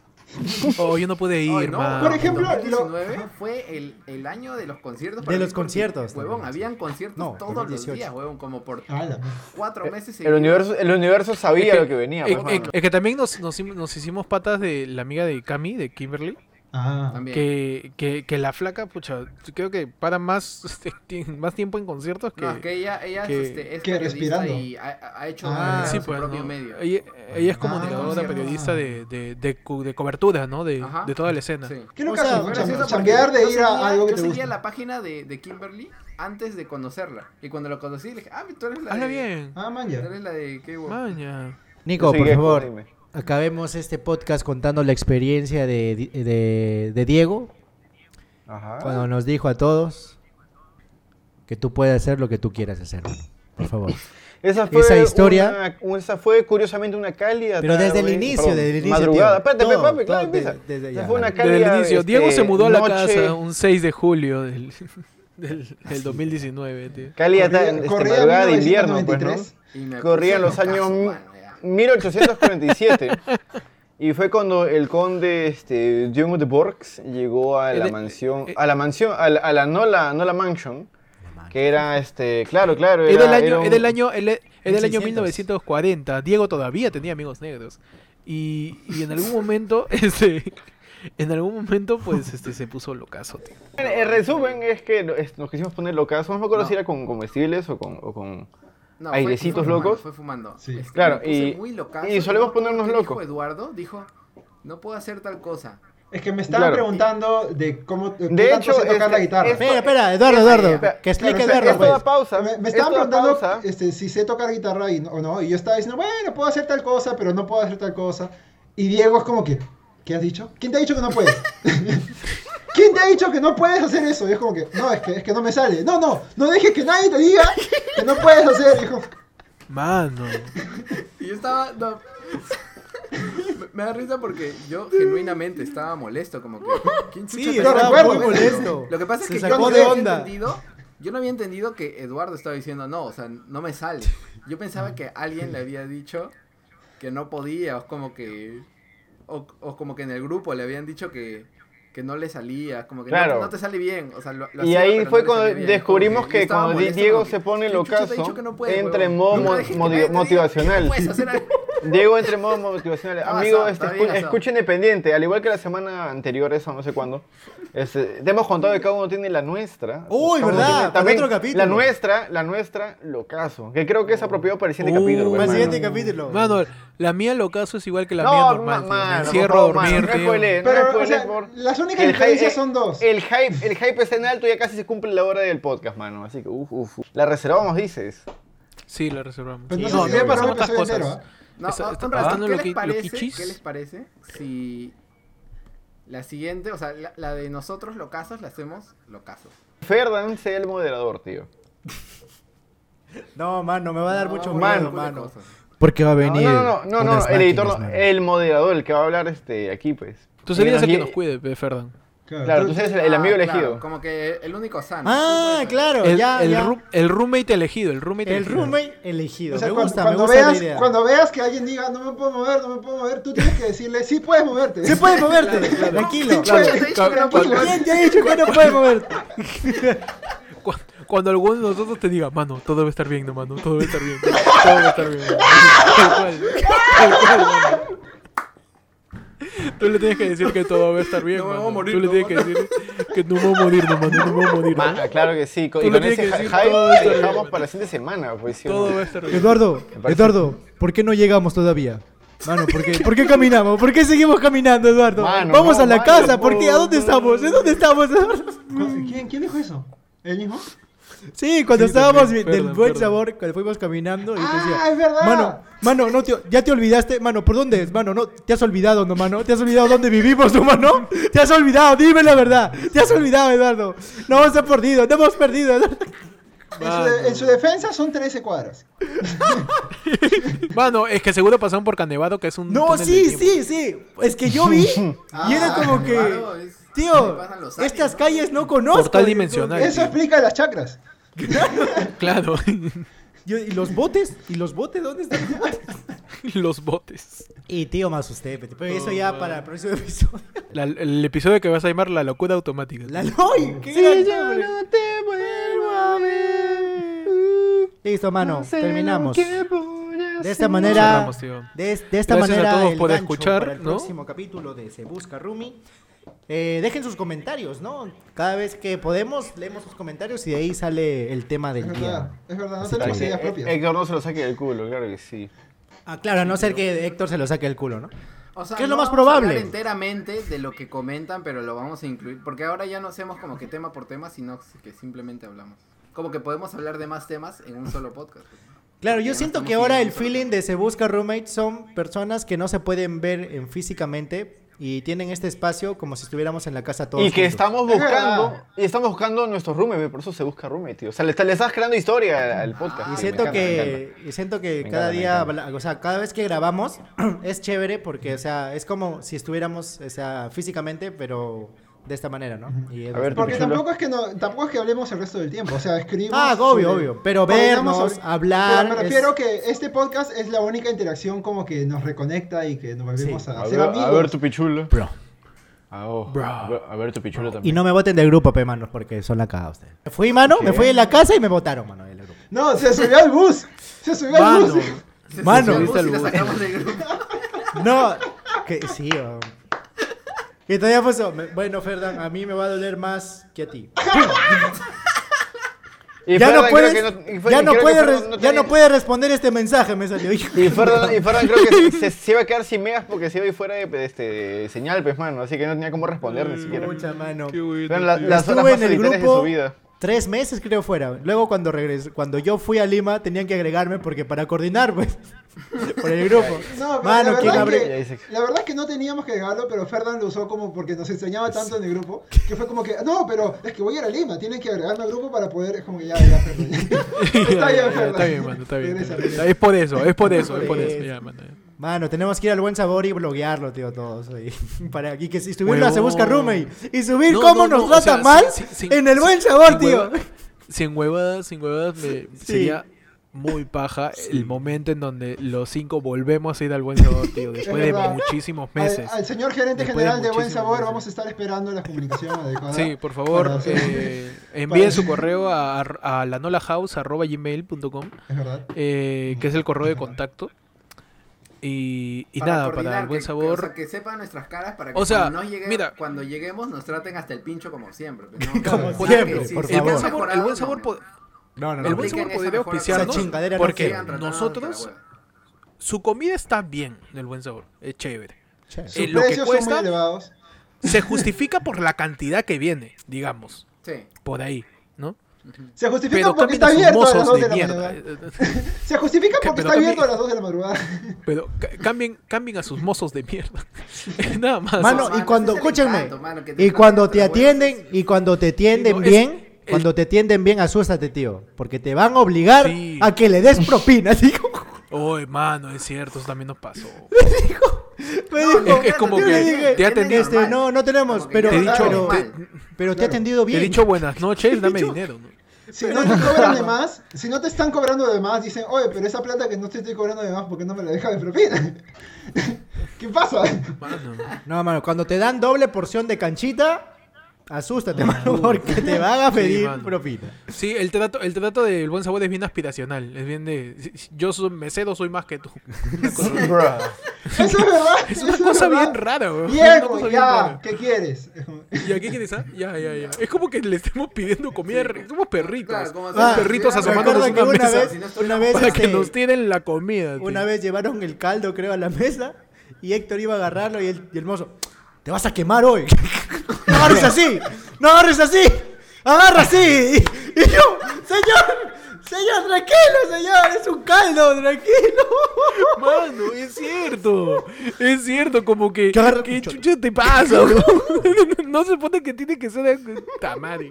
[SPEAKER 1] Oh, yo no pude ir,
[SPEAKER 2] Ay, no,
[SPEAKER 1] mano.
[SPEAKER 6] Por ejemplo, lo-
[SPEAKER 2] 2019 fue el, el año de los conciertos. para
[SPEAKER 4] De
[SPEAKER 2] mí
[SPEAKER 4] los
[SPEAKER 2] porque,
[SPEAKER 4] conciertos,
[SPEAKER 2] Huevón,
[SPEAKER 4] también, sí.
[SPEAKER 2] habían conciertos
[SPEAKER 4] No,
[SPEAKER 2] todos los
[SPEAKER 4] 2018.
[SPEAKER 2] días, huevón, como por
[SPEAKER 6] Ah, la-
[SPEAKER 2] cuatro meses.
[SPEAKER 5] El
[SPEAKER 2] seguidos.
[SPEAKER 5] universo, el universo sabía lo que venía,
[SPEAKER 1] Es,
[SPEAKER 5] pues,
[SPEAKER 1] es-
[SPEAKER 5] mano.
[SPEAKER 1] es Eh, que también nos, nos, him- nos hicimos patas de la amiga de Cami, de Kimberly,
[SPEAKER 6] Ah,
[SPEAKER 2] También.
[SPEAKER 1] que, que, que la flaca, pucha, creo que para más, *laughs* este, ti- más tiempo en conciertos que...
[SPEAKER 2] No, es que ella, ella es,
[SPEAKER 1] que-
[SPEAKER 2] este, es
[SPEAKER 6] que
[SPEAKER 2] periodista
[SPEAKER 6] respirando.
[SPEAKER 2] y ha, ha hecho
[SPEAKER 6] Ah,
[SPEAKER 2] más
[SPEAKER 1] Sí,
[SPEAKER 2] en su
[SPEAKER 1] pues,
[SPEAKER 2] propio
[SPEAKER 1] ¿no?
[SPEAKER 2] medio.
[SPEAKER 1] Ella, ella es
[SPEAKER 6] Ah,
[SPEAKER 1] comunicadora,
[SPEAKER 2] concierto.
[SPEAKER 1] periodista de, de, de, cu- de cobertura, ¿no? De,
[SPEAKER 2] Ajá.
[SPEAKER 1] de toda la escena.
[SPEAKER 2] Sí.
[SPEAKER 6] qué
[SPEAKER 4] O sea,
[SPEAKER 6] locazo, ¿no?
[SPEAKER 4] gracias
[SPEAKER 6] Cham-
[SPEAKER 2] Gracioso porque
[SPEAKER 6] chambear de
[SPEAKER 2] yo
[SPEAKER 6] ir a
[SPEAKER 2] seguía-
[SPEAKER 6] algo que
[SPEAKER 2] Yo
[SPEAKER 6] te
[SPEAKER 2] seguía
[SPEAKER 6] gusta.
[SPEAKER 2] la página de, de Kimberly antes de conocerla. Y cuando la conocí, le dije, ah, tú eres la
[SPEAKER 1] Habla
[SPEAKER 2] de...
[SPEAKER 1] bien.
[SPEAKER 6] Ah, man,
[SPEAKER 2] Tú
[SPEAKER 6] ya.
[SPEAKER 2] eres la de... Qué huevón.
[SPEAKER 1] Maña.
[SPEAKER 4] Nico,
[SPEAKER 5] Sí,
[SPEAKER 4] por
[SPEAKER 5] Gecko,
[SPEAKER 4] favor,
[SPEAKER 5] pues, dime.
[SPEAKER 4] acabemos este podcast contando la experiencia de, Di- de- de Diego
[SPEAKER 5] Ajá.
[SPEAKER 4] cuando nos dijo a todos que tú puedes hacer lo que tú quieras hacer. por *laughs* favor.
[SPEAKER 5] Esa fue
[SPEAKER 4] Esa historia-
[SPEAKER 5] una- esa fue curiosamente una cálida.
[SPEAKER 4] Pero desde el
[SPEAKER 5] tarde-
[SPEAKER 4] inicio,
[SPEAKER 5] perdón,
[SPEAKER 4] desde el inicio,
[SPEAKER 5] Madrugada.
[SPEAKER 4] Diego.
[SPEAKER 5] Espérate,
[SPEAKER 4] Todo,
[SPEAKER 5] papi, claro,
[SPEAKER 4] todo,
[SPEAKER 5] empieza.
[SPEAKER 4] desde- desde
[SPEAKER 5] Esa
[SPEAKER 4] ya,
[SPEAKER 5] fue una
[SPEAKER 4] mano.
[SPEAKER 1] Desde
[SPEAKER 5] cálida,
[SPEAKER 1] el inicio.
[SPEAKER 5] este,
[SPEAKER 1] Diego se mudó a la
[SPEAKER 5] noche,
[SPEAKER 1] casa un 6 de julio del, *laughs* del, del 2019, tío.
[SPEAKER 5] Cálida
[SPEAKER 6] Corría-
[SPEAKER 5] tan- este,
[SPEAKER 6] corría
[SPEAKER 5] madrugada de invierno, pues, ¿no?
[SPEAKER 6] 1993.
[SPEAKER 2] Y me
[SPEAKER 5] Corrían los
[SPEAKER 2] puse
[SPEAKER 5] años
[SPEAKER 2] locazo,
[SPEAKER 5] mi-
[SPEAKER 2] mano, ya.
[SPEAKER 5] 1847. *laughs* y fue cuando el conde este, John de Borgs llegó a la
[SPEAKER 1] El-
[SPEAKER 5] mansión,
[SPEAKER 1] eh,
[SPEAKER 5] a la mansión, a la, a la Nola, Nola Mansion, que era, este, claro, claro.
[SPEAKER 1] Es del
[SPEAKER 5] era-
[SPEAKER 1] año,
[SPEAKER 5] era
[SPEAKER 1] es del
[SPEAKER 5] un-
[SPEAKER 1] año, es de- es del año
[SPEAKER 4] 1600.
[SPEAKER 1] 1940. Diego todavía tenía amigos negros. Y, y en algún momento, *laughs* este, en algún momento, pues, este, se puso locazo, tío.
[SPEAKER 5] En, en resumen, es que no- es- nos quisimos poner locas. No me acuerdo
[SPEAKER 2] No.
[SPEAKER 5] si era con comestibles o con. o con-
[SPEAKER 2] No, fue-
[SPEAKER 5] Airecitos
[SPEAKER 2] fue fumando,
[SPEAKER 5] locos.
[SPEAKER 2] Fue fumando.
[SPEAKER 6] Sí.
[SPEAKER 2] Este,
[SPEAKER 5] Claro,
[SPEAKER 2] me puse
[SPEAKER 5] y-
[SPEAKER 2] muy locazo,
[SPEAKER 5] y solemos
[SPEAKER 2] no me acuerdo
[SPEAKER 5] ponernos
[SPEAKER 2] qué
[SPEAKER 5] locos.
[SPEAKER 2] Dijo Eduardo dijo, no puedo hacer tal cosa.
[SPEAKER 6] Es que me estaban
[SPEAKER 5] Claro.
[SPEAKER 6] preguntando de cómo de
[SPEAKER 5] De
[SPEAKER 6] tanto
[SPEAKER 5] hecho,
[SPEAKER 6] sé tocar
[SPEAKER 5] este-
[SPEAKER 6] la guitarra.
[SPEAKER 5] es-
[SPEAKER 4] Espera, espera, Eduardo, Eduardo. Que
[SPEAKER 6] Claro, o
[SPEAKER 4] explique
[SPEAKER 6] sea,
[SPEAKER 4] Eduardo,
[SPEAKER 5] Esto
[SPEAKER 4] pues.
[SPEAKER 5] da pausa.
[SPEAKER 6] me, me
[SPEAKER 5] esto da
[SPEAKER 6] estaban preguntando
[SPEAKER 5] pausa.
[SPEAKER 6] este, si sé tocar guitarra y no, o no, y yo estaba diciendo, bueno, puedo hacer tal cosa, pero no puedo hacer tal cosa. Y Diego es como que, ¿qué has dicho? ¿Quién te ha dicho que no puedes? *laughs* ¿Quién te ha dicho que no puedes hacer eso? Y es como que, no, es que, es que no me sale. No, no, no dejes que nadie te diga que no puedes
[SPEAKER 5] *laughs*
[SPEAKER 6] hacer. Y es como,
[SPEAKER 1] Mano.
[SPEAKER 2] Y yo estaba. no. *laughs* Me- Me da risa porque yo genuinamente estaba molesto, como que. ¿quién
[SPEAKER 4] Sí,
[SPEAKER 2] chucha te
[SPEAKER 4] estaba
[SPEAKER 2] dijo
[SPEAKER 6] muy
[SPEAKER 2] eso?
[SPEAKER 4] molesto.
[SPEAKER 2] Lo que pasa es
[SPEAKER 4] Se
[SPEAKER 2] que
[SPEAKER 4] sacó
[SPEAKER 2] yo no
[SPEAKER 4] de
[SPEAKER 2] había
[SPEAKER 4] onda.
[SPEAKER 2] entendido. Yo no había entendido que Eduardo estaba diciendo no, o sea, no me sale. Yo pensaba que alguien le había dicho que no podía, o como que. O, o como que en el grupo le habían dicho que, que no le salía, como que no-
[SPEAKER 5] Claro.
[SPEAKER 2] no, te sale bien. O sea, lo, lo
[SPEAKER 5] Y
[SPEAKER 2] hacía,
[SPEAKER 5] ahí
[SPEAKER 2] pero
[SPEAKER 5] fue
[SPEAKER 2] no le
[SPEAKER 5] cuando
[SPEAKER 2] salía bien.
[SPEAKER 5] descubrimos
[SPEAKER 2] Como
[SPEAKER 5] que
[SPEAKER 2] yo estaba
[SPEAKER 5] cuando Di-
[SPEAKER 2] molesto,
[SPEAKER 5] Diego
[SPEAKER 2] como que,
[SPEAKER 5] se pone
[SPEAKER 2] "¿Quién chucha te ha
[SPEAKER 5] locazo,
[SPEAKER 2] dicho que no puedes,
[SPEAKER 5] entra
[SPEAKER 2] huevón?
[SPEAKER 5] en modo
[SPEAKER 2] Nunca
[SPEAKER 5] mo-
[SPEAKER 2] dejes que
[SPEAKER 5] motiv-
[SPEAKER 2] nadie te diga
[SPEAKER 5] motivacional".
[SPEAKER 2] que puedes hacer algo.
[SPEAKER 5] Diego entre en modo motivacional.
[SPEAKER 6] Ah,
[SPEAKER 2] Está
[SPEAKER 5] Amigo,
[SPEAKER 2] basado,
[SPEAKER 5] este,
[SPEAKER 2] está bien
[SPEAKER 5] escu-
[SPEAKER 2] basado.
[SPEAKER 5] escucha independiente. Al igual que la semana anterior, esa no sé cuándo. este, te hemos contado que cada uno tiene la nuestra.
[SPEAKER 4] Uy,
[SPEAKER 5] Cada uno tiene
[SPEAKER 4] ¿verdad? Para otro capítulo.
[SPEAKER 5] La nuestra, la nuestra, locazo. Que creo que es apropiado para el siguiente
[SPEAKER 1] Uh,
[SPEAKER 5] capítulo.
[SPEAKER 4] Para el
[SPEAKER 5] hermano.
[SPEAKER 4] siguiente capítulo.
[SPEAKER 1] Mano, la mía locazo es igual que la
[SPEAKER 5] No,
[SPEAKER 1] mía
[SPEAKER 5] ma-
[SPEAKER 1] normal. tío.
[SPEAKER 5] mano,
[SPEAKER 1] Me
[SPEAKER 5] por
[SPEAKER 1] encierro
[SPEAKER 5] favor,
[SPEAKER 1] a
[SPEAKER 5] mano,
[SPEAKER 1] dormir,
[SPEAKER 5] no
[SPEAKER 1] tío.
[SPEAKER 5] spoileen, no
[SPEAKER 6] pero, o
[SPEAKER 5] spoileen,
[SPEAKER 6] sea,
[SPEAKER 5] por-
[SPEAKER 6] las únicas
[SPEAKER 5] El hype,
[SPEAKER 6] diferencias
[SPEAKER 5] eh,
[SPEAKER 6] son dos.
[SPEAKER 5] El hype, el hype está en alto, ya casi se cumple la hora del podcast, mano. Así que, uff, uff. La reservamos, dices.
[SPEAKER 1] Sí, la reservamos.
[SPEAKER 6] Pero
[SPEAKER 1] Sí,
[SPEAKER 6] no sé
[SPEAKER 1] no, a
[SPEAKER 6] si
[SPEAKER 1] mí me
[SPEAKER 6] ya
[SPEAKER 1] pasan
[SPEAKER 6] pasó
[SPEAKER 1] otras
[SPEAKER 6] el
[SPEAKER 1] cosas.
[SPEAKER 6] episodio
[SPEAKER 2] No,
[SPEAKER 1] Esa-
[SPEAKER 2] ah,
[SPEAKER 1] está-
[SPEAKER 2] Conrad,
[SPEAKER 1] están
[SPEAKER 2] ¿qué,
[SPEAKER 1] lo
[SPEAKER 2] les
[SPEAKER 1] que- lo
[SPEAKER 2] parece,
[SPEAKER 1] quichis.
[SPEAKER 2] ¿Qué les parece si la siguiente, o sea, la, la de nosotros locazos la hacemos locazos?
[SPEAKER 5] Ferdan sea el moderador, tío.
[SPEAKER 4] No, mano, me va a dar mucho
[SPEAKER 2] Vamos a hablar
[SPEAKER 4] miedo,
[SPEAKER 2] de
[SPEAKER 4] mano.
[SPEAKER 2] cosas.
[SPEAKER 4] Porque va a
[SPEAKER 5] No,
[SPEAKER 4] venir.
[SPEAKER 5] no, no, no, no,
[SPEAKER 4] unas
[SPEAKER 5] el editor,
[SPEAKER 4] máquinas,
[SPEAKER 5] no,
[SPEAKER 4] mano.
[SPEAKER 5] el moderador, el que va a hablar este, aquí, pues.
[SPEAKER 1] Tú serías el que nos
[SPEAKER 5] lle-
[SPEAKER 1] cuide, pe, Ferdan.
[SPEAKER 5] Claro, tú serías el, el
[SPEAKER 2] Ah,
[SPEAKER 5] amigo
[SPEAKER 2] claro,
[SPEAKER 5] elegido.
[SPEAKER 2] como que el único sano.
[SPEAKER 4] Ah,
[SPEAKER 2] Sí, puede ser.
[SPEAKER 4] claro,
[SPEAKER 1] El,
[SPEAKER 4] ya,
[SPEAKER 1] el,
[SPEAKER 4] ya.
[SPEAKER 1] ru- el roommate elegido, el roommate
[SPEAKER 4] El
[SPEAKER 1] elegido.
[SPEAKER 4] roommate elegido.
[SPEAKER 6] O sea,
[SPEAKER 4] me
[SPEAKER 6] cuando,
[SPEAKER 4] gusta,
[SPEAKER 6] cuando
[SPEAKER 4] me gusta
[SPEAKER 6] veas,
[SPEAKER 4] la idea.
[SPEAKER 6] cuando veas que alguien diga, no me puedo mover, no me puedo mover, tú tienes que decirle, *laughs* sí puedes moverte.
[SPEAKER 5] *laughs*
[SPEAKER 4] Se puede *laughs* moverte, tranquilo.
[SPEAKER 2] Yo te he dicho que no puedo.
[SPEAKER 4] ¿Quién te ha dicho que no puede moverte?
[SPEAKER 1] Cu- Cuando, alguno de nosotros te diga, mano, todo va a estar bien, no, mano, todo va a estar bien. Todo va a estar bien. mano". *laughs* Tal cual. Tal cual, mano. Tú le tienes que decir que todo va a estar bien,
[SPEAKER 2] No me
[SPEAKER 1] mano.
[SPEAKER 2] voy a morir,
[SPEAKER 1] Tú le
[SPEAKER 2] no,
[SPEAKER 1] tienes que
[SPEAKER 2] mano.
[SPEAKER 1] decir que no me voy a morir, no, mano, no me voy a morir.
[SPEAKER 5] Ah, claro que sí. con-
[SPEAKER 1] Tú
[SPEAKER 5] Y
[SPEAKER 1] le
[SPEAKER 5] con
[SPEAKER 1] tienes
[SPEAKER 5] ese
[SPEAKER 1] que decir
[SPEAKER 5] hy-
[SPEAKER 1] todo esto,
[SPEAKER 5] hype lo
[SPEAKER 1] hermano.
[SPEAKER 5] dejamos para la siguiente semana, pues. ¿sí o
[SPEAKER 1] Todo
[SPEAKER 5] no?
[SPEAKER 1] va a estar bien.
[SPEAKER 4] Eduardo,
[SPEAKER 5] parece-
[SPEAKER 4] Eduardo, ¿por qué no llegamos todavía? Mano, ¿por qué, ¿por qué caminamos? ¿Por qué seguimos caminando, Eduardo?
[SPEAKER 5] Mano,
[SPEAKER 4] Vamos
[SPEAKER 5] no,
[SPEAKER 4] a la
[SPEAKER 5] mano,
[SPEAKER 4] casa, ¿por qué? ¿A
[SPEAKER 5] no,
[SPEAKER 4] dónde
[SPEAKER 5] no.
[SPEAKER 4] estamos? ¿En dónde estamos, *laughs* Eduardo?
[SPEAKER 6] ¿Quién, ¿Quién dijo eso? ¿Él mismo?
[SPEAKER 4] Sí,
[SPEAKER 1] Sí,
[SPEAKER 4] cuando estábamos
[SPEAKER 1] también,
[SPEAKER 4] del
[SPEAKER 1] perdón,
[SPEAKER 4] buen
[SPEAKER 1] perdón.
[SPEAKER 4] sabor, cuando fuimos caminando y te decía,
[SPEAKER 6] Ah, es verdad.
[SPEAKER 4] mano, mano, no te, ya te olvidaste, mano, ¿por dónde es? Mano, no, te has olvidado, no, mano, te has olvidado dónde vivimos, no, mano, te has olvidado, dime la verdad, te has olvidado, Eduardo, no hemos perdido, no hemos perdido, Eduardo. Ah,
[SPEAKER 6] En su, de- en su defensa son 13 cuadras.
[SPEAKER 1] Mano, es que seguro pasaron por Canevado, que es un.
[SPEAKER 4] No,
[SPEAKER 1] túnel de
[SPEAKER 4] sí,
[SPEAKER 1] tiempo.
[SPEAKER 4] sí, sí, es que yo vi y era
[SPEAKER 2] *laughs* Ah,
[SPEAKER 4] como que,
[SPEAKER 2] claro, es-
[SPEAKER 4] tío,
[SPEAKER 2] ahí pasan los aliens,
[SPEAKER 4] estas
[SPEAKER 2] ¿no?
[SPEAKER 4] calles no conozco.
[SPEAKER 1] Portal
[SPEAKER 4] Y-
[SPEAKER 1] dimensional.
[SPEAKER 6] Eso explica las chacras.
[SPEAKER 1] Claro. *laughs*
[SPEAKER 4] yo- ¿Y los botes? ¿Y los botes? ¿Dónde están los botes?
[SPEAKER 1] Los botes.
[SPEAKER 4] *laughs* Y tío, me asusté, pero eso
[SPEAKER 1] Oh,
[SPEAKER 4] ya
[SPEAKER 1] man.
[SPEAKER 4] para el próximo *laughs* episodio.
[SPEAKER 1] La- el episodio que vas a llamar La locura automática. *laughs*
[SPEAKER 4] La LOL, qué gran nombre.
[SPEAKER 5] te vuelvo a ver.
[SPEAKER 4] Listo, mano,
[SPEAKER 5] no sé
[SPEAKER 4] terminamos.
[SPEAKER 5] lo que voy a
[SPEAKER 4] De esta
[SPEAKER 5] hacer.
[SPEAKER 4] manera,
[SPEAKER 1] Cerramos, tío.
[SPEAKER 4] de, es- de esta
[SPEAKER 1] Gracias a
[SPEAKER 4] manera,
[SPEAKER 1] todos
[SPEAKER 4] el
[SPEAKER 1] por
[SPEAKER 4] gancho
[SPEAKER 1] escuchar,
[SPEAKER 4] para el
[SPEAKER 1] ¿no?
[SPEAKER 4] próximo capítulo de Se Busca Rumi. Eh, dejen sus comentarios, ¿no? Cada vez que podemos, leemos sus comentarios y de ahí sale el tema
[SPEAKER 6] Es
[SPEAKER 4] del
[SPEAKER 6] verdad,
[SPEAKER 4] día.
[SPEAKER 6] es verdad, no
[SPEAKER 4] Así
[SPEAKER 6] tenemos
[SPEAKER 4] que-
[SPEAKER 6] ideas
[SPEAKER 5] Eh,
[SPEAKER 6] propias.
[SPEAKER 5] Héctor no se lo saque del culo, claro que sí.
[SPEAKER 4] Ah, claro, a no ser que Héctor se lo saque el culo, ¿no?
[SPEAKER 2] O sea,
[SPEAKER 4] ¿Qué es
[SPEAKER 2] no
[SPEAKER 4] lo más
[SPEAKER 2] vamos a hablar
[SPEAKER 4] probable?
[SPEAKER 2] enteramente de lo que comentan, pero lo vamos a incluir. Porque ahora ya no hacemos como que tema por tema, sino que simplemente hablamos. Como que podemos hablar de más temas en un solo
[SPEAKER 1] *laughs*
[SPEAKER 2] podcast.
[SPEAKER 4] Claro, yo
[SPEAKER 2] Ya
[SPEAKER 4] siento
[SPEAKER 2] estamos
[SPEAKER 4] que ahora el
[SPEAKER 2] siguiendo.
[SPEAKER 4] feeling de Se Busca Roommate son personas que no se pueden ver en físicamente, y tienen este espacio como si estuviéramos en la casa todos.
[SPEAKER 5] Y que
[SPEAKER 4] juntos.
[SPEAKER 5] estamos buscando, y estamos buscando nuestros roommates, ve, por eso se busca roommate, tío. O sea, le, está- le estás creando historia al- al podcast.
[SPEAKER 4] Y
[SPEAKER 5] tío,
[SPEAKER 4] siento
[SPEAKER 5] me encanta, me encanta.
[SPEAKER 4] que, y siento que
[SPEAKER 5] Me
[SPEAKER 4] cada
[SPEAKER 5] encanta, me
[SPEAKER 4] día,
[SPEAKER 5] encanta.
[SPEAKER 4] habla- o sea, cada vez que grabamos *clears throat* es chévere porque, o sea, es como si estuviéramos, o sea, físicamente, pero de esta manera, ¿no? Y es
[SPEAKER 5] A ver,
[SPEAKER 4] bastante-
[SPEAKER 6] Porque
[SPEAKER 5] Chulo.
[SPEAKER 6] tampoco es, que no, tampoco es que hablemos el resto del tiempo, o sea, escribimos...
[SPEAKER 4] Ah,
[SPEAKER 6] sobre-
[SPEAKER 4] obvio, obvio. Pero
[SPEAKER 6] hablamos
[SPEAKER 4] vernos,
[SPEAKER 6] sobre-
[SPEAKER 4] hablar.
[SPEAKER 6] Pero me
[SPEAKER 4] es-
[SPEAKER 6] refiero que este podcast es la única interacción como que nos reconecta y que nos volvemos
[SPEAKER 4] Sí.
[SPEAKER 6] a,
[SPEAKER 5] A
[SPEAKER 6] hacer
[SPEAKER 5] ver,
[SPEAKER 6] amigos.
[SPEAKER 5] a ver tu pichulo.
[SPEAKER 4] Bro.
[SPEAKER 5] Ah, oh,
[SPEAKER 1] Bro.
[SPEAKER 5] A ver, a ver tu pichulo
[SPEAKER 4] Y
[SPEAKER 5] también.
[SPEAKER 4] no me voten del grupo, pe, manos, porque son la cagada ustedes. Me fui, mano, me
[SPEAKER 5] ¿Qué?
[SPEAKER 4] fui de la casa y me votaron, mano, del grupo.
[SPEAKER 6] No, se subió al bus. Se subió al
[SPEAKER 4] Mano, *laughs*
[SPEAKER 6] bus.
[SPEAKER 5] *laughs*
[SPEAKER 2] Se
[SPEAKER 4] Mano.
[SPEAKER 2] subió al bus
[SPEAKER 1] Viste
[SPEAKER 2] y
[SPEAKER 1] el
[SPEAKER 2] la
[SPEAKER 1] bus. *laughs*
[SPEAKER 2] sacamos del grupo.
[SPEAKER 4] No, que sí, oh. Y todavía fue eso. me- Bueno, Ferdan, a mí me va a doler más que a ti.
[SPEAKER 5] Y
[SPEAKER 4] ya
[SPEAKER 5] Ferdan,
[SPEAKER 4] no
[SPEAKER 5] creo
[SPEAKER 4] puedes,
[SPEAKER 5] que y Fer-
[SPEAKER 4] ya
[SPEAKER 5] y
[SPEAKER 4] no
[SPEAKER 5] creo que
[SPEAKER 4] puedes,
[SPEAKER 5] Ferdan
[SPEAKER 4] res-
[SPEAKER 5] no
[SPEAKER 4] ya
[SPEAKER 5] tenía-
[SPEAKER 4] no puedes responder este mensaje, me salió. hijo.
[SPEAKER 5] Y Ferdan, y Ferdan creo que
[SPEAKER 4] *laughs*
[SPEAKER 5] se, se iba a quedar sin megas porque se iba a ir fuera de, de este, de señal, pues, mano. Así que no tenía cómo responder ni siquiera.
[SPEAKER 4] Mm, Pucha, mano.
[SPEAKER 1] Qué bueno,
[SPEAKER 5] Eran la-
[SPEAKER 1] tío.
[SPEAKER 5] las horas
[SPEAKER 4] Estuve
[SPEAKER 5] más
[SPEAKER 4] en el
[SPEAKER 5] solitarias de
[SPEAKER 4] grupo
[SPEAKER 5] su
[SPEAKER 4] *laughs*
[SPEAKER 5] vida.
[SPEAKER 4] tres meses creo fuera. Luego cuando regresé, cuando yo fui a Lima tenían que agregarme porque para coordinar, pues, *laughs* por el grupo.
[SPEAKER 6] No, pero
[SPEAKER 4] Mano,
[SPEAKER 6] la,
[SPEAKER 4] ¿quién
[SPEAKER 6] verdad
[SPEAKER 4] abre?
[SPEAKER 6] es que, la verdad es que no teníamos que agregarlo, pero Ferdan lo usó como porque nos enseñaba tanto en el grupo que fue como que, no, pero es que voy a ir a Lima, tienen que agregarme al grupo para poder. Es como que ya, ya,
[SPEAKER 1] *laughs*
[SPEAKER 6] Ferdan. está bien, Ferdan.
[SPEAKER 1] Está bien, mano, está bien.
[SPEAKER 6] Regresa,
[SPEAKER 1] está bien.
[SPEAKER 6] regresa.
[SPEAKER 1] Es por eso, es por eso, es por
[SPEAKER 4] Por
[SPEAKER 1] eso.
[SPEAKER 4] eso.
[SPEAKER 1] Ya, mano, ya.
[SPEAKER 4] Mano, tenemos que ir al buen sabor y bloguearlo, tío, todos. ahí. *laughs* para aquí que si subirlo a se
[SPEAKER 1] Huevón.
[SPEAKER 4] busca roommate y subir
[SPEAKER 1] No,
[SPEAKER 4] cómo
[SPEAKER 1] no, no,
[SPEAKER 4] nos
[SPEAKER 1] o
[SPEAKER 4] trata
[SPEAKER 1] sea,
[SPEAKER 4] mal
[SPEAKER 1] sin- sin-
[SPEAKER 4] en el
[SPEAKER 1] sin-
[SPEAKER 4] buen
[SPEAKER 2] Oh,
[SPEAKER 4] sabor,
[SPEAKER 1] sin
[SPEAKER 4] tío.
[SPEAKER 1] hueva- sin huevadas, sin huevadas, me- sería muy paja el momento en donde los cinco volvemos a ir al buen sabor,
[SPEAKER 2] *laughs*
[SPEAKER 1] tío, después de
[SPEAKER 6] verdad.
[SPEAKER 1] muchísimos
[SPEAKER 6] Al-
[SPEAKER 1] meses.
[SPEAKER 6] Al, señor gerente
[SPEAKER 1] Después de
[SPEAKER 6] general de Buen
[SPEAKER 1] muchísimos
[SPEAKER 6] Sabor
[SPEAKER 1] meses.
[SPEAKER 6] vamos a estar esperando
[SPEAKER 1] *laughs*
[SPEAKER 6] la comunicación adecuada.
[SPEAKER 1] Sí, por favor,
[SPEAKER 6] Para hacer-
[SPEAKER 2] *laughs*
[SPEAKER 1] eh, envíe
[SPEAKER 6] para-
[SPEAKER 1] su correo a, a lanolahouse.gmail.com,
[SPEAKER 6] Es verdad.
[SPEAKER 1] eh, que es el correo de contacto. Y, y nada, para
[SPEAKER 2] coordinar,
[SPEAKER 1] el buen
[SPEAKER 2] que-
[SPEAKER 1] sabor.
[SPEAKER 2] Que, o sea, que sepan nuestras caras para que
[SPEAKER 1] O sea,
[SPEAKER 2] cuando, nos llegue-
[SPEAKER 1] mira.
[SPEAKER 2] cuando lleguemos nos traten hasta el pincho como siempre.
[SPEAKER 1] *laughs*
[SPEAKER 2] pues, ¿no?
[SPEAKER 4] Como
[SPEAKER 2] Claro,
[SPEAKER 4] siempre,
[SPEAKER 2] que sí,
[SPEAKER 4] por
[SPEAKER 2] sí,
[SPEAKER 1] el
[SPEAKER 4] favor.
[SPEAKER 1] buen
[SPEAKER 2] han
[SPEAKER 1] sabor, el
[SPEAKER 2] mejorado,
[SPEAKER 1] buen sabor
[SPEAKER 2] no,
[SPEAKER 1] pod-
[SPEAKER 4] No, no,
[SPEAKER 1] el
[SPEAKER 4] no.
[SPEAKER 1] buen
[SPEAKER 2] apliquen
[SPEAKER 1] sabor
[SPEAKER 2] esa
[SPEAKER 1] podría
[SPEAKER 2] mejora.
[SPEAKER 1] auspiciarnos
[SPEAKER 4] Esa chingadera no
[SPEAKER 1] porque
[SPEAKER 4] sirve.
[SPEAKER 1] nosotros, su comida está bien del buen sabor, es chévere.
[SPEAKER 4] Che.
[SPEAKER 1] Eh,
[SPEAKER 6] Sus
[SPEAKER 1] lo que
[SPEAKER 6] precios son
[SPEAKER 1] cuesta-
[SPEAKER 6] muy elevados.
[SPEAKER 1] Se justifica por la cantidad que viene, digamos, *laughs*
[SPEAKER 2] Sí.
[SPEAKER 1] por ahí, ¿no?
[SPEAKER 6] Se justifica
[SPEAKER 1] Pero
[SPEAKER 6] porque
[SPEAKER 1] cambian a sus
[SPEAKER 6] está abierto a las
[SPEAKER 1] mozos
[SPEAKER 6] 2
[SPEAKER 1] de
[SPEAKER 6] de la
[SPEAKER 1] mierda.
[SPEAKER 6] mañana.
[SPEAKER 1] eh, eh,
[SPEAKER 6] Se justifica
[SPEAKER 1] Que-
[SPEAKER 6] porque
[SPEAKER 1] pero
[SPEAKER 6] está abierto
[SPEAKER 1] también-
[SPEAKER 6] a las 2 de la madrugada.
[SPEAKER 1] *laughs* Pero ca- cambien, cambien a sus mozos de mierda. *laughs* Nada más.
[SPEAKER 4] Mano,
[SPEAKER 2] Mano,
[SPEAKER 4] y cuando,
[SPEAKER 2] ese es el
[SPEAKER 4] escúchenme,
[SPEAKER 2] encanto, mano, que te
[SPEAKER 4] y
[SPEAKER 2] traten
[SPEAKER 4] cuando te
[SPEAKER 2] hasta la hueva,
[SPEAKER 4] atienden, y cuando te tienden
[SPEAKER 1] no, es-
[SPEAKER 4] bien,
[SPEAKER 1] es-
[SPEAKER 4] cuando te tienden bien, asústate, tío, porque te van a obligar
[SPEAKER 1] Sí.
[SPEAKER 4] a que le des propina, *laughs* digo.
[SPEAKER 1] Oye, mano, es cierto, eso también nos pasó.
[SPEAKER 4] Me dijo,
[SPEAKER 1] es- es como
[SPEAKER 4] yo le
[SPEAKER 1] que
[SPEAKER 4] dije,
[SPEAKER 1] te atendí-
[SPEAKER 4] este, no, no tenemos,
[SPEAKER 2] Como que
[SPEAKER 4] pero,
[SPEAKER 1] Te he
[SPEAKER 2] ya
[SPEAKER 1] dicho-
[SPEAKER 2] está
[SPEAKER 4] pero,
[SPEAKER 2] normal.
[SPEAKER 4] pero te ha atendido
[SPEAKER 1] Te
[SPEAKER 4] bien.
[SPEAKER 1] he dicho buenas noches, dame dinero. ¿no?
[SPEAKER 6] Si no te cobran de más, si no te están cobrando de más, dicen, oye, pero esa plata que no te estoy cobrando de más, ¿por qué no me la dejas de propina? *laughs* ¿Qué pasa?
[SPEAKER 1] *laughs* Mano,
[SPEAKER 4] No, mano, cuando te dan doble porción de canchita, asústate, mano, porque te van a pedir
[SPEAKER 1] mano.
[SPEAKER 4] propina.
[SPEAKER 1] Sí, el trato, el trato del buen sabor es bien aspiracional. Es bien de. si- si- Yo soy mesero, soy más que tú. Una cosa-
[SPEAKER 5] Bruh.
[SPEAKER 6] Eso es verdad.
[SPEAKER 1] es
[SPEAKER 6] eso
[SPEAKER 1] una cosa
[SPEAKER 6] verdad.
[SPEAKER 1] bien rara, weón. Es una cosa
[SPEAKER 6] Diego,
[SPEAKER 1] bien
[SPEAKER 6] ya,
[SPEAKER 1] rara.
[SPEAKER 6] ¿qué quieres?
[SPEAKER 1] ¿Y aquí quién está? ah? Ya, ya, ya. Es como que le estemos pidiendo comida. re- Somos perritos.
[SPEAKER 2] Claro, como
[SPEAKER 1] Somos
[SPEAKER 4] si-
[SPEAKER 1] perritos
[SPEAKER 2] Ah,
[SPEAKER 1] asomándonos
[SPEAKER 4] Recuerda
[SPEAKER 1] a
[SPEAKER 4] que
[SPEAKER 1] una
[SPEAKER 4] una
[SPEAKER 1] mesa
[SPEAKER 4] vez,
[SPEAKER 5] *laughs*
[SPEAKER 4] una vez,
[SPEAKER 1] para que
[SPEAKER 4] este,
[SPEAKER 1] nos tiren la comida. tío.
[SPEAKER 4] Una vez llevaron el caldo, creo, a la mesa y Héctor iba a agarrarlo y el, y el mozo, te vas a quemar hoy. *laughs* no agarres así, no agarres así, agarra así. Y, y yo, señor, señor, tranquilo, señor, es un caldo, tranquilo. *laughs*
[SPEAKER 1] Mano, es cierto. Es cierto, como que.
[SPEAKER 4] Que agarra el
[SPEAKER 1] ¿Qué
[SPEAKER 4] cuchillo.
[SPEAKER 1] chucha te pasa, *laughs* bro? No se supone que tiene que ser. Tamari.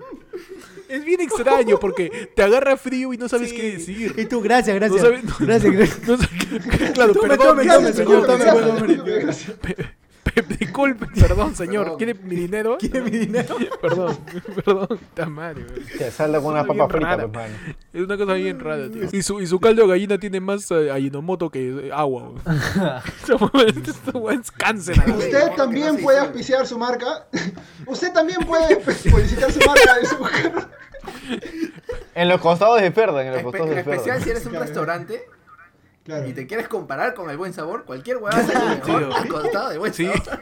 [SPEAKER 1] Es bien extraño porque te agarra frío y no sabes qué decir.
[SPEAKER 4] Y tú, gracias,
[SPEAKER 1] No
[SPEAKER 4] gracias.
[SPEAKER 1] sabes- no-
[SPEAKER 4] gracias, gracias. *laughs*
[SPEAKER 1] no sabes- claro,
[SPEAKER 4] Tome,
[SPEAKER 1] perdón,
[SPEAKER 4] tome,
[SPEAKER 1] perdón,
[SPEAKER 4] tome,
[SPEAKER 1] perdón,
[SPEAKER 4] señor, tome,
[SPEAKER 1] perdón.
[SPEAKER 4] perdón.
[SPEAKER 1] Pe- pe- Disculpe, perdón, señor.
[SPEAKER 2] Perdón.
[SPEAKER 1] ¿Quiere mi dinero?
[SPEAKER 4] ¿Quiere mi dinero?
[SPEAKER 1] Perdón, perdón, tamari, bro.
[SPEAKER 5] Te salda con una
[SPEAKER 1] Bien
[SPEAKER 5] papa frita,
[SPEAKER 1] rara.
[SPEAKER 5] pues, mano.
[SPEAKER 1] Es una cosa bien rara,
[SPEAKER 4] *laughs*
[SPEAKER 1] tío. Y su, y su caldo de gallina tiene más eh, Ajinomoto que eh, agua. güey.
[SPEAKER 4] *laughs*
[SPEAKER 1] Esa huevada- Esta huevada es cáncer. a la vez.
[SPEAKER 6] Usted también puede auspiciar su marca. *laughs* Usted también puede publicitar su marca de
[SPEAKER 1] *laughs*
[SPEAKER 6] su carro.
[SPEAKER 5] En los costados de Ferdan, en los
[SPEAKER 2] Espe-
[SPEAKER 5] costados
[SPEAKER 2] en
[SPEAKER 5] de
[SPEAKER 2] especial
[SPEAKER 5] Ferdan.
[SPEAKER 2] si
[SPEAKER 1] *laughs*
[SPEAKER 2] eres un restaurante
[SPEAKER 6] Claro.
[SPEAKER 2] y te quieres comparar con el buen sabor,
[SPEAKER 1] *laughs*
[SPEAKER 2] cualquier huevada sale mejor
[SPEAKER 1] Tío.
[SPEAKER 2] al costado del buen
[SPEAKER 1] Sí.
[SPEAKER 2] sabor.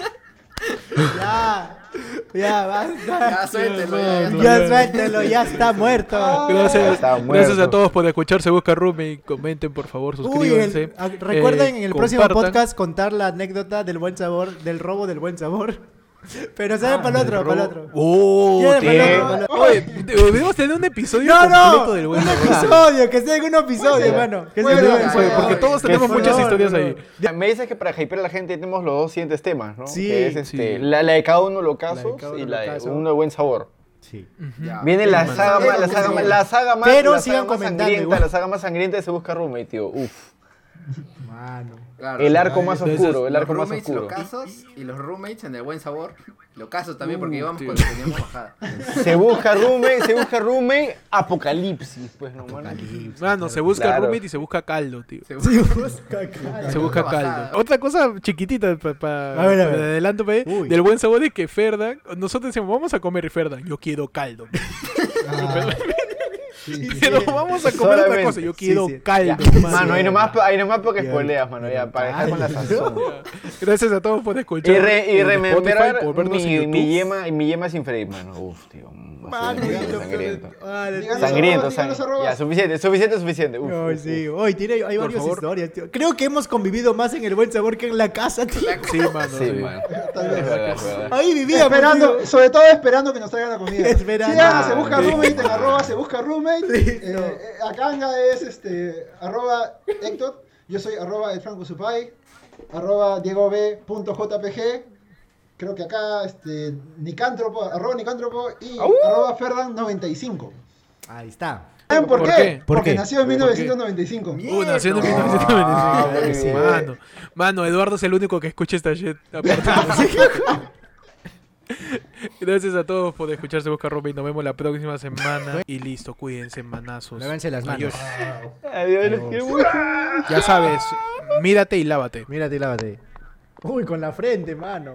[SPEAKER 1] *laughs*
[SPEAKER 4] Ya, ya, basta.
[SPEAKER 2] Ya suéltelo, ya, ya
[SPEAKER 1] Mano.
[SPEAKER 2] está.
[SPEAKER 4] Ya suéltelo, ya *laughs* está muerto.
[SPEAKER 1] Gracias,
[SPEAKER 5] Está muerto.
[SPEAKER 1] gracias a todos por escuchar. Se busca Rumi. Comenten, por favor,
[SPEAKER 4] Uy, el-
[SPEAKER 1] suscríbanse.
[SPEAKER 4] a- recuerden
[SPEAKER 1] Eh,
[SPEAKER 4] en el próximo
[SPEAKER 1] compartan.
[SPEAKER 4] podcast contar la anécdota del buen sabor, *laughs* del robo del buen sabor. Pero
[SPEAKER 1] Ah,
[SPEAKER 4] se ve para el otro, para el otro.
[SPEAKER 1] ¡Oh!
[SPEAKER 4] Ya,
[SPEAKER 1] tío.
[SPEAKER 4] pero- pero-
[SPEAKER 1] Oye, debemos tener un episodio
[SPEAKER 4] No,
[SPEAKER 1] completo
[SPEAKER 4] no,
[SPEAKER 1] del
[SPEAKER 4] *laughs* un
[SPEAKER 1] buen Roberto.
[SPEAKER 4] episodio, que sea en un episodio, hermano. Que sea en un
[SPEAKER 6] Bueno,
[SPEAKER 4] episodio.
[SPEAKER 1] Porque todos
[SPEAKER 5] Que
[SPEAKER 1] tenemos
[SPEAKER 5] sí.
[SPEAKER 1] muchas
[SPEAKER 4] No,
[SPEAKER 1] historias
[SPEAKER 4] no, no.
[SPEAKER 1] ahí.
[SPEAKER 5] Me dices que para hypear a la gente tenemos los dos siguientes temas, ¿no?
[SPEAKER 4] Sí,
[SPEAKER 5] Que es este,
[SPEAKER 1] sí.
[SPEAKER 5] la, la de cada uno lo casos
[SPEAKER 4] cada uno
[SPEAKER 5] y
[SPEAKER 4] lo
[SPEAKER 5] la de
[SPEAKER 4] caso. Ah,
[SPEAKER 5] uno de buen sabor.
[SPEAKER 4] Sí.
[SPEAKER 2] Ya.
[SPEAKER 5] Viene la
[SPEAKER 2] Pero
[SPEAKER 5] saga más, la saga más, la saga más,
[SPEAKER 4] Pero
[SPEAKER 5] la
[SPEAKER 4] sigan
[SPEAKER 5] saga más
[SPEAKER 4] comentando,
[SPEAKER 5] sangrienta,
[SPEAKER 4] igual.
[SPEAKER 5] la saga más sangrienta se busca roommate, tío. Uf.
[SPEAKER 4] Mano.
[SPEAKER 2] Claro,
[SPEAKER 5] El arco más
[SPEAKER 1] Entonces,
[SPEAKER 5] oscuro, el
[SPEAKER 2] los
[SPEAKER 5] arco más
[SPEAKER 2] roommates
[SPEAKER 5] oscuro.
[SPEAKER 2] locazos y los roommates en el buen sabor locazos también
[SPEAKER 1] Uh,
[SPEAKER 2] porque íbamos
[SPEAKER 1] tío.
[SPEAKER 2] cuando teníamos bajada.
[SPEAKER 5] Se busca roommate, se busca roommate, apocalipsis, pues no, mano.
[SPEAKER 1] Mano, se busca
[SPEAKER 5] Claro.
[SPEAKER 1] roommate y se busca caldo, tío. *laughs*
[SPEAKER 2] Se-
[SPEAKER 1] Se busca
[SPEAKER 2] Una bajada.
[SPEAKER 1] caldo. Otra cosa chiquitita para
[SPEAKER 4] A ver, a ver.
[SPEAKER 1] adelanto pe,
[SPEAKER 4] Uy.
[SPEAKER 1] del buen sabor es que Ferdan, nosotros decimos, vamos a comer y Ferdan, yo quiero caldo.
[SPEAKER 6] Ah, sí, sí.
[SPEAKER 1] *laughs* Pero vamos a comer otra
[SPEAKER 5] Solamente.
[SPEAKER 1] cosa, yo quiero
[SPEAKER 4] Sí, sí.
[SPEAKER 1] caldo.
[SPEAKER 5] *laughs* Mano, eh. ahí nomás, ahí nomás porque
[SPEAKER 4] Ya.
[SPEAKER 5] spoileas, mano, ya, para dejar con la sazón.
[SPEAKER 1] Gracias a todos por escuchar.
[SPEAKER 5] Y, re, y
[SPEAKER 1] en Spotify,
[SPEAKER 5] remembrar
[SPEAKER 1] por vernos en
[SPEAKER 5] mi,
[SPEAKER 1] YouTube.
[SPEAKER 5] mi yema, mi yema sin freír, mano. Uf, tío. va a ser
[SPEAKER 4] Mano,
[SPEAKER 5] muy
[SPEAKER 4] y lo
[SPEAKER 5] sangriento.
[SPEAKER 4] peor- Vale,
[SPEAKER 6] Díganos
[SPEAKER 5] Sangriento,
[SPEAKER 4] Ah, tío.
[SPEAKER 6] arrobas, díganos
[SPEAKER 5] sangriento.
[SPEAKER 6] arrobas.
[SPEAKER 5] Ya, suficiente, suficiente, suficiente. Uf,
[SPEAKER 4] Ay,
[SPEAKER 5] uf,
[SPEAKER 4] sí.
[SPEAKER 5] uf.
[SPEAKER 4] Hoy tiene, hay
[SPEAKER 1] Por
[SPEAKER 4] varias
[SPEAKER 1] favor.
[SPEAKER 4] historias, tío. Creo que hemos convivido más en el buen sabor que en la casa, tío.
[SPEAKER 1] Sí, mano.
[SPEAKER 5] Sí,
[SPEAKER 1] sí.
[SPEAKER 5] mano.
[SPEAKER 6] Ah,
[SPEAKER 2] *laughs*
[SPEAKER 6] Tal
[SPEAKER 5] Es
[SPEAKER 6] vez.
[SPEAKER 5] verdad, es verdad.
[SPEAKER 4] Ahí vivíamos.
[SPEAKER 6] Esperando,
[SPEAKER 4] tío.
[SPEAKER 6] sobre todo esperando que nos traigan la comida.
[SPEAKER 4] Esperando.
[SPEAKER 6] Sigan a
[SPEAKER 5] Ah,
[SPEAKER 6] se busca
[SPEAKER 5] sí.
[SPEAKER 6] roommate, en arroba se busca roommate.
[SPEAKER 4] Sí,
[SPEAKER 6] Eh,
[SPEAKER 4] no.
[SPEAKER 6] eh, Akanga es este, arroba Héctor. Yo soy arroba el Franco Supay, arroba Diego B. punto JPG. Creo que acá este, Nicántropo, arroba Nicántropo y arroba Ferdan95.
[SPEAKER 4] Ahí está.
[SPEAKER 6] ¿Saben por,
[SPEAKER 1] ¿Por
[SPEAKER 6] qué?
[SPEAKER 1] qué?
[SPEAKER 4] ¿Por
[SPEAKER 6] Porque
[SPEAKER 4] qué?
[SPEAKER 6] nació en
[SPEAKER 1] ¿Por qué?
[SPEAKER 6] 1995.
[SPEAKER 1] Uh, nació en el
[SPEAKER 5] Ah,
[SPEAKER 1] 1995.
[SPEAKER 5] muy
[SPEAKER 1] Sí,
[SPEAKER 5] bien.
[SPEAKER 1] Mano. Mano, Eduardo es el único que escucha esta shit. aparte de nosotros. Gracias a todos por escucharse Busca Ropa y nos vemos la próxima semana. Y listo, cuídense, manazos.
[SPEAKER 4] Lávense las manos.
[SPEAKER 1] Adiós.
[SPEAKER 5] Adiós, los quiero mucho.
[SPEAKER 1] Ya sabes, mírate y lávate.
[SPEAKER 4] Mírate y lávate. Uy, con la frente, mano.